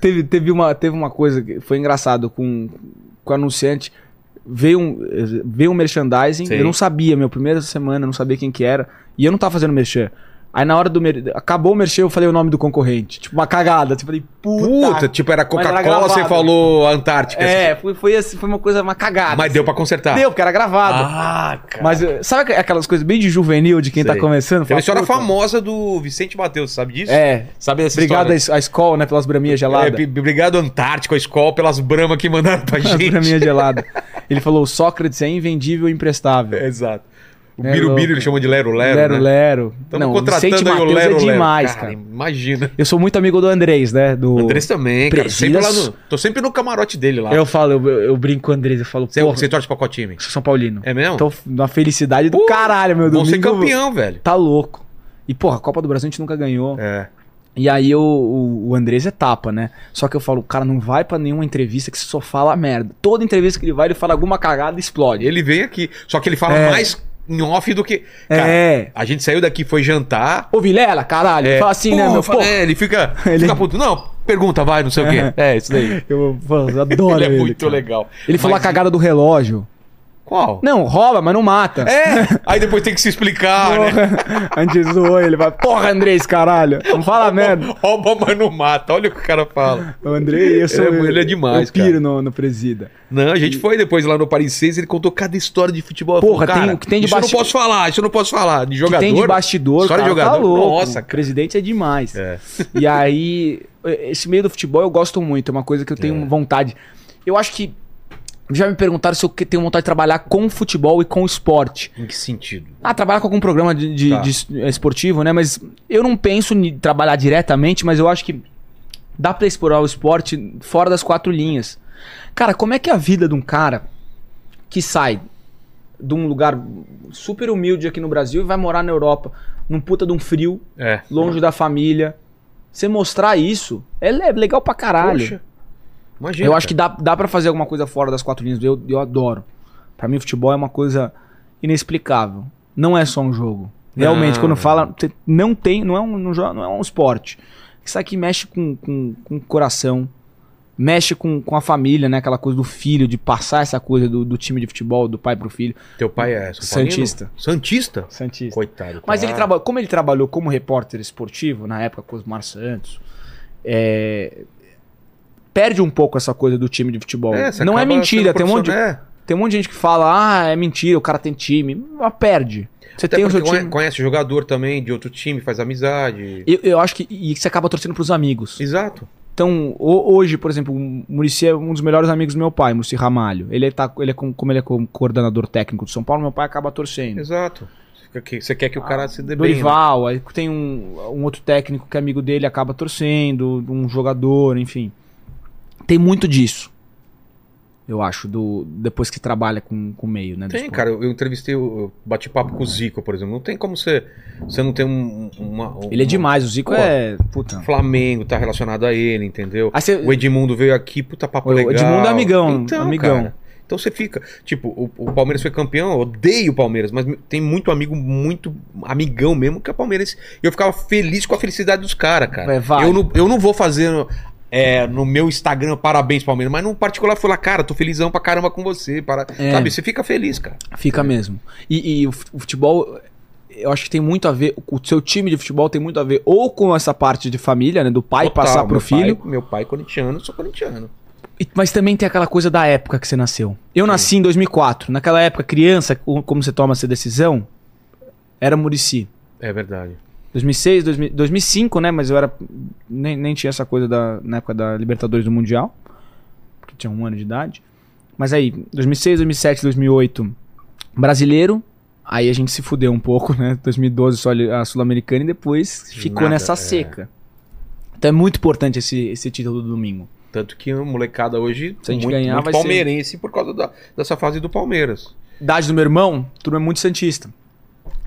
teve, teve, uma, teve uma coisa que foi engraçado com, com o anunciante. Veio um, veio um merchandising,
Sim.
eu não sabia, meu, primeira semana, eu não sabia quem que era, e eu não tava fazendo merchan. Aí na hora do. mer- Acabou o merchan, eu falei o nome do concorrente. Tipo, uma cagada. Tipo, falei, puta.
Puta, tipo, era
era
Coca-Cola,
gravado.
você falou Antártica.
É, foi, foi, assim, foi uma coisa, uma cagada. assim.
Mas deu pra consertar.
Deu, porque era gravado.
Ah, cara.
Mas eh, sabe aqu- aquelas coisas bem de juvenil de quem tá
Sei.
começando?
Tem uma
Fala,
história
puta.
famosa do Vicente Matheus, sabe disso?
É.
Sabe essa
Obrigado
história?
à es- à escola, né, pelas braminhas
É,
geladas.
p- obrigado Antártico, a escola, pelas bramas que mandaram pra
As
gente.
braminhas geladas. é Ele falou: Sócrates é invendível e imprestável.
Exato. O
É
Birubiru
louco.
ele chama de Lero Lero,
Lero,
né?
Lero.
Estamos
Não,
contratando
Vicente
aí o
Matheus
Lero
é demais,
Lero.
cara.
imagina.
Eu sou muito amigo do Andrés, né? Do...
Andrés também, cara. Sempre
Presida-
lá no, tô sempre no camarote dele lá.
Eu falo, eu, eu brinco com o Andrés, eu falo,
Você,
porra,
você torce pra qual time?
sou São Paulino.
É mesmo?
Tô f- na felicidade do
Pô,
caralho, meu
Vão
domingo.
ser campeão, velho.
Tá louco. E, porra, a Copa do Brasil a gente nunca ganhou.
É.
E aí o, o, o Andrés é tapa, né? Só que eu falo, o cara não vai pra nenhuma entrevista que você só fala merda. Toda entrevista que ele vai, ele fala alguma cagada e explode.
Ele vem aqui. Só que ele fala
É.
mais em off do que. Cara,
É.
a gente saiu daqui, foi jantar.
Ô, Vilela, caralho.
É.
Fala assim, né,
Porra,
meu?
fala-
Porra.
é, ele fica,
Ele-
fica puto. Não, pergunta, vai, não sei o quê. É, isso daí.
Eu, pô, eu adoro
ele
ele.
é muito
cara.
legal.
Ele falou a
Mas-
cagada do relógio.
Qual?
Não, rouba, mas não mata.
É, aí depois tem que se explicar, né?
Porra. A gente zoou ele, vai, porra, Andrés, caralho. Não fala merda.
Rouba, mas não mata. Olha o que o cara fala.
O Andrei, eu sou.
Ele é- ele é demais,
Eu piro
cara.
No, no presida.
Não, a gente foi depois lá no Paris 6, ele contou cada história de futebol. Eu
Porra,
falei,
tem-
cara,
o que tem de
isso eu não
basti-
posso falar, isso eu não posso falar. De
Que
jogador.
tem de bastidor,
História
cara.
de jogador.
Tá louco.
Nossa,
O
cara.
presidente é demais.
É.
E aí, esse meio do futebol eu gosto muito. É uma coisa que eu tenho vontade. Eu acho que. Já me perguntaram se eu que- tenho vontade de trabalhar com futebol e com esporte.
Em que sentido?
Ah, trabalhar com algum programa de, de-
Tá.
de es- esportivo, né? Mas eu não penso em trabalhar diretamente, mas eu acho que dá pra explorar o esporte fora das quatro linhas. Cara, como é que é a vida de um cara que sai de um lugar super humilde aqui no Brasil e vai morar na Europa, num puta de um frio,
É.
longe da família? Você mostrar isso é le- legal pra caralho.
Poxa. Imagina.
Eu acho que dá, dá para fazer alguma coisa fora das quatro linhas. Eu, eu adoro. Pra mim, futebol é uma coisa inexplicável. Não é só um jogo. Realmente,
Não.
quando fala, te- não tem, não é um, não jo- não é um esporte. Isso aqui mexe com, com, com o coração, mexe com, com a família, né? Aquela coisa do filho, de passar essa coisa do, do time de futebol, do pai pro filho.
que. Teu pai é São Paulino?
Santista.
Santista?
Santista.
Coitado.
Mas
cara.
ele trabalha, como ele trabalhou como repórter esportivo na época com os Mar Santos, é, perde um pouco essa coisa do time de futebol.
É, você
não é
acaba
mentira,
sendo
tem um, monte,
profissional- é.
tem um monte de gente que fala, ah, é mentira, o cara tem time, mas perde. Você
Até
tem um o
porque um
seu
conhe-
time.
conhece jogador também de outro time, faz amizade.
Eu, eu acho que e você acaba torcendo pros amigos.
Exato.
Então, ho- hoje, por exemplo, o Murici é um dos melhores amigos do meu pai, Murici Ramalho. Ele, tá, ele é como, como ele é como coordenador técnico do São Paulo, meu pai acaba torcendo.
Exato. Fica que- Você quer que o cara se dê bem. né?
Ah, Dorival, aí tem um, um outro técnico que é amigo dele, acaba torcendo, um jogador, enfim. Tem muito disso. Eu acho, do, depois que trabalha com com o meio, né? do
Tem,
esporte.
cara. Eu eu entrevistei, eu eu bati papo com o Zico, por exemplo. Não tem como você, você não ter um, uma, um-
Ele é demais, o Zico
Pô.
é. Puta.
um- Flamengo tá relacionado a ele, entendeu?
Aí cê-
O Edmundo veio aqui, puta papo
O
legal.
Edmundo é amigão, amigão.
Então você fica. Tipo, o, o Palmeiras foi campeão, eu odeio o Palmeiras, mas tem muito amigo, muito amigão mesmo que é palmeirense. E eu ficava feliz com a felicidade dos caras, cara.
É, vai.
eu, não, eu não vou fazer. é, no meu Instagram, parabéns, Palmeiras. Mas no particular, eu falar, cara, tô felizão pra caramba com você. Para...
É.
Sabe, você fica feliz, cara.
Fica mesmo. E, e o fu- o futebol, eu acho que tem muito a ver. O seu time de futebol tem muito a ver ou com essa parte de família, né? Do pai
Total,
passar pro
meu
filho.
pai- meu pai é corintiano, eu sou corintiano.
E- Mas também tem aquela coisa da época que você nasceu. Eu nasci em 2004. Naquela época, criança, co- como você toma essa decisão, era Murici.
É verdade.
2006, 2000 2005, né? Mas eu era. Nem, nem tinha essa coisa da, na época da Libertadores do Mundial. Porque tinha um ano de idade. Mas aí, 2006, 2007, 2008, brasileiro. Aí a gente se fudeu um pouco, né? 2012 só a Sul-Americana e depois ficou
Nada,
nessa
é.
seca. Então é muito importante esse, esse título do domingo.
Tanto que a molecada hoje
Se a gente
muito,
ganhar,
muito
vai ser-
palmeirense por causa da- dessa fase do Palmeiras.
Idade do meu irmão, turma é muito santista.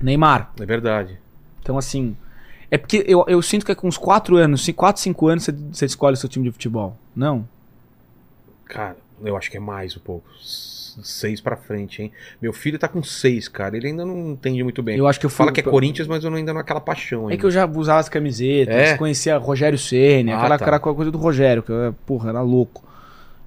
Neymar.
É verdade.
Então, assim. É porque eu, eu sinto que é com uns 4 anos, 4, 5 anos, você, você escolhe o seu time de futebol. Não?
Cara, eu acho que é mais um pouco. S- Seis pra frente, hein? Meu filho tá com seis, cara. Ele ainda não entende muito bem.
Eu acho que eu fui-
Fala que é Corinthians, mas eu não- ainda não é aquela paixão
É
ainda.
que eu já usava as camisetas,
É?
conhecia Rogério Senna,
Ah,
aquela,
tá.
aquela coisa do Rogério, que eu, porra, era louco.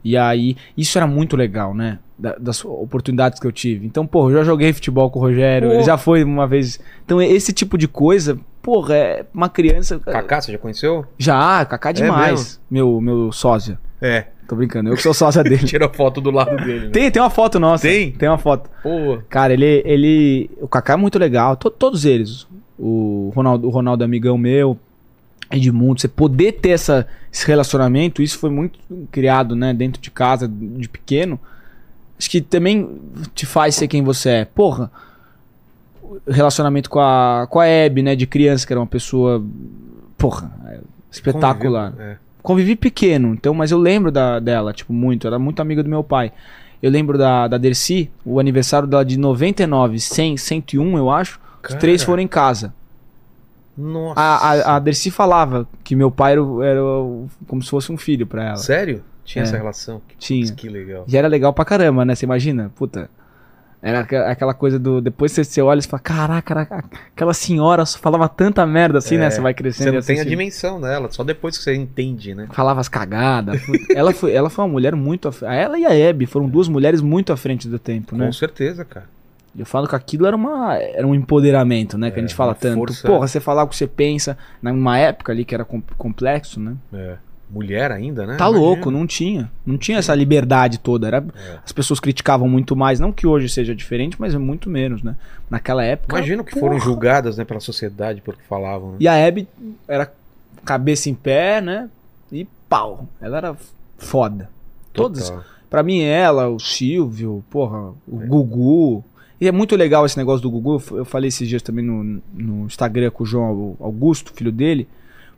E aí, isso era muito legal, né? Da- das oportunidades que eu tive. Então, porra, eu já joguei futebol com o Rogério,
Pô.
ele já foi uma vez. Então, esse tipo de coisa, porra, é uma criança.
Kaká, você já conheceu?
Já, Kaká é demais. meu, meu sósia.
É.
Tô brincando, eu que sou sósia dele.
Tira a foto do lado dele, né?
Tem, tem uma foto nossa.
Tem?
Tem uma foto.
Pô,
Cara, ele, ele. O Kaká é muito legal. to- todos eles. O Ronaldo, o Ronaldo é amigão meu, Edmundo. Você poder ter essa, esse relacionamento, isso foi muito criado, né? Dentro de casa, de pequeno. Acho que também te faz ser quem você é. Porra. o Relacionamento com a, com a Hebe, né? De criança, que era uma pessoa. Porra. é Espetacular
conviveu- é.
convivi pequeno, então, mas eu lembro da, dela, tipo, muito. Era muito amiga do meu pai. Eu lembro da, da Dercy, o aniversário dela de 99, 100, 101, eu acho.
Cara.
Os três foram em casa.
Nossa.
A, a, a Dercy falava que meu pai era, o- era o- como se fosse um filho pra ela.
Sério? Tinha
É.
essa relação?
Tinha.
Que legal.
E era legal pra caramba, né? Você imagina? Puta. Era aqua- aquela coisa do. Depois você, você olha e você fala: caraca, era- aquela senhora só falava tanta merda assim,
É.
né? Você vai
Você
crescendo e
não tem a
assistindo.
dimensão dela, só depois que você entende, né?
Falava as cagadas. Puta, ela, foi, ela foi uma mulher muito. à fre- Ela e a Hebe foram duas mulheres muito à frente do tempo, né?
Com certeza, cara.
Eu falo que aquilo era, uma, era um empoderamento, né? Que
É,
a gente fala
uma
tanto.
força.
Porra, você falar o que você pensa numa época ali que era com- complexo, né?
É. Mulher ainda, né?
Tá louco, não tinha. Não tinha essa liberdade toda. Era,
É.
As pessoas criticavam muito mais. Não que hoje seja diferente, mas é muito menos, né? Naquela época.
Imagina o que foram
porra.
julgadas né, pela sociedade pelo que falavam. Né?
E a Hebe era cabeça em pé, né? E pau. Ela era foda. Todas,
Total.
Pra mim, ela, o Silvio, porra, o Gugu. E é muito legal esse negócio do Gugu. Eu f- Eu falei esses dias também no, no Instagram com o João Augusto, filho dele.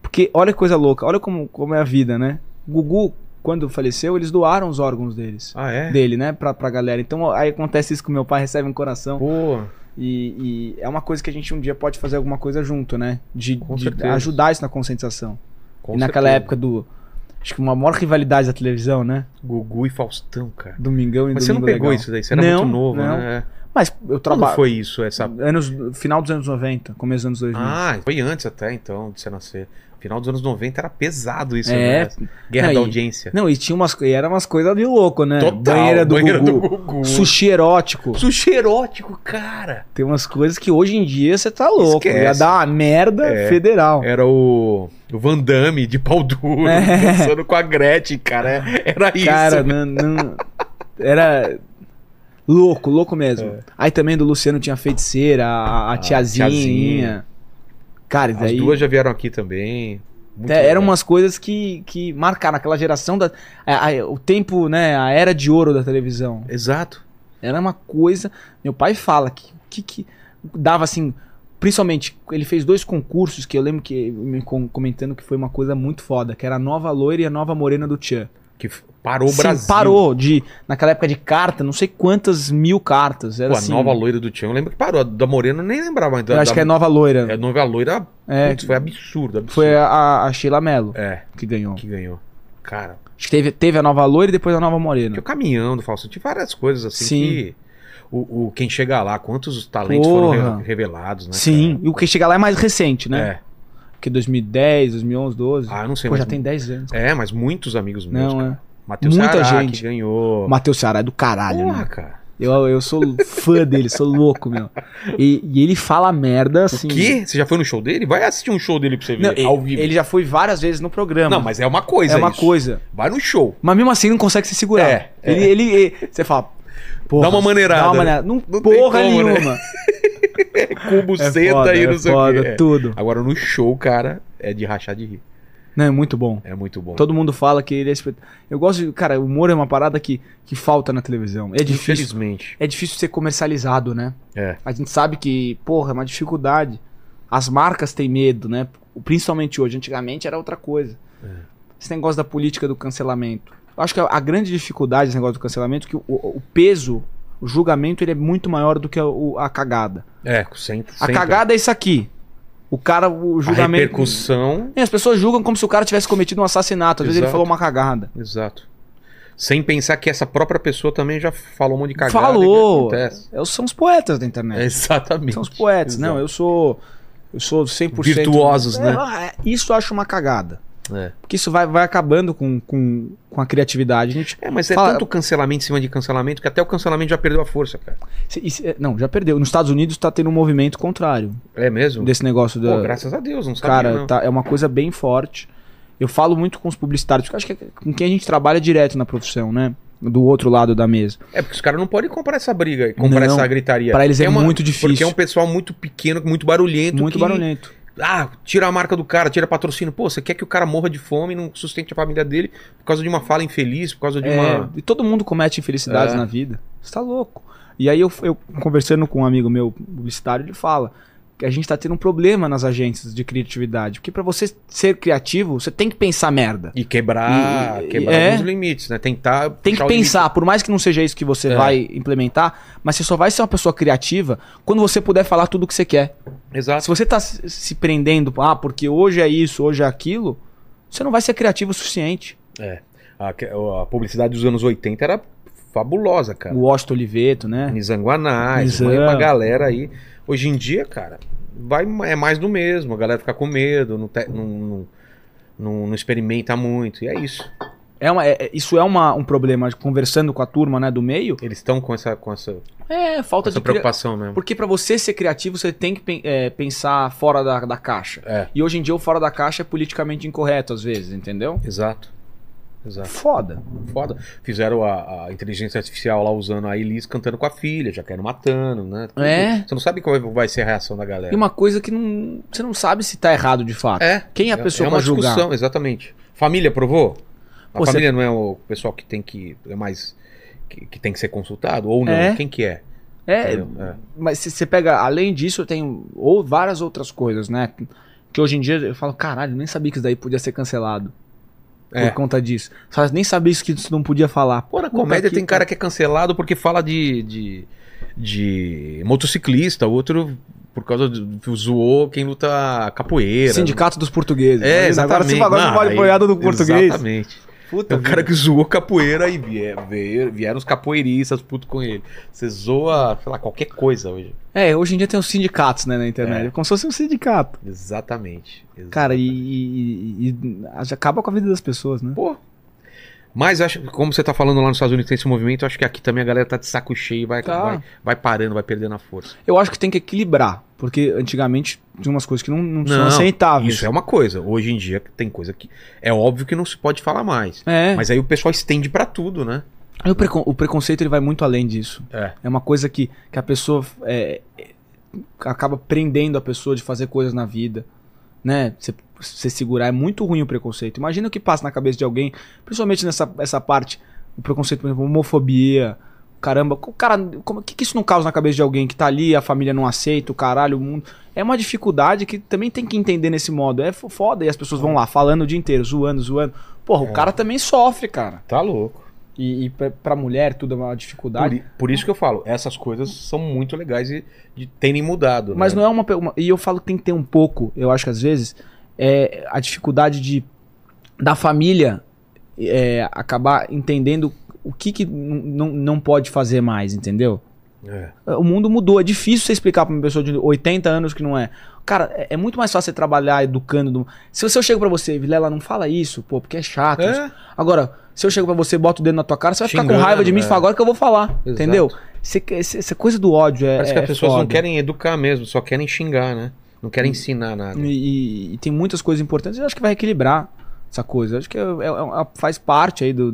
Porque olha que coisa louca, olha como, como é a vida, né? O Gugu, quando faleceu, eles doaram os órgãos deles.
Ah, é?
Dele, né? Pra, pra galera. Então aí acontece isso que o meu pai recebe um coração.
Pô,
E, e é uma coisa que a gente um dia pode fazer alguma coisa junto, né? De,
Com
de
certeza.
ajudar isso na conscientização.
com
e naquela
certeza.
época do. Acho que uma maior rivalidade da televisão, né?
Gugu e Faustão, cara.
Domingão e
Mas você não
Domingo
pegou
Legal.
isso daí, você era
Não,
muito novo,
não.
né? É.
Mas eu
Quando
trabalho.
foi isso, essa.
Anos, final dos anos 90, começo dos anos 2000.
Ah, foi antes até então de você nascer. Final dos anos 90 era pesado isso,
É.
né? Guerra
Não,
da
e-
audiência.
Não, e tinha umas, e era umas coisas de louco, né?
Total.
banheira do
banheira
Gugu.
do Gugu.
Sushi erótico.
Sushi erótico, cara.
Tem umas coisas que hoje em dia você tá louco.
Esquece.
Ia dar uma merda
É.
federal.
Era o, o Van Damme de pau duro,
É.
dançando com a Gretchen, cara. É- Era isso.
Cara, não, não- Era. Louco, louco mesmo.
É.
Aí também do Luciano tinha a feiticeira, a, a
A
tiazinha.
Ah, tiazinha.
Cara,
As
daí.
duas já vieram aqui também. Muito
É, eram
legal.
umas coisas que, que marcaram aquela geração da. a- a- o tempo, né? A era de ouro da televisão.
Exato.
Era uma coisa. Meu pai fala que que, que dava assim. Principalmente, ele fez dois concursos que eu lembro que me com- comentando que foi uma coisa muito foda, que era a nova loira e a nova morena do Tchan.
Que f- parou o
Sim,
Brasil.
Parou de, naquela época de carta, não sei quantas mil cartas. Era
Pô, a
assim,
nova loira do Tião, eu lembro que parou. A da Morena eu nem lembrava. ainda.
Eu acho
da,
que é nova
é
loira.
a nova loira.
É,
putz, foi absurdo, absurdo.
foi a, a Sheila Mello
É,
que ganhou.
que ganhou. Cara,
Acho que teve, teve a nova loira e depois a nova morena.
Porque o caminhão do Faustão tinha várias coisas assim
Sim.
que. O, o- quem chega lá, quantos talentos foram
Porra.
re- revelados, né?
Sim, e o que chega lá é mais recente,
cara? É.
né? Porque 2010, 2011, 12.
Ah, eu não sei
Pô, já
mas-
tem 10 anos.
É, mas muitos amigos meus.
Não,
cara.
é.
Matheus
Muita
Ceará,
gente.
que ganhou.
O Matheus Ceará é do caralho,
Porra,
né?
cara.
Eu, eu sou fã dele, sou louco, meu. E, e ele fala merda assim.
O quê? Você já foi no show dele? Vai assistir um show dele pra você ver,
Não,
ao
ele,
vivo.
ele já foi várias vezes no programa.
Não, mas é uma coisa
é uma
isso.
coisa.
Vai no show.
Mas mesmo assim não consegue se segurar.
É,
ele, ele, ele- Você fala. porra,
Dá uma maneirada. né?"
Dá uma maneirada. Não,
tem
porra
como, né?
nenhuma.
Cubo,
É
seta
foda,
e não
é
sei o
foda,
quê. É.
tudo.
Agora no show, cara, é de rachar de rir.
Não, é muito bom.
É muito bom.
Todo mundo fala que ele é espet- Eu gosto de. Cara, o humor é uma parada que, que falta na televisão. É difícil.
Infelizmente.
É difícil ser comercializado, né?
É.
A gente sabe que, porra, é uma dificuldade. As marcas têm medo, né? Principalmente hoje. Antigamente era outra coisa.
É.
Esse negócio da política do cancelamento. Eu acho que a, a grande dificuldade desse negócio do cancelamento é que o, o- o peso, o julgamento, ele é muito maior do que a, o- a cagada.
É, sempre.
A
sempre.
cagada é isso aqui. O cara, o
A
julgamento.
repercussão.
É, As pessoas julgam como se o cara tivesse cometido um assassinato. Às vezes ele
Exato.
falou uma cagada.
Exato. Sem pensar que essa própria pessoa também já falou um monte de cagada.
Falou.
Que acontece.
É, são os poetas da
É,
internet.
exatamente.
São os poetas.
Exato.
Não, eu sou. Eu sou 100%.
Virtuosos,
É,
né?
ah, isso eu acho uma cagada.
É.
Porque isso vai, vai acabando com, com, com a criatividade. A gente,
É, mas é
Fala-
tanto cancelamento em cima de cancelamento que até o cancelamento já perdeu a força, cara.
se- isso- é, não, já perdeu. Nos Estados Unidos tá tendo um movimento contrário
É mesmo?
desse negócio da.
Pô, graças a Deus, não sabia,
cara,
não.
tá- é uma coisa bem forte. Eu falo muito com os publicitários, porque eu acho que é com quem a gente trabalha direto na profissão, né? Do outro lado da mesa.
É porque os caras não podem comprar essa briga, e comprar
Não.
essa gritaria.
Pra eles é
uma-
muito difícil.
Porque é um pessoal muito pequeno, muito barulhento.
Muito
que-
barulhento.
Ah, tira a marca do cara, tira patrocínio. Pô, você quer que o cara morra de fome e não sustente a família dele por causa de uma fala infeliz, por causa de uma...
É, e todo mundo comete infelicidades
É.
na vida. Você tá louco. E aí eu, eu conversando com um amigo meu publicitário, ele fala que a gente tá tendo um problema nas agências de criatividade. Porque pra você ser criativo, você tem que pensar merda.
E quebrar,
E- e-
quebrar
é.
alguns limites, né? Tentar...
Tem que
puxar o
pensar, por mais que não seja isso que você
É.
vai implementar, mas você só vai ser uma pessoa criativa quando você puder falar tudo o que você quer.
limite. Exato.
Se você tá se se prendendo, ah, porque hoje é isso, hoje é aquilo, você não vai ser criativo o suficiente.
A, que- a publicidade dos anos 80 era fabulosa, cara.
O Washington Oliveto, né?
Nizanguanais,
Nizam.
uma galera aí. Hoje em dia, cara, vai, é mais do mesmo. A galera fica com medo, não, te- não- não- não- não experimenta muito. E é isso.
É uma, é- é- isso é uma, um problema. Conversando com a turma né, do meio,
Eles estão com essa, com essa,
É,
com
falta
essa
de cria-
preocupação mesmo.
Porque pra você ser criativo, você tem que pen- é, pensar fora da, da caixa.
É.
E hoje em dia, o fora da caixa é politicamente incorreto, às vezes, entendeu?
Exato. Exato.
Foda.
Foda. Fizeram a, a inteligência artificial lá usando a Elis cantando com a filha, já quero matando, né?
É.
Você não sabe qual vai ser a reação da galera.
E uma coisa que não, você não sabe se tá errado de fato.
É.
Quem é a pessoa
é uma
pra julgar?
discussão, exatamente. Família aprovou? A
Pô,
família não é o pessoal que tem que é mais que, que tem que ser consultado ou não?
É.
Quem que é?
É,
Entendeu? É.
mas se você pega, além disso, tem ou várias outras coisas, né? Que hoje em dia eu falo, caralho, nem sabia que isso daí podia ser cancelado.
É.
Por conta disso. Só nem sabia isso que isso não podia falar.
Pô, na
Puta
comédia
que
tem cara que é cancelado porque fala de de, de motociclista, outro por causa do zoou quem luta capoeira.
Sindicato dos portugueses.
É,
Imagina, agora
exatamente.
você- agora você
Não,
vale
aí-
boiada do português. Tá
Exatamente.
Puta
É o cara que zoou capoeira e vie- veio- vieram os capoeiristas puto com ele. Você zoa, sei lá, qualquer coisa hoje.
É, hoje em dia tem os sindicatos, né, na internet.
É.
Como se fosse um sindicato.
Exatamente. exatamente.
Cara, e, e- e- e acaba com a vida das pessoas, né?
Pô. Mas acho que, como você tá falando lá nos Estados Unidos tem esse movimento, acho que aqui também a galera tá de saco cheio e vai,
Tá.
vai, vai parando, vai perdendo a força.
Eu acho que tem que equilibrar, porque antigamente tinha umas coisas que não, não, são
Não,
aceitáveis.
Isso é uma coisa. Hoje em dia tem coisa que. É óbvio que não se pode falar mais.
É,
Mas aí o pessoal estende pra tudo, né?
Aí o, precon- o preconceito ele vai muito além disso.
É.
É uma coisa que, que a pessoa é, é, acaba prendendo a pessoa de fazer coisas na vida, né? Você você segurar é muito ruim o preconceito. Imagina o que passa na cabeça de alguém, principalmente nessa essa parte, o preconceito, por exemplo, homofobia, caramba, co- cara, como que, que isso não causa na cabeça de alguém que tá ali, a família não aceita, o caralho, o mundo. É uma dificuldade que também tem que entender nesse modo. É fo- foda e as pessoas vão lá falando o dia inteiro, zoando, zoando. Porra, o cara também sofre, cara.
Tá louco.
E, e pra, pra mulher tudo é uma dificuldade.
Por, por isso que eu falo, essas coisas são muito legais e de terem mudado.
Mas
né?
não é uma, pe- uma- E eu falo que tem que ter um pouco, eu acho que às vezes, é a dificuldade de da família é, acabar entendendo o que, que n- não- não pode fazer mais, entendeu?
É.
O mundo mudou, é difícil você explicar pra uma pessoa de 80 anos que não é. Cara, é, é muito mais fácil você trabalhar educando. do- Se eu, se eu chego pra você, Vilela, não fala isso, pô, porque é chato. não sei
É,
Agora, se eu chego pra você, boto o dedo na tua cara, você vai ficar com
Xingando,
raiva de mim e
é.
falar agora que eu vou falar.
Exato.
Entendeu? Cê- cê- Essa coisa do ódio é.
Parece que
é
as pessoas
foda. Hum.
não querem educar mesmo, só querem xingar, né? Não querem ensinar nada.
Então- E, e- e tem
é,
muitas coisas importantes, eu acho que vai equilibrar essa coisa. Eu acho que é- é- é- faz parte aí do,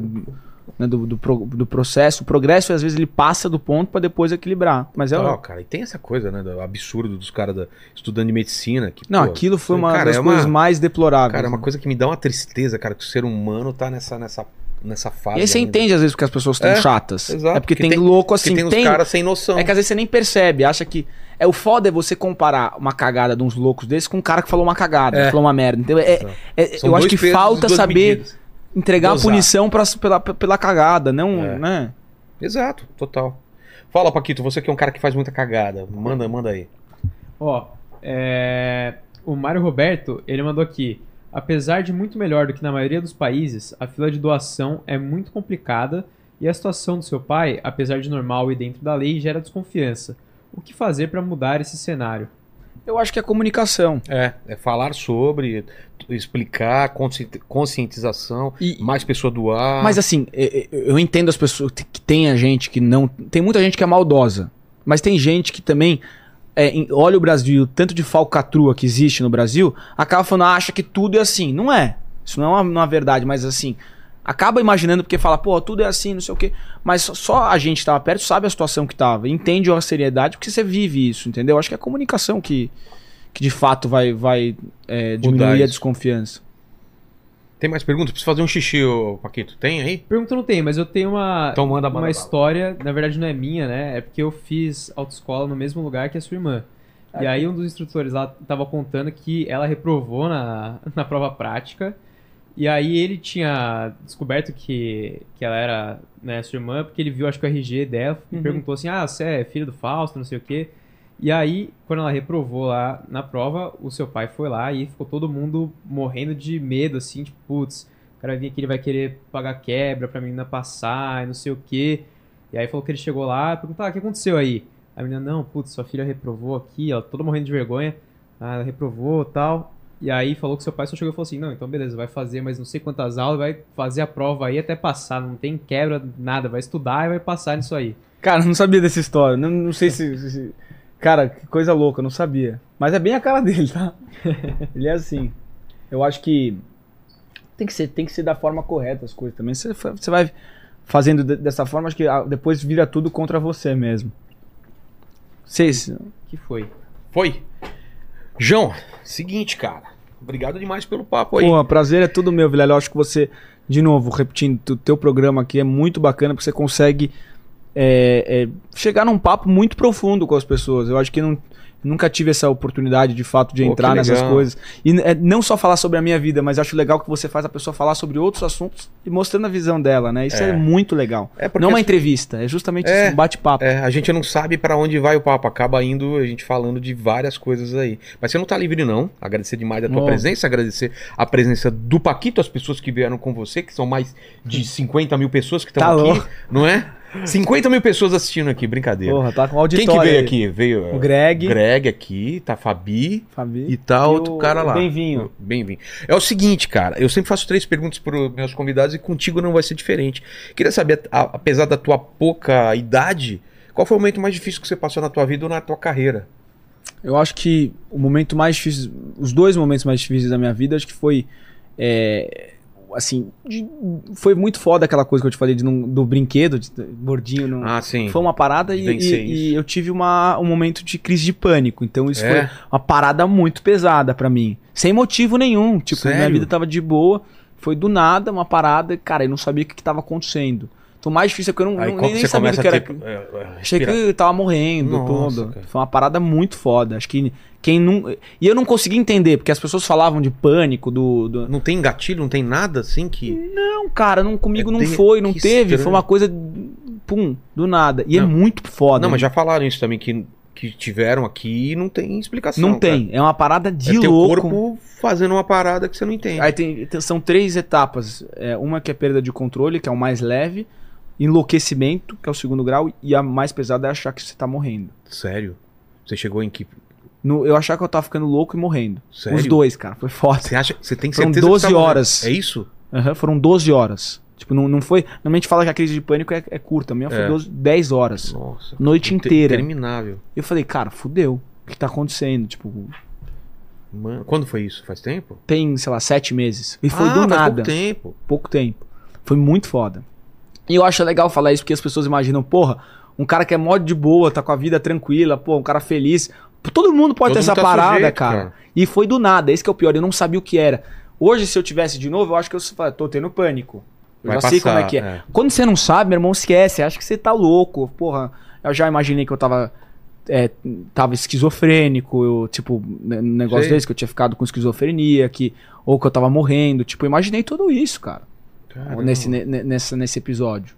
né, do, do, pro- do processo. O progresso, às vezes, ele passa do ponto pra depois equilibrar. Mas é.
Ó, cara, e tem essa coisa, né? Do absurdo dos caras da- estudando de medicina. Que,
não,
pô,
aquilo foi uma
cara,
das
é uma-
coisas mais deploráveis.
Cara, é uma coisa que me dá uma tristeza, cara, que o ser humano tá nessa, nessa, nessa fase.
E aí você
ainda.
entende, às vezes, porque as pessoas estão
É,
chatas.
exato.
É porque
Que
tem,
tem-
louco
Porque
assim,
tem
tem.
uns caras sem noção.
É que às vezes você nem percebe, acha que. É, o foda é você comparar uma cagada de uns loucos desses com um cara que falou uma cagada,
É.
falou uma merda. Então, é-
Exato.
é-
São
eu acho
dois
que
pesos e
falta
duas
saber
medidas.
entregar
Dosar.
a punição pra, pela, pela cagada, não,
É.
né?
Exato, total. Fala, Paquito, você que é um cara que faz muita cagada. Manda, manda aí.
Ó, é, o Mário Roberto, ele mandou aqui. Apesar de muito melhor do que na maioria dos países, a fila de doação é muito complicada e a situação do seu pai, apesar de normal e dentro da lei, gera desconfiança. O que fazer para mudar esse cenário?
Eu acho que é comunicação.
É, é falar sobre, t- explicar, consci- conscientização,
E-
mais pessoa doar.
Mas assim, é- é- eu entendo as pessoas que que tem a gente que não. Tem muita gente que é maldosa. Mas tem gente que também é, em- olha o Brasil, o tanto de falcatrua que existe no Brasil, acaba falando, "Ah, acha que tudo é assim. Não é. Isso não é uma, uma verdade, mas assim. Acaba imaginando porque fala, pô, tudo é assim, não sei o quê. Mas só- só a gente que tava perto sabe a situação que tava. Entende a seriedade porque você vive isso, entendeu? Acho que é a comunicação que, que de fato vai, vai é, diminuir a
isso.
desconfiança.
Tem mais perguntas? Preciso fazer um xixi, ô, Paquito. Tem aí?
Pergunta não tem, mas eu tenho uma,
Então manda, manda.
uma
bala.
história, na verdade não é minha, né? É porque eu fiz autoescola no mesmo lugar que a sua irmã. E aí um dos instrutores lá tava contando que ela reprovou na, na prova prática. E aí ele tinha descoberto que, que ela era né, sua irmã, porque ele viu acho que o RG dela e
Uhum.
perguntou assim: Ah, você é filho do Fausto, não sei o quê. E aí, quando ela reprovou lá na prova, o seu pai foi lá e ficou todo mundo morrendo de medo, assim, tipo, putz, o cara vinha aqui, ele vai querer pagar quebra pra menina passar e não sei o quê. E aí falou que ele chegou lá e perguntou, ah, o que aconteceu aí? A menina, não, putz, sua filha reprovou aqui, ó, todo morrendo de vergonha. Ah, ela reprovou tal. E aí falou que seu pai só chegou e falou assim, não, então beleza, vai fazer mais não sei quantas aulas, vai fazer a prova aí até passar, não tem quebra, nada, vai estudar e vai passar nisso aí.
Cara, eu não sabia dessa história. Não, não sei se, se- se- Cara, que coisa louca, eu não sabia. Mas é bem a cara dele, tá? Ele é assim. Eu acho que tem que ser, tem que ser da forma correta as coisas também. Você, fa- você vai fazendo de- dessa forma, acho que ah, depois vira tudo contra você mesmo.
Vocês,
Que foi?
Foi. João, seguinte, cara. Obrigado demais pelo papo aí.
Pô, prazer é tudo meu, Vilela. Eu acho que você, de novo, repetindo, o teu programa aqui é muito bacana porque você consegue é, é, chegar num papo muito profundo com as pessoas. Eu acho que não, nunca tive essa oportunidade, de fato, de
Pô, que
entrar nessas
legal.
coisas. E é, não só falar sobre a minha vida, mas acho legal que você faz a pessoa falar sobre outros assuntos e mostrando a visão dela, né? Isso é,
É.
muito legal.
É porque
não é uma entrevista, é justamente
É.
isso, um bate-papo.
É, a gente não sabe pra onde vai o papo, acaba indo a gente falando de várias coisas aí. Mas você não tá livre não. Agradecer demais a tua
Bom.
presença, agradecer a presença do Paquito, as pessoas que vieram com você, que são mais de 50 mil pessoas que estão
Tá
aqui,
louco.
não é? 50 mil pessoas assistindo aqui, brincadeira.
Porra, tá com
É. Quem
auditório.
que veio
aí.
aqui? Veio
O Greg,
Greg aqui, tá a Fabi,
Fabi.
e tal,
E
outro
o-
cara
o
lá.
Benvinho.
Benvinho. É o seguinte, cara, eu sempre faço três perguntas para meus convidados e contigo não vai ser diferente. Queria saber, a- apesar da tua pouca idade, qual foi o momento mais difícil que você passou na tua vida ou na tua carreira?
Eu acho que o momento mais difícil, os dois momentos mais difíceis da minha vida, acho que foi é, assim, de- foi muito foda aquela coisa que eu te falei de não- do brinquedo, de, gordinho, não,
Ah, sim.
foi uma parada e,
vencer
e-
isso.
e eu tive uma, um momento de crise de pânico, então isso
É?
foi uma parada muito pesada pra mim, sem motivo nenhum, tipo, minha
Sério?
vida tava de boa, foi do nada uma parada, cara, eu não sabia o que, que tava acontecendo. Então, o mais difícil é que eu não,
Aí
não-
qual
nem,
que
nem
você
sabia
começa
do
a
que era.
ter- é, é,
Achei que
respirar?
eu tava morrendo,
Nossa,
tudo.
cara.
Foi uma parada muito foda. Acho que quem não. E eu não consegui entender, porque as pessoas falavam de pânico, do. do-
Não tem gatilho, não tem nada assim que...
Não, cara, não, comigo
É
não
de-
foi, não
que
teve. Foi
estranho.
uma coisa. Pum, do nada. E é
Não.
muito foda.
Não, mas já falaram isso também, que, que tiveram aqui e não tem explicação.
Não
cara.
tem. É uma parada de
É teu
louco.
corpo fazendo uma parada que você não entende.
Aí tem, tem- são três etapas. É, uma que é perda de controle, que é o mais leve. Enlouquecimento, que é o segundo grau. E a mais pesada é achar que você tá morrendo.
Sério? Você chegou em que...
No- eu achar que eu tava ficando louco e morrendo.
Sério?
Os dois, cara. Foi foda.
Você acha... Você tem
Foram
certeza que
12
tá morrendo?
horas.
É isso?
Aham, foram 12 horas. Tipo, não, não foi. Normalmente fala que a crise de pânico é, é curta. A minha foi
É.
12, 10 horas.
Nossa.
Noite inteira.
Interminável.
Eu falei, cara, fudeu. O que tá acontecendo? Tipo,
Mano, quando foi isso? Faz tempo?
tem, sei lá, 7 meses. E foi
ah,
do
faz
nada.
pouco tempo.
pouco tempo. Foi muito foda. E eu acho legal falar isso porque as pessoas imaginam, porra, um cara que é mó de boa, tá com a vida tranquila, pô, um cara feliz. Todo mundo pode
Todo
ter
mundo
essa
tá
parada,
sujeito,
cara.
cara.
E foi do nada, esse que é o pior, eu não sabia o que era. Hoje, se eu tivesse de novo, eu acho que eu fa- tô tendo pânico. Eu
Vai
já sei
passar,
como é que é.
é.
Quando você não sabe, meu irmão, esquece, acha que você tá louco. Porra, eu já imaginei que eu tava. é, tava esquizofrênico, eu, tipo, né, um negócio
Sei.
desse, que eu tinha ficado com esquizofrenia, que, ou que eu tava morrendo. Tipo, eu imaginei tudo isso, cara
é.
nesse, ne- ne- nessa- nesse episódio.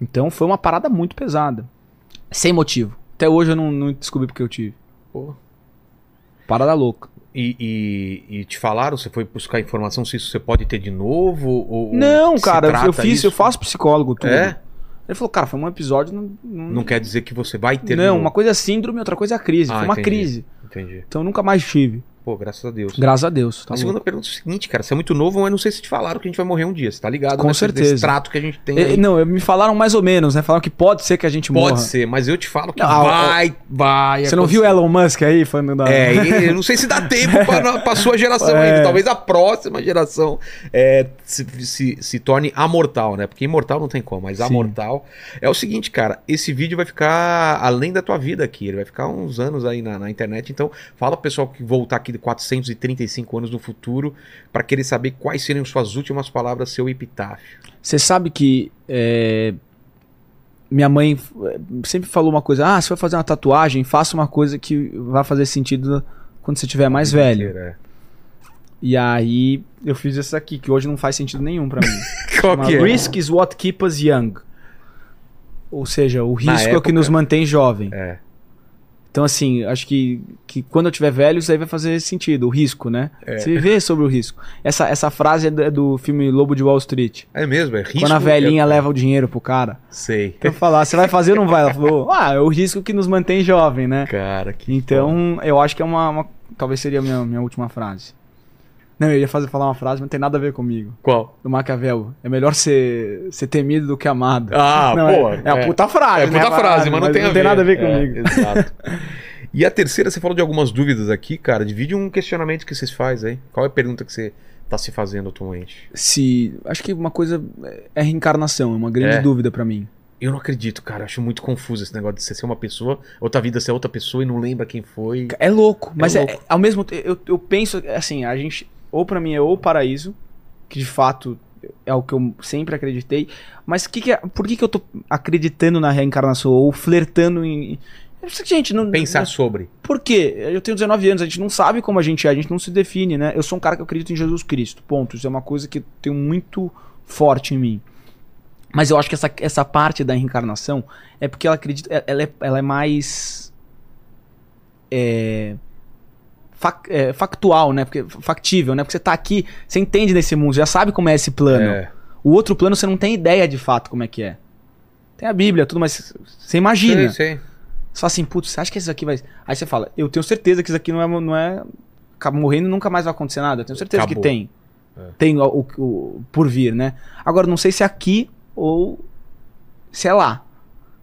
Então foi uma parada muito pesada. Sem motivo. Até hoje eu não, não descobri porque eu tive.
Pô.
Parada louca.
E, e- e te falaram, você foi buscar informação se isso você pode ter de novo? Ou,
não,
ou se
cara, eu-
trata
eu fiz,
isso?
eu faço psicólogo tudo.
É?
Ele falou, cara, foi um episódio. Não, não,
Não quer dizer que você vai ter de
não,
novo.
uma coisa é síndrome, outra coisa é a crise.
Ah,
foi uma
entendi.
crise.
Entendi.
Então eu nunca mais tive.
Pô, graças a Deus.
Graças a Deus.
a
tá louco.
segunda pergunta é o seguinte, cara, você é muito novo, mas não sei se te falaram que a gente vai morrer um dia, você tá ligado?
Com
nesse-
certeza.
Nesse trato que a gente tem
Eh,
aí.
não, eu- me falaram mais ou menos, né? Falaram que pode ser que a gente
Pode
morra.
ser, mas eu te falo que
Não, a-
vai, vai.
Você não viu o Elon Musk aí falando da.
É, e eu não sei se dá tempo para a sua geração
É.
ainda. Talvez a próxima geração é, se, se- se torne amortal, né? Porque imortal não tem como, mas
Sim.
amortal. É o seguinte, cara, esse vídeo vai ficar além da tua vida aqui. Ele vai ficar uns anos aí na, na internet. Então, fala pro pessoal que voltar aqui de 435 anos no futuro para querer saber quais seriam suas últimas palavras, seu epitáfio.
Você sabe que é, minha mãe eh, sempre falou uma coisa: ah, você vai fazer uma tatuagem, faça uma coisa que vai fazer sentido quando você tiver mais velho.
Inteira,
E aí eu fiz essa aqui, que hoje não faz sentido nenhum pra mim.
é. Qual
Chama
que é?
Risk is what keeps us young. Ou seja, o
Na
risco é o que
época.
nos mantém jovem.
É.
Então, assim, acho que, que quando eu tiver velho, isso aí vai fazer sentido, o risco, né?
É.
Você viver sobre o risco. Essa, essa frase é do, é do filme Lobo de Wall Street.
É mesmo, é risco.
quando a velhinha
é-
leva o dinheiro pro cara.
Sei.
Eu falar, você vai fazer ou não vai? Ela falou, ah, é o risco que nos mantém jovem, né?
Cara, que.
Então, eu acho que é uma. uma- talvez seria a minha, minha última frase. Não, eu ia fazer, falar uma frase, mas não tem nada a ver comigo.
Qual?
Do Maquiavel. É melhor ser, ser temido do que amado.
Ah,
não,
pô.
é, é a puta frase.
É puta
né,
frase, mas não tem a ver.
nada a ver
É,
comigo.
exato. E a terceira, você falou de algumas dúvidas aqui, cara. Divide um questionamento que vocês fazem aí. Qual é a pergunta que você tá se fazendo atualmente?
Se. Acho que uma coisa é reencarnação, é uma grande
É.
dúvida pra mim.
Eu não acredito, cara. Acho muito confuso esse negócio de você ser uma pessoa, outra vida ser outra pessoa e não lembra quem foi.
É louco, mas é,
louco.
é- ao mesmo tempo, eu, eu penso assim, a gente, ou pra mim é ou o paraíso, que de fato é o que eu sempre acreditei, mas que que é- por que que eu tô acreditando na reencarnação ou flertando em Eu sei que, Gente, não,
Pensar sobre.
por quê? Eu tenho 19 anos, a gente não sabe como a gente é, a gente não se define, né? Eu sou um cara que acredita em Jesus Cristo, ponto. Isso é uma coisa que eu tenho muito forte em mim. Mas eu acho que essa, essa parte da reencarnação é porque ela acredita. é- Ela é, ela é mais. é, fac- é, factual, né? Porque, factível, né? Porque você tá aqui, você entende desse mundo, você já sabe como é esse plano.
É,
O outro plano você não tem ideia de fato como é que é. Tem a Bíblia, tudo, mas você imagina.
sei, sei.
Você fala assim, putz, você acha que isso aqui vai. Aí você fala, eu tenho certeza que isso aqui não é. Não é... acaba morrendo e nunca mais vai acontecer nada. Eu tenho certeza
Acabou.
que tem.
É.
Tem o, o- o- por vir, né? Agora, não sei se é aqui ou se é lá.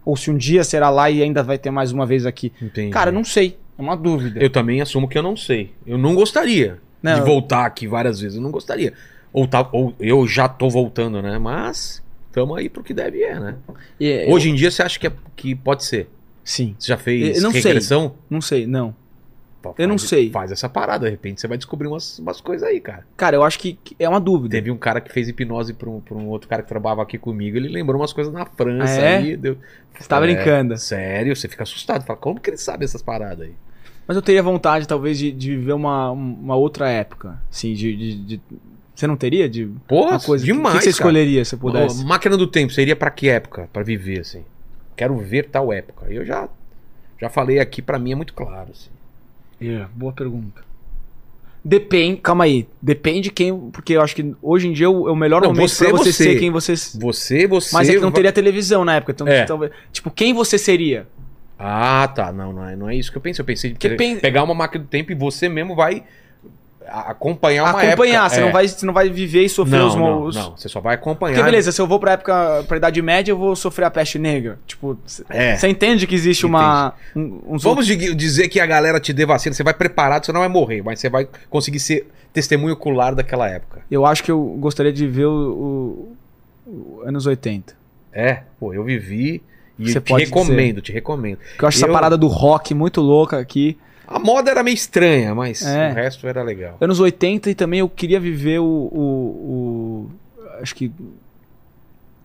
Ou se um dia será lá e ainda vai ter mais uma vez aqui.
Entendi.
Cara, eu não sei. É uma dúvida.
Eu também assumo que eu não sei. Eu não gostaria
Não,
de voltar aqui várias vezes. Eu não gostaria. Ou, tá, ou eu já tô voltando, né? Mas tamo aí pro que deve é, né?
é, eu-
Hoje em dia você acha que, é- que pode ser?
Sim.
Você já fez
Eu não sei.
regressão?
Não sei, não.
Pô,
Eu não
faz-
sei.
Faz essa parada, de repente você vai descobrir umas, umas coisas aí, cara.
Cara, eu acho que que é uma dúvida.
Teve um cara que fez hipnose pra um, pra um outro cara que trabalhava aqui comigo, ele lembrou umas coisas na França
Ah, é?
aí. Deu...
Você tá
É,
brincando.
Sério, você fica assustado. Fala, como que ele sabe essas paradas aí?
Mas eu teria vontade, talvez, de, de viver uma, uma outra época. Assim, de- de- de... Você não teria? De
Porra,
uma coisa que-
demais.
que, você
cara.
escolheria se pudesse?
Ó, máquina do tempo, seria pra que época? Pra viver, assim. Quero ver tal época. Eu já, já falei aqui, pra mim é muito claro. Assim.
é, boa pergunta. Depende, calma aí. Depende quem, porque eu acho que hoje em dia é o é o melhor
Não,
momento
você
pra
é
você,
você.
ser quem você s-
Você, você.
Mas é que não
vai-
teria televisão na época, então
É.
talvez- tipo, quem você seria?
Ah, tá. Não, não é, não é isso que eu pensei. Eu pensei em
Que
pe-
pen-
pegar uma máquina do tempo e você mesmo vai a- acompanhar uma
acompanhar,
época.
você
É.
não vai, você não vai viver e sofrer
não,
os
não,
maus.
não, você só vai acompanhar.
Porque beleza, se eu vou pra época, pra idade média, eu vou sofrer a peste negra. Tipo, c-
É.
você entende que existe uma um, uns
Vamos dig- dizer que a galera te dê vacina, você vai preparado, você não vai morrer, mas você vai conseguir ser testemunho ocular daquela época.
Eu acho que eu gostaria de ver o, o- o anos 80.
É, pô, eu vivi e
Você
te
pode
recomendo, te recomendo.
Que eu acho
Eu-
essa parada do rock muito louca aqui.
A moda era meio estranha, mas
É.
o resto era legal.
Anos 80 e também eu queria viver o. o- o- acho que.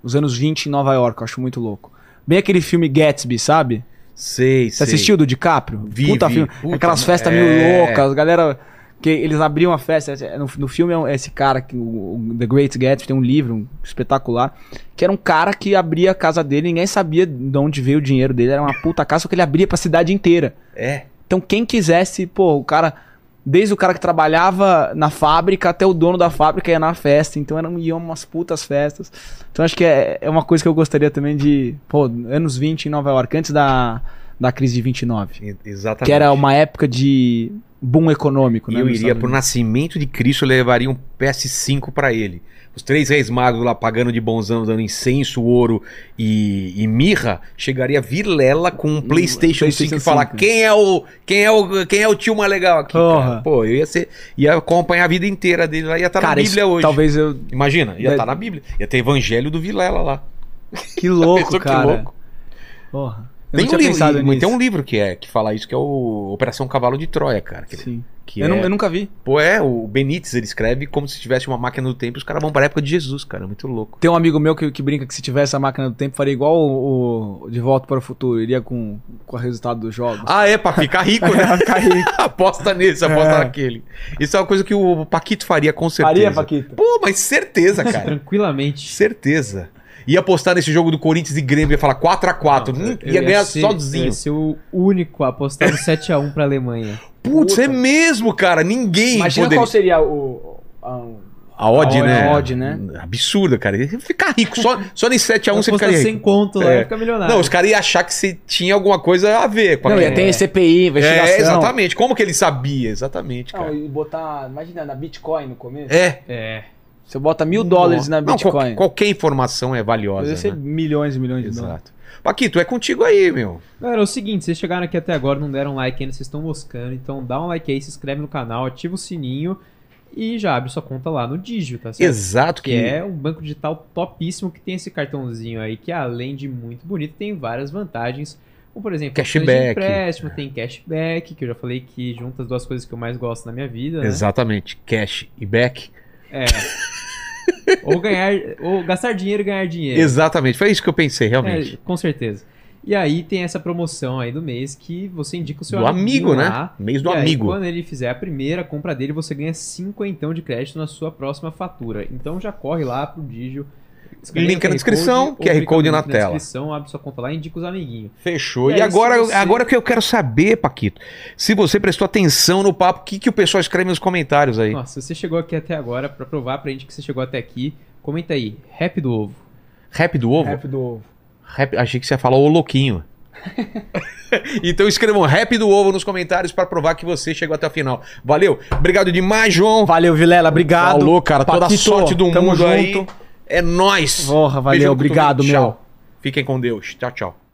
Os anos 20 em Nova York, eu acho muito louco. Bem aquele filme Gatsby, sabe?
Sei,
Você
sei.
assistiu do DiCaprio?
Vi,
Puta
vi.
filme.
Puta,
Aquelas
ma-
festas
é.
meio loucas, galera. Que eles abriam a festa. é, No, no filme é um- é esse cara, que, o, o The Great Gatsby, tem um livro um espetacular. Que era um cara que abria a casa dele, ninguém sabia de onde veio o dinheiro dele. Era uma puta casa, só que ele abria pra cidade inteira.
É,
Então quem quisesse, pô, o cara. Desde o cara que trabalhava na fábrica até o dono da fábrica ia na festa. Então eram iam umas putas festas. Então acho que é, é uma coisa que eu gostaria também de. Pô, anos 20 em Nova York, antes da, da crise de 29.
e- exatamente.
Que era uma época de boom econômico,
E Tá
né?
eu
nos
iria
Estados
pro nascimento de Cristo, eu levaria um PS5 pra ele. Os três reis magos lá pagando de bonzão, dando incenso, ouro e, e mirra, chegaria Vilela com um PlayStation 5
Hum, PlayStation
e falar
5.
quem é o quem é o quem é o tio mais legal aqui. cara?"
Porra.
Pô, eu ia ser ia acompanhar a vida inteira dele lá, ia estar tá
Unidos.
na
Cara,
Bíblia
isso-
hoje.
Talvez eu.
Imagina, ia
Deve-
estar na Bíblia, ia ter Evangelho do Vilela lá.
Que louco,
Tá Pensou que
cara.
louco?
Porra. Eu
Tem
não
um,
tinha pensado
livro,
nisso.
tem um livro que é que fala isso que é o Operação Cavalo de Troia, cara. Que,
Sim.
que
Eu,
é-
nu- eu nunca vi.
Pô, é, o Benítez ele escreve como se tivesse uma máquina do tempo e os caras vão pra época de Jesus, cara. é Muito louco.
Tem um amigo meu que, que brinca que se tivesse a máquina do tempo, faria igual o, o De Volta para o Futuro, iria com, com o resultado dos jogos.
Ah, é, pra ficar rico, né? aposta nesse, aposta
É.
naquele. Isso é uma coisa que o Paquito faria com certeza.
Faria, Paquito.
Pô, mas certeza, cara.
Tranquilamente.
certeza. Ia apostar nesse jogo do Corinthians e Grêmio, ia falar 4x4. Hum,
Eu
ia ganhar
ser- eu
sozinho.
Ia ser o único a apostar no 7x1 pra Alemanha.
Putz,
Puta.
é mesmo, cara. Ninguém
Imagina
poderia.
qual seria o. a- um-
A odd,
A
né?
odd, né?
Absurda, cara. Ia Ficar rico. Só, só nesse 7x1 Então você
apostar
ficaria rico.
sem conto lá
É.
e ficar milionário.
Não, os caras iam achar que você tinha alguma coisa a ver com
Não,
aquilo.
ia ter CPI, investigação.
É, exatamente. Como que ele sabia? Exatamente,
Não,
cara.
e botar. Imagina, na Bitcoin no começo.
É.
É.
Você bota mil dólares na
Não, qual-
Bitcoin.
qualquer informação é valiosa.
Poderia ser
né?
milhões e milhões de dólares.
Exato. Paquito, é contigo aí, meu.
Galera, é o seguinte, vocês chegaram aqui até agora, não deram like ainda, vocês estão moscando, então dá um like aí, se inscreve no canal, ativa o sininho e já abre sua conta lá no Digio, tá certo?
Exato,
Que é um banco digital topíssimo que tem esse cartãozinho aí, que além de muito bonito, tem várias vantagens. Como, por exemplo, opções de
Cashback.
empréstimo, tem cashback, que eu já falei que junta as duas coisas que eu mais gosto na minha vida, né? É.
Exatamente. Cash e back.
Ou ganhar, ou gastar dinheiro e ganhar dinheiro.
Exatamente. Foi isso que eu pensei, realmente.
É, com certeza. E aí tem essa promoção aí do mês que você indica o seu
do amigo,
amiguinho
né?
é um lá,
Mês do
e aí,
amigo.
quando ele fizer a primeira compra dele, você ganha 50 de crédito na sua próxima fatura. Então já corre lá pro Digio. escaneia
Link
o
na descrição,
ou
QR
clica no
Code
link
na tela.
descrição, abre sua conta lá e indica os amiguinhos.
Fechou.
E
E,
aí,
agora,
se você-
agora o que eu quero saber, Paquito, se você prestou atenção no papo, o que, que o pessoal escreve nos comentários aí?
Nossa, se você chegou aqui até agora, pra provar pra gente que você chegou até aqui, comenta aí, rap do ovo.
Rap do ovo?
Rap do ovo.
Rap- achei que você ia falar o louquinho. então escrevam rap do ovo nos comentários pra provar que você chegou até o final. Valeu. Obrigado demais, João.
Valeu, Vilela, obrigado.
Falou, cara. Toda a
Paquito,
sorte do
tamo
mundo aí.
junto.
É nóis.
Porra, valeu,
Beijo no cotovelo.
obrigado, meu.
Tchau. Fiquem com Deus. Tchau, tchau.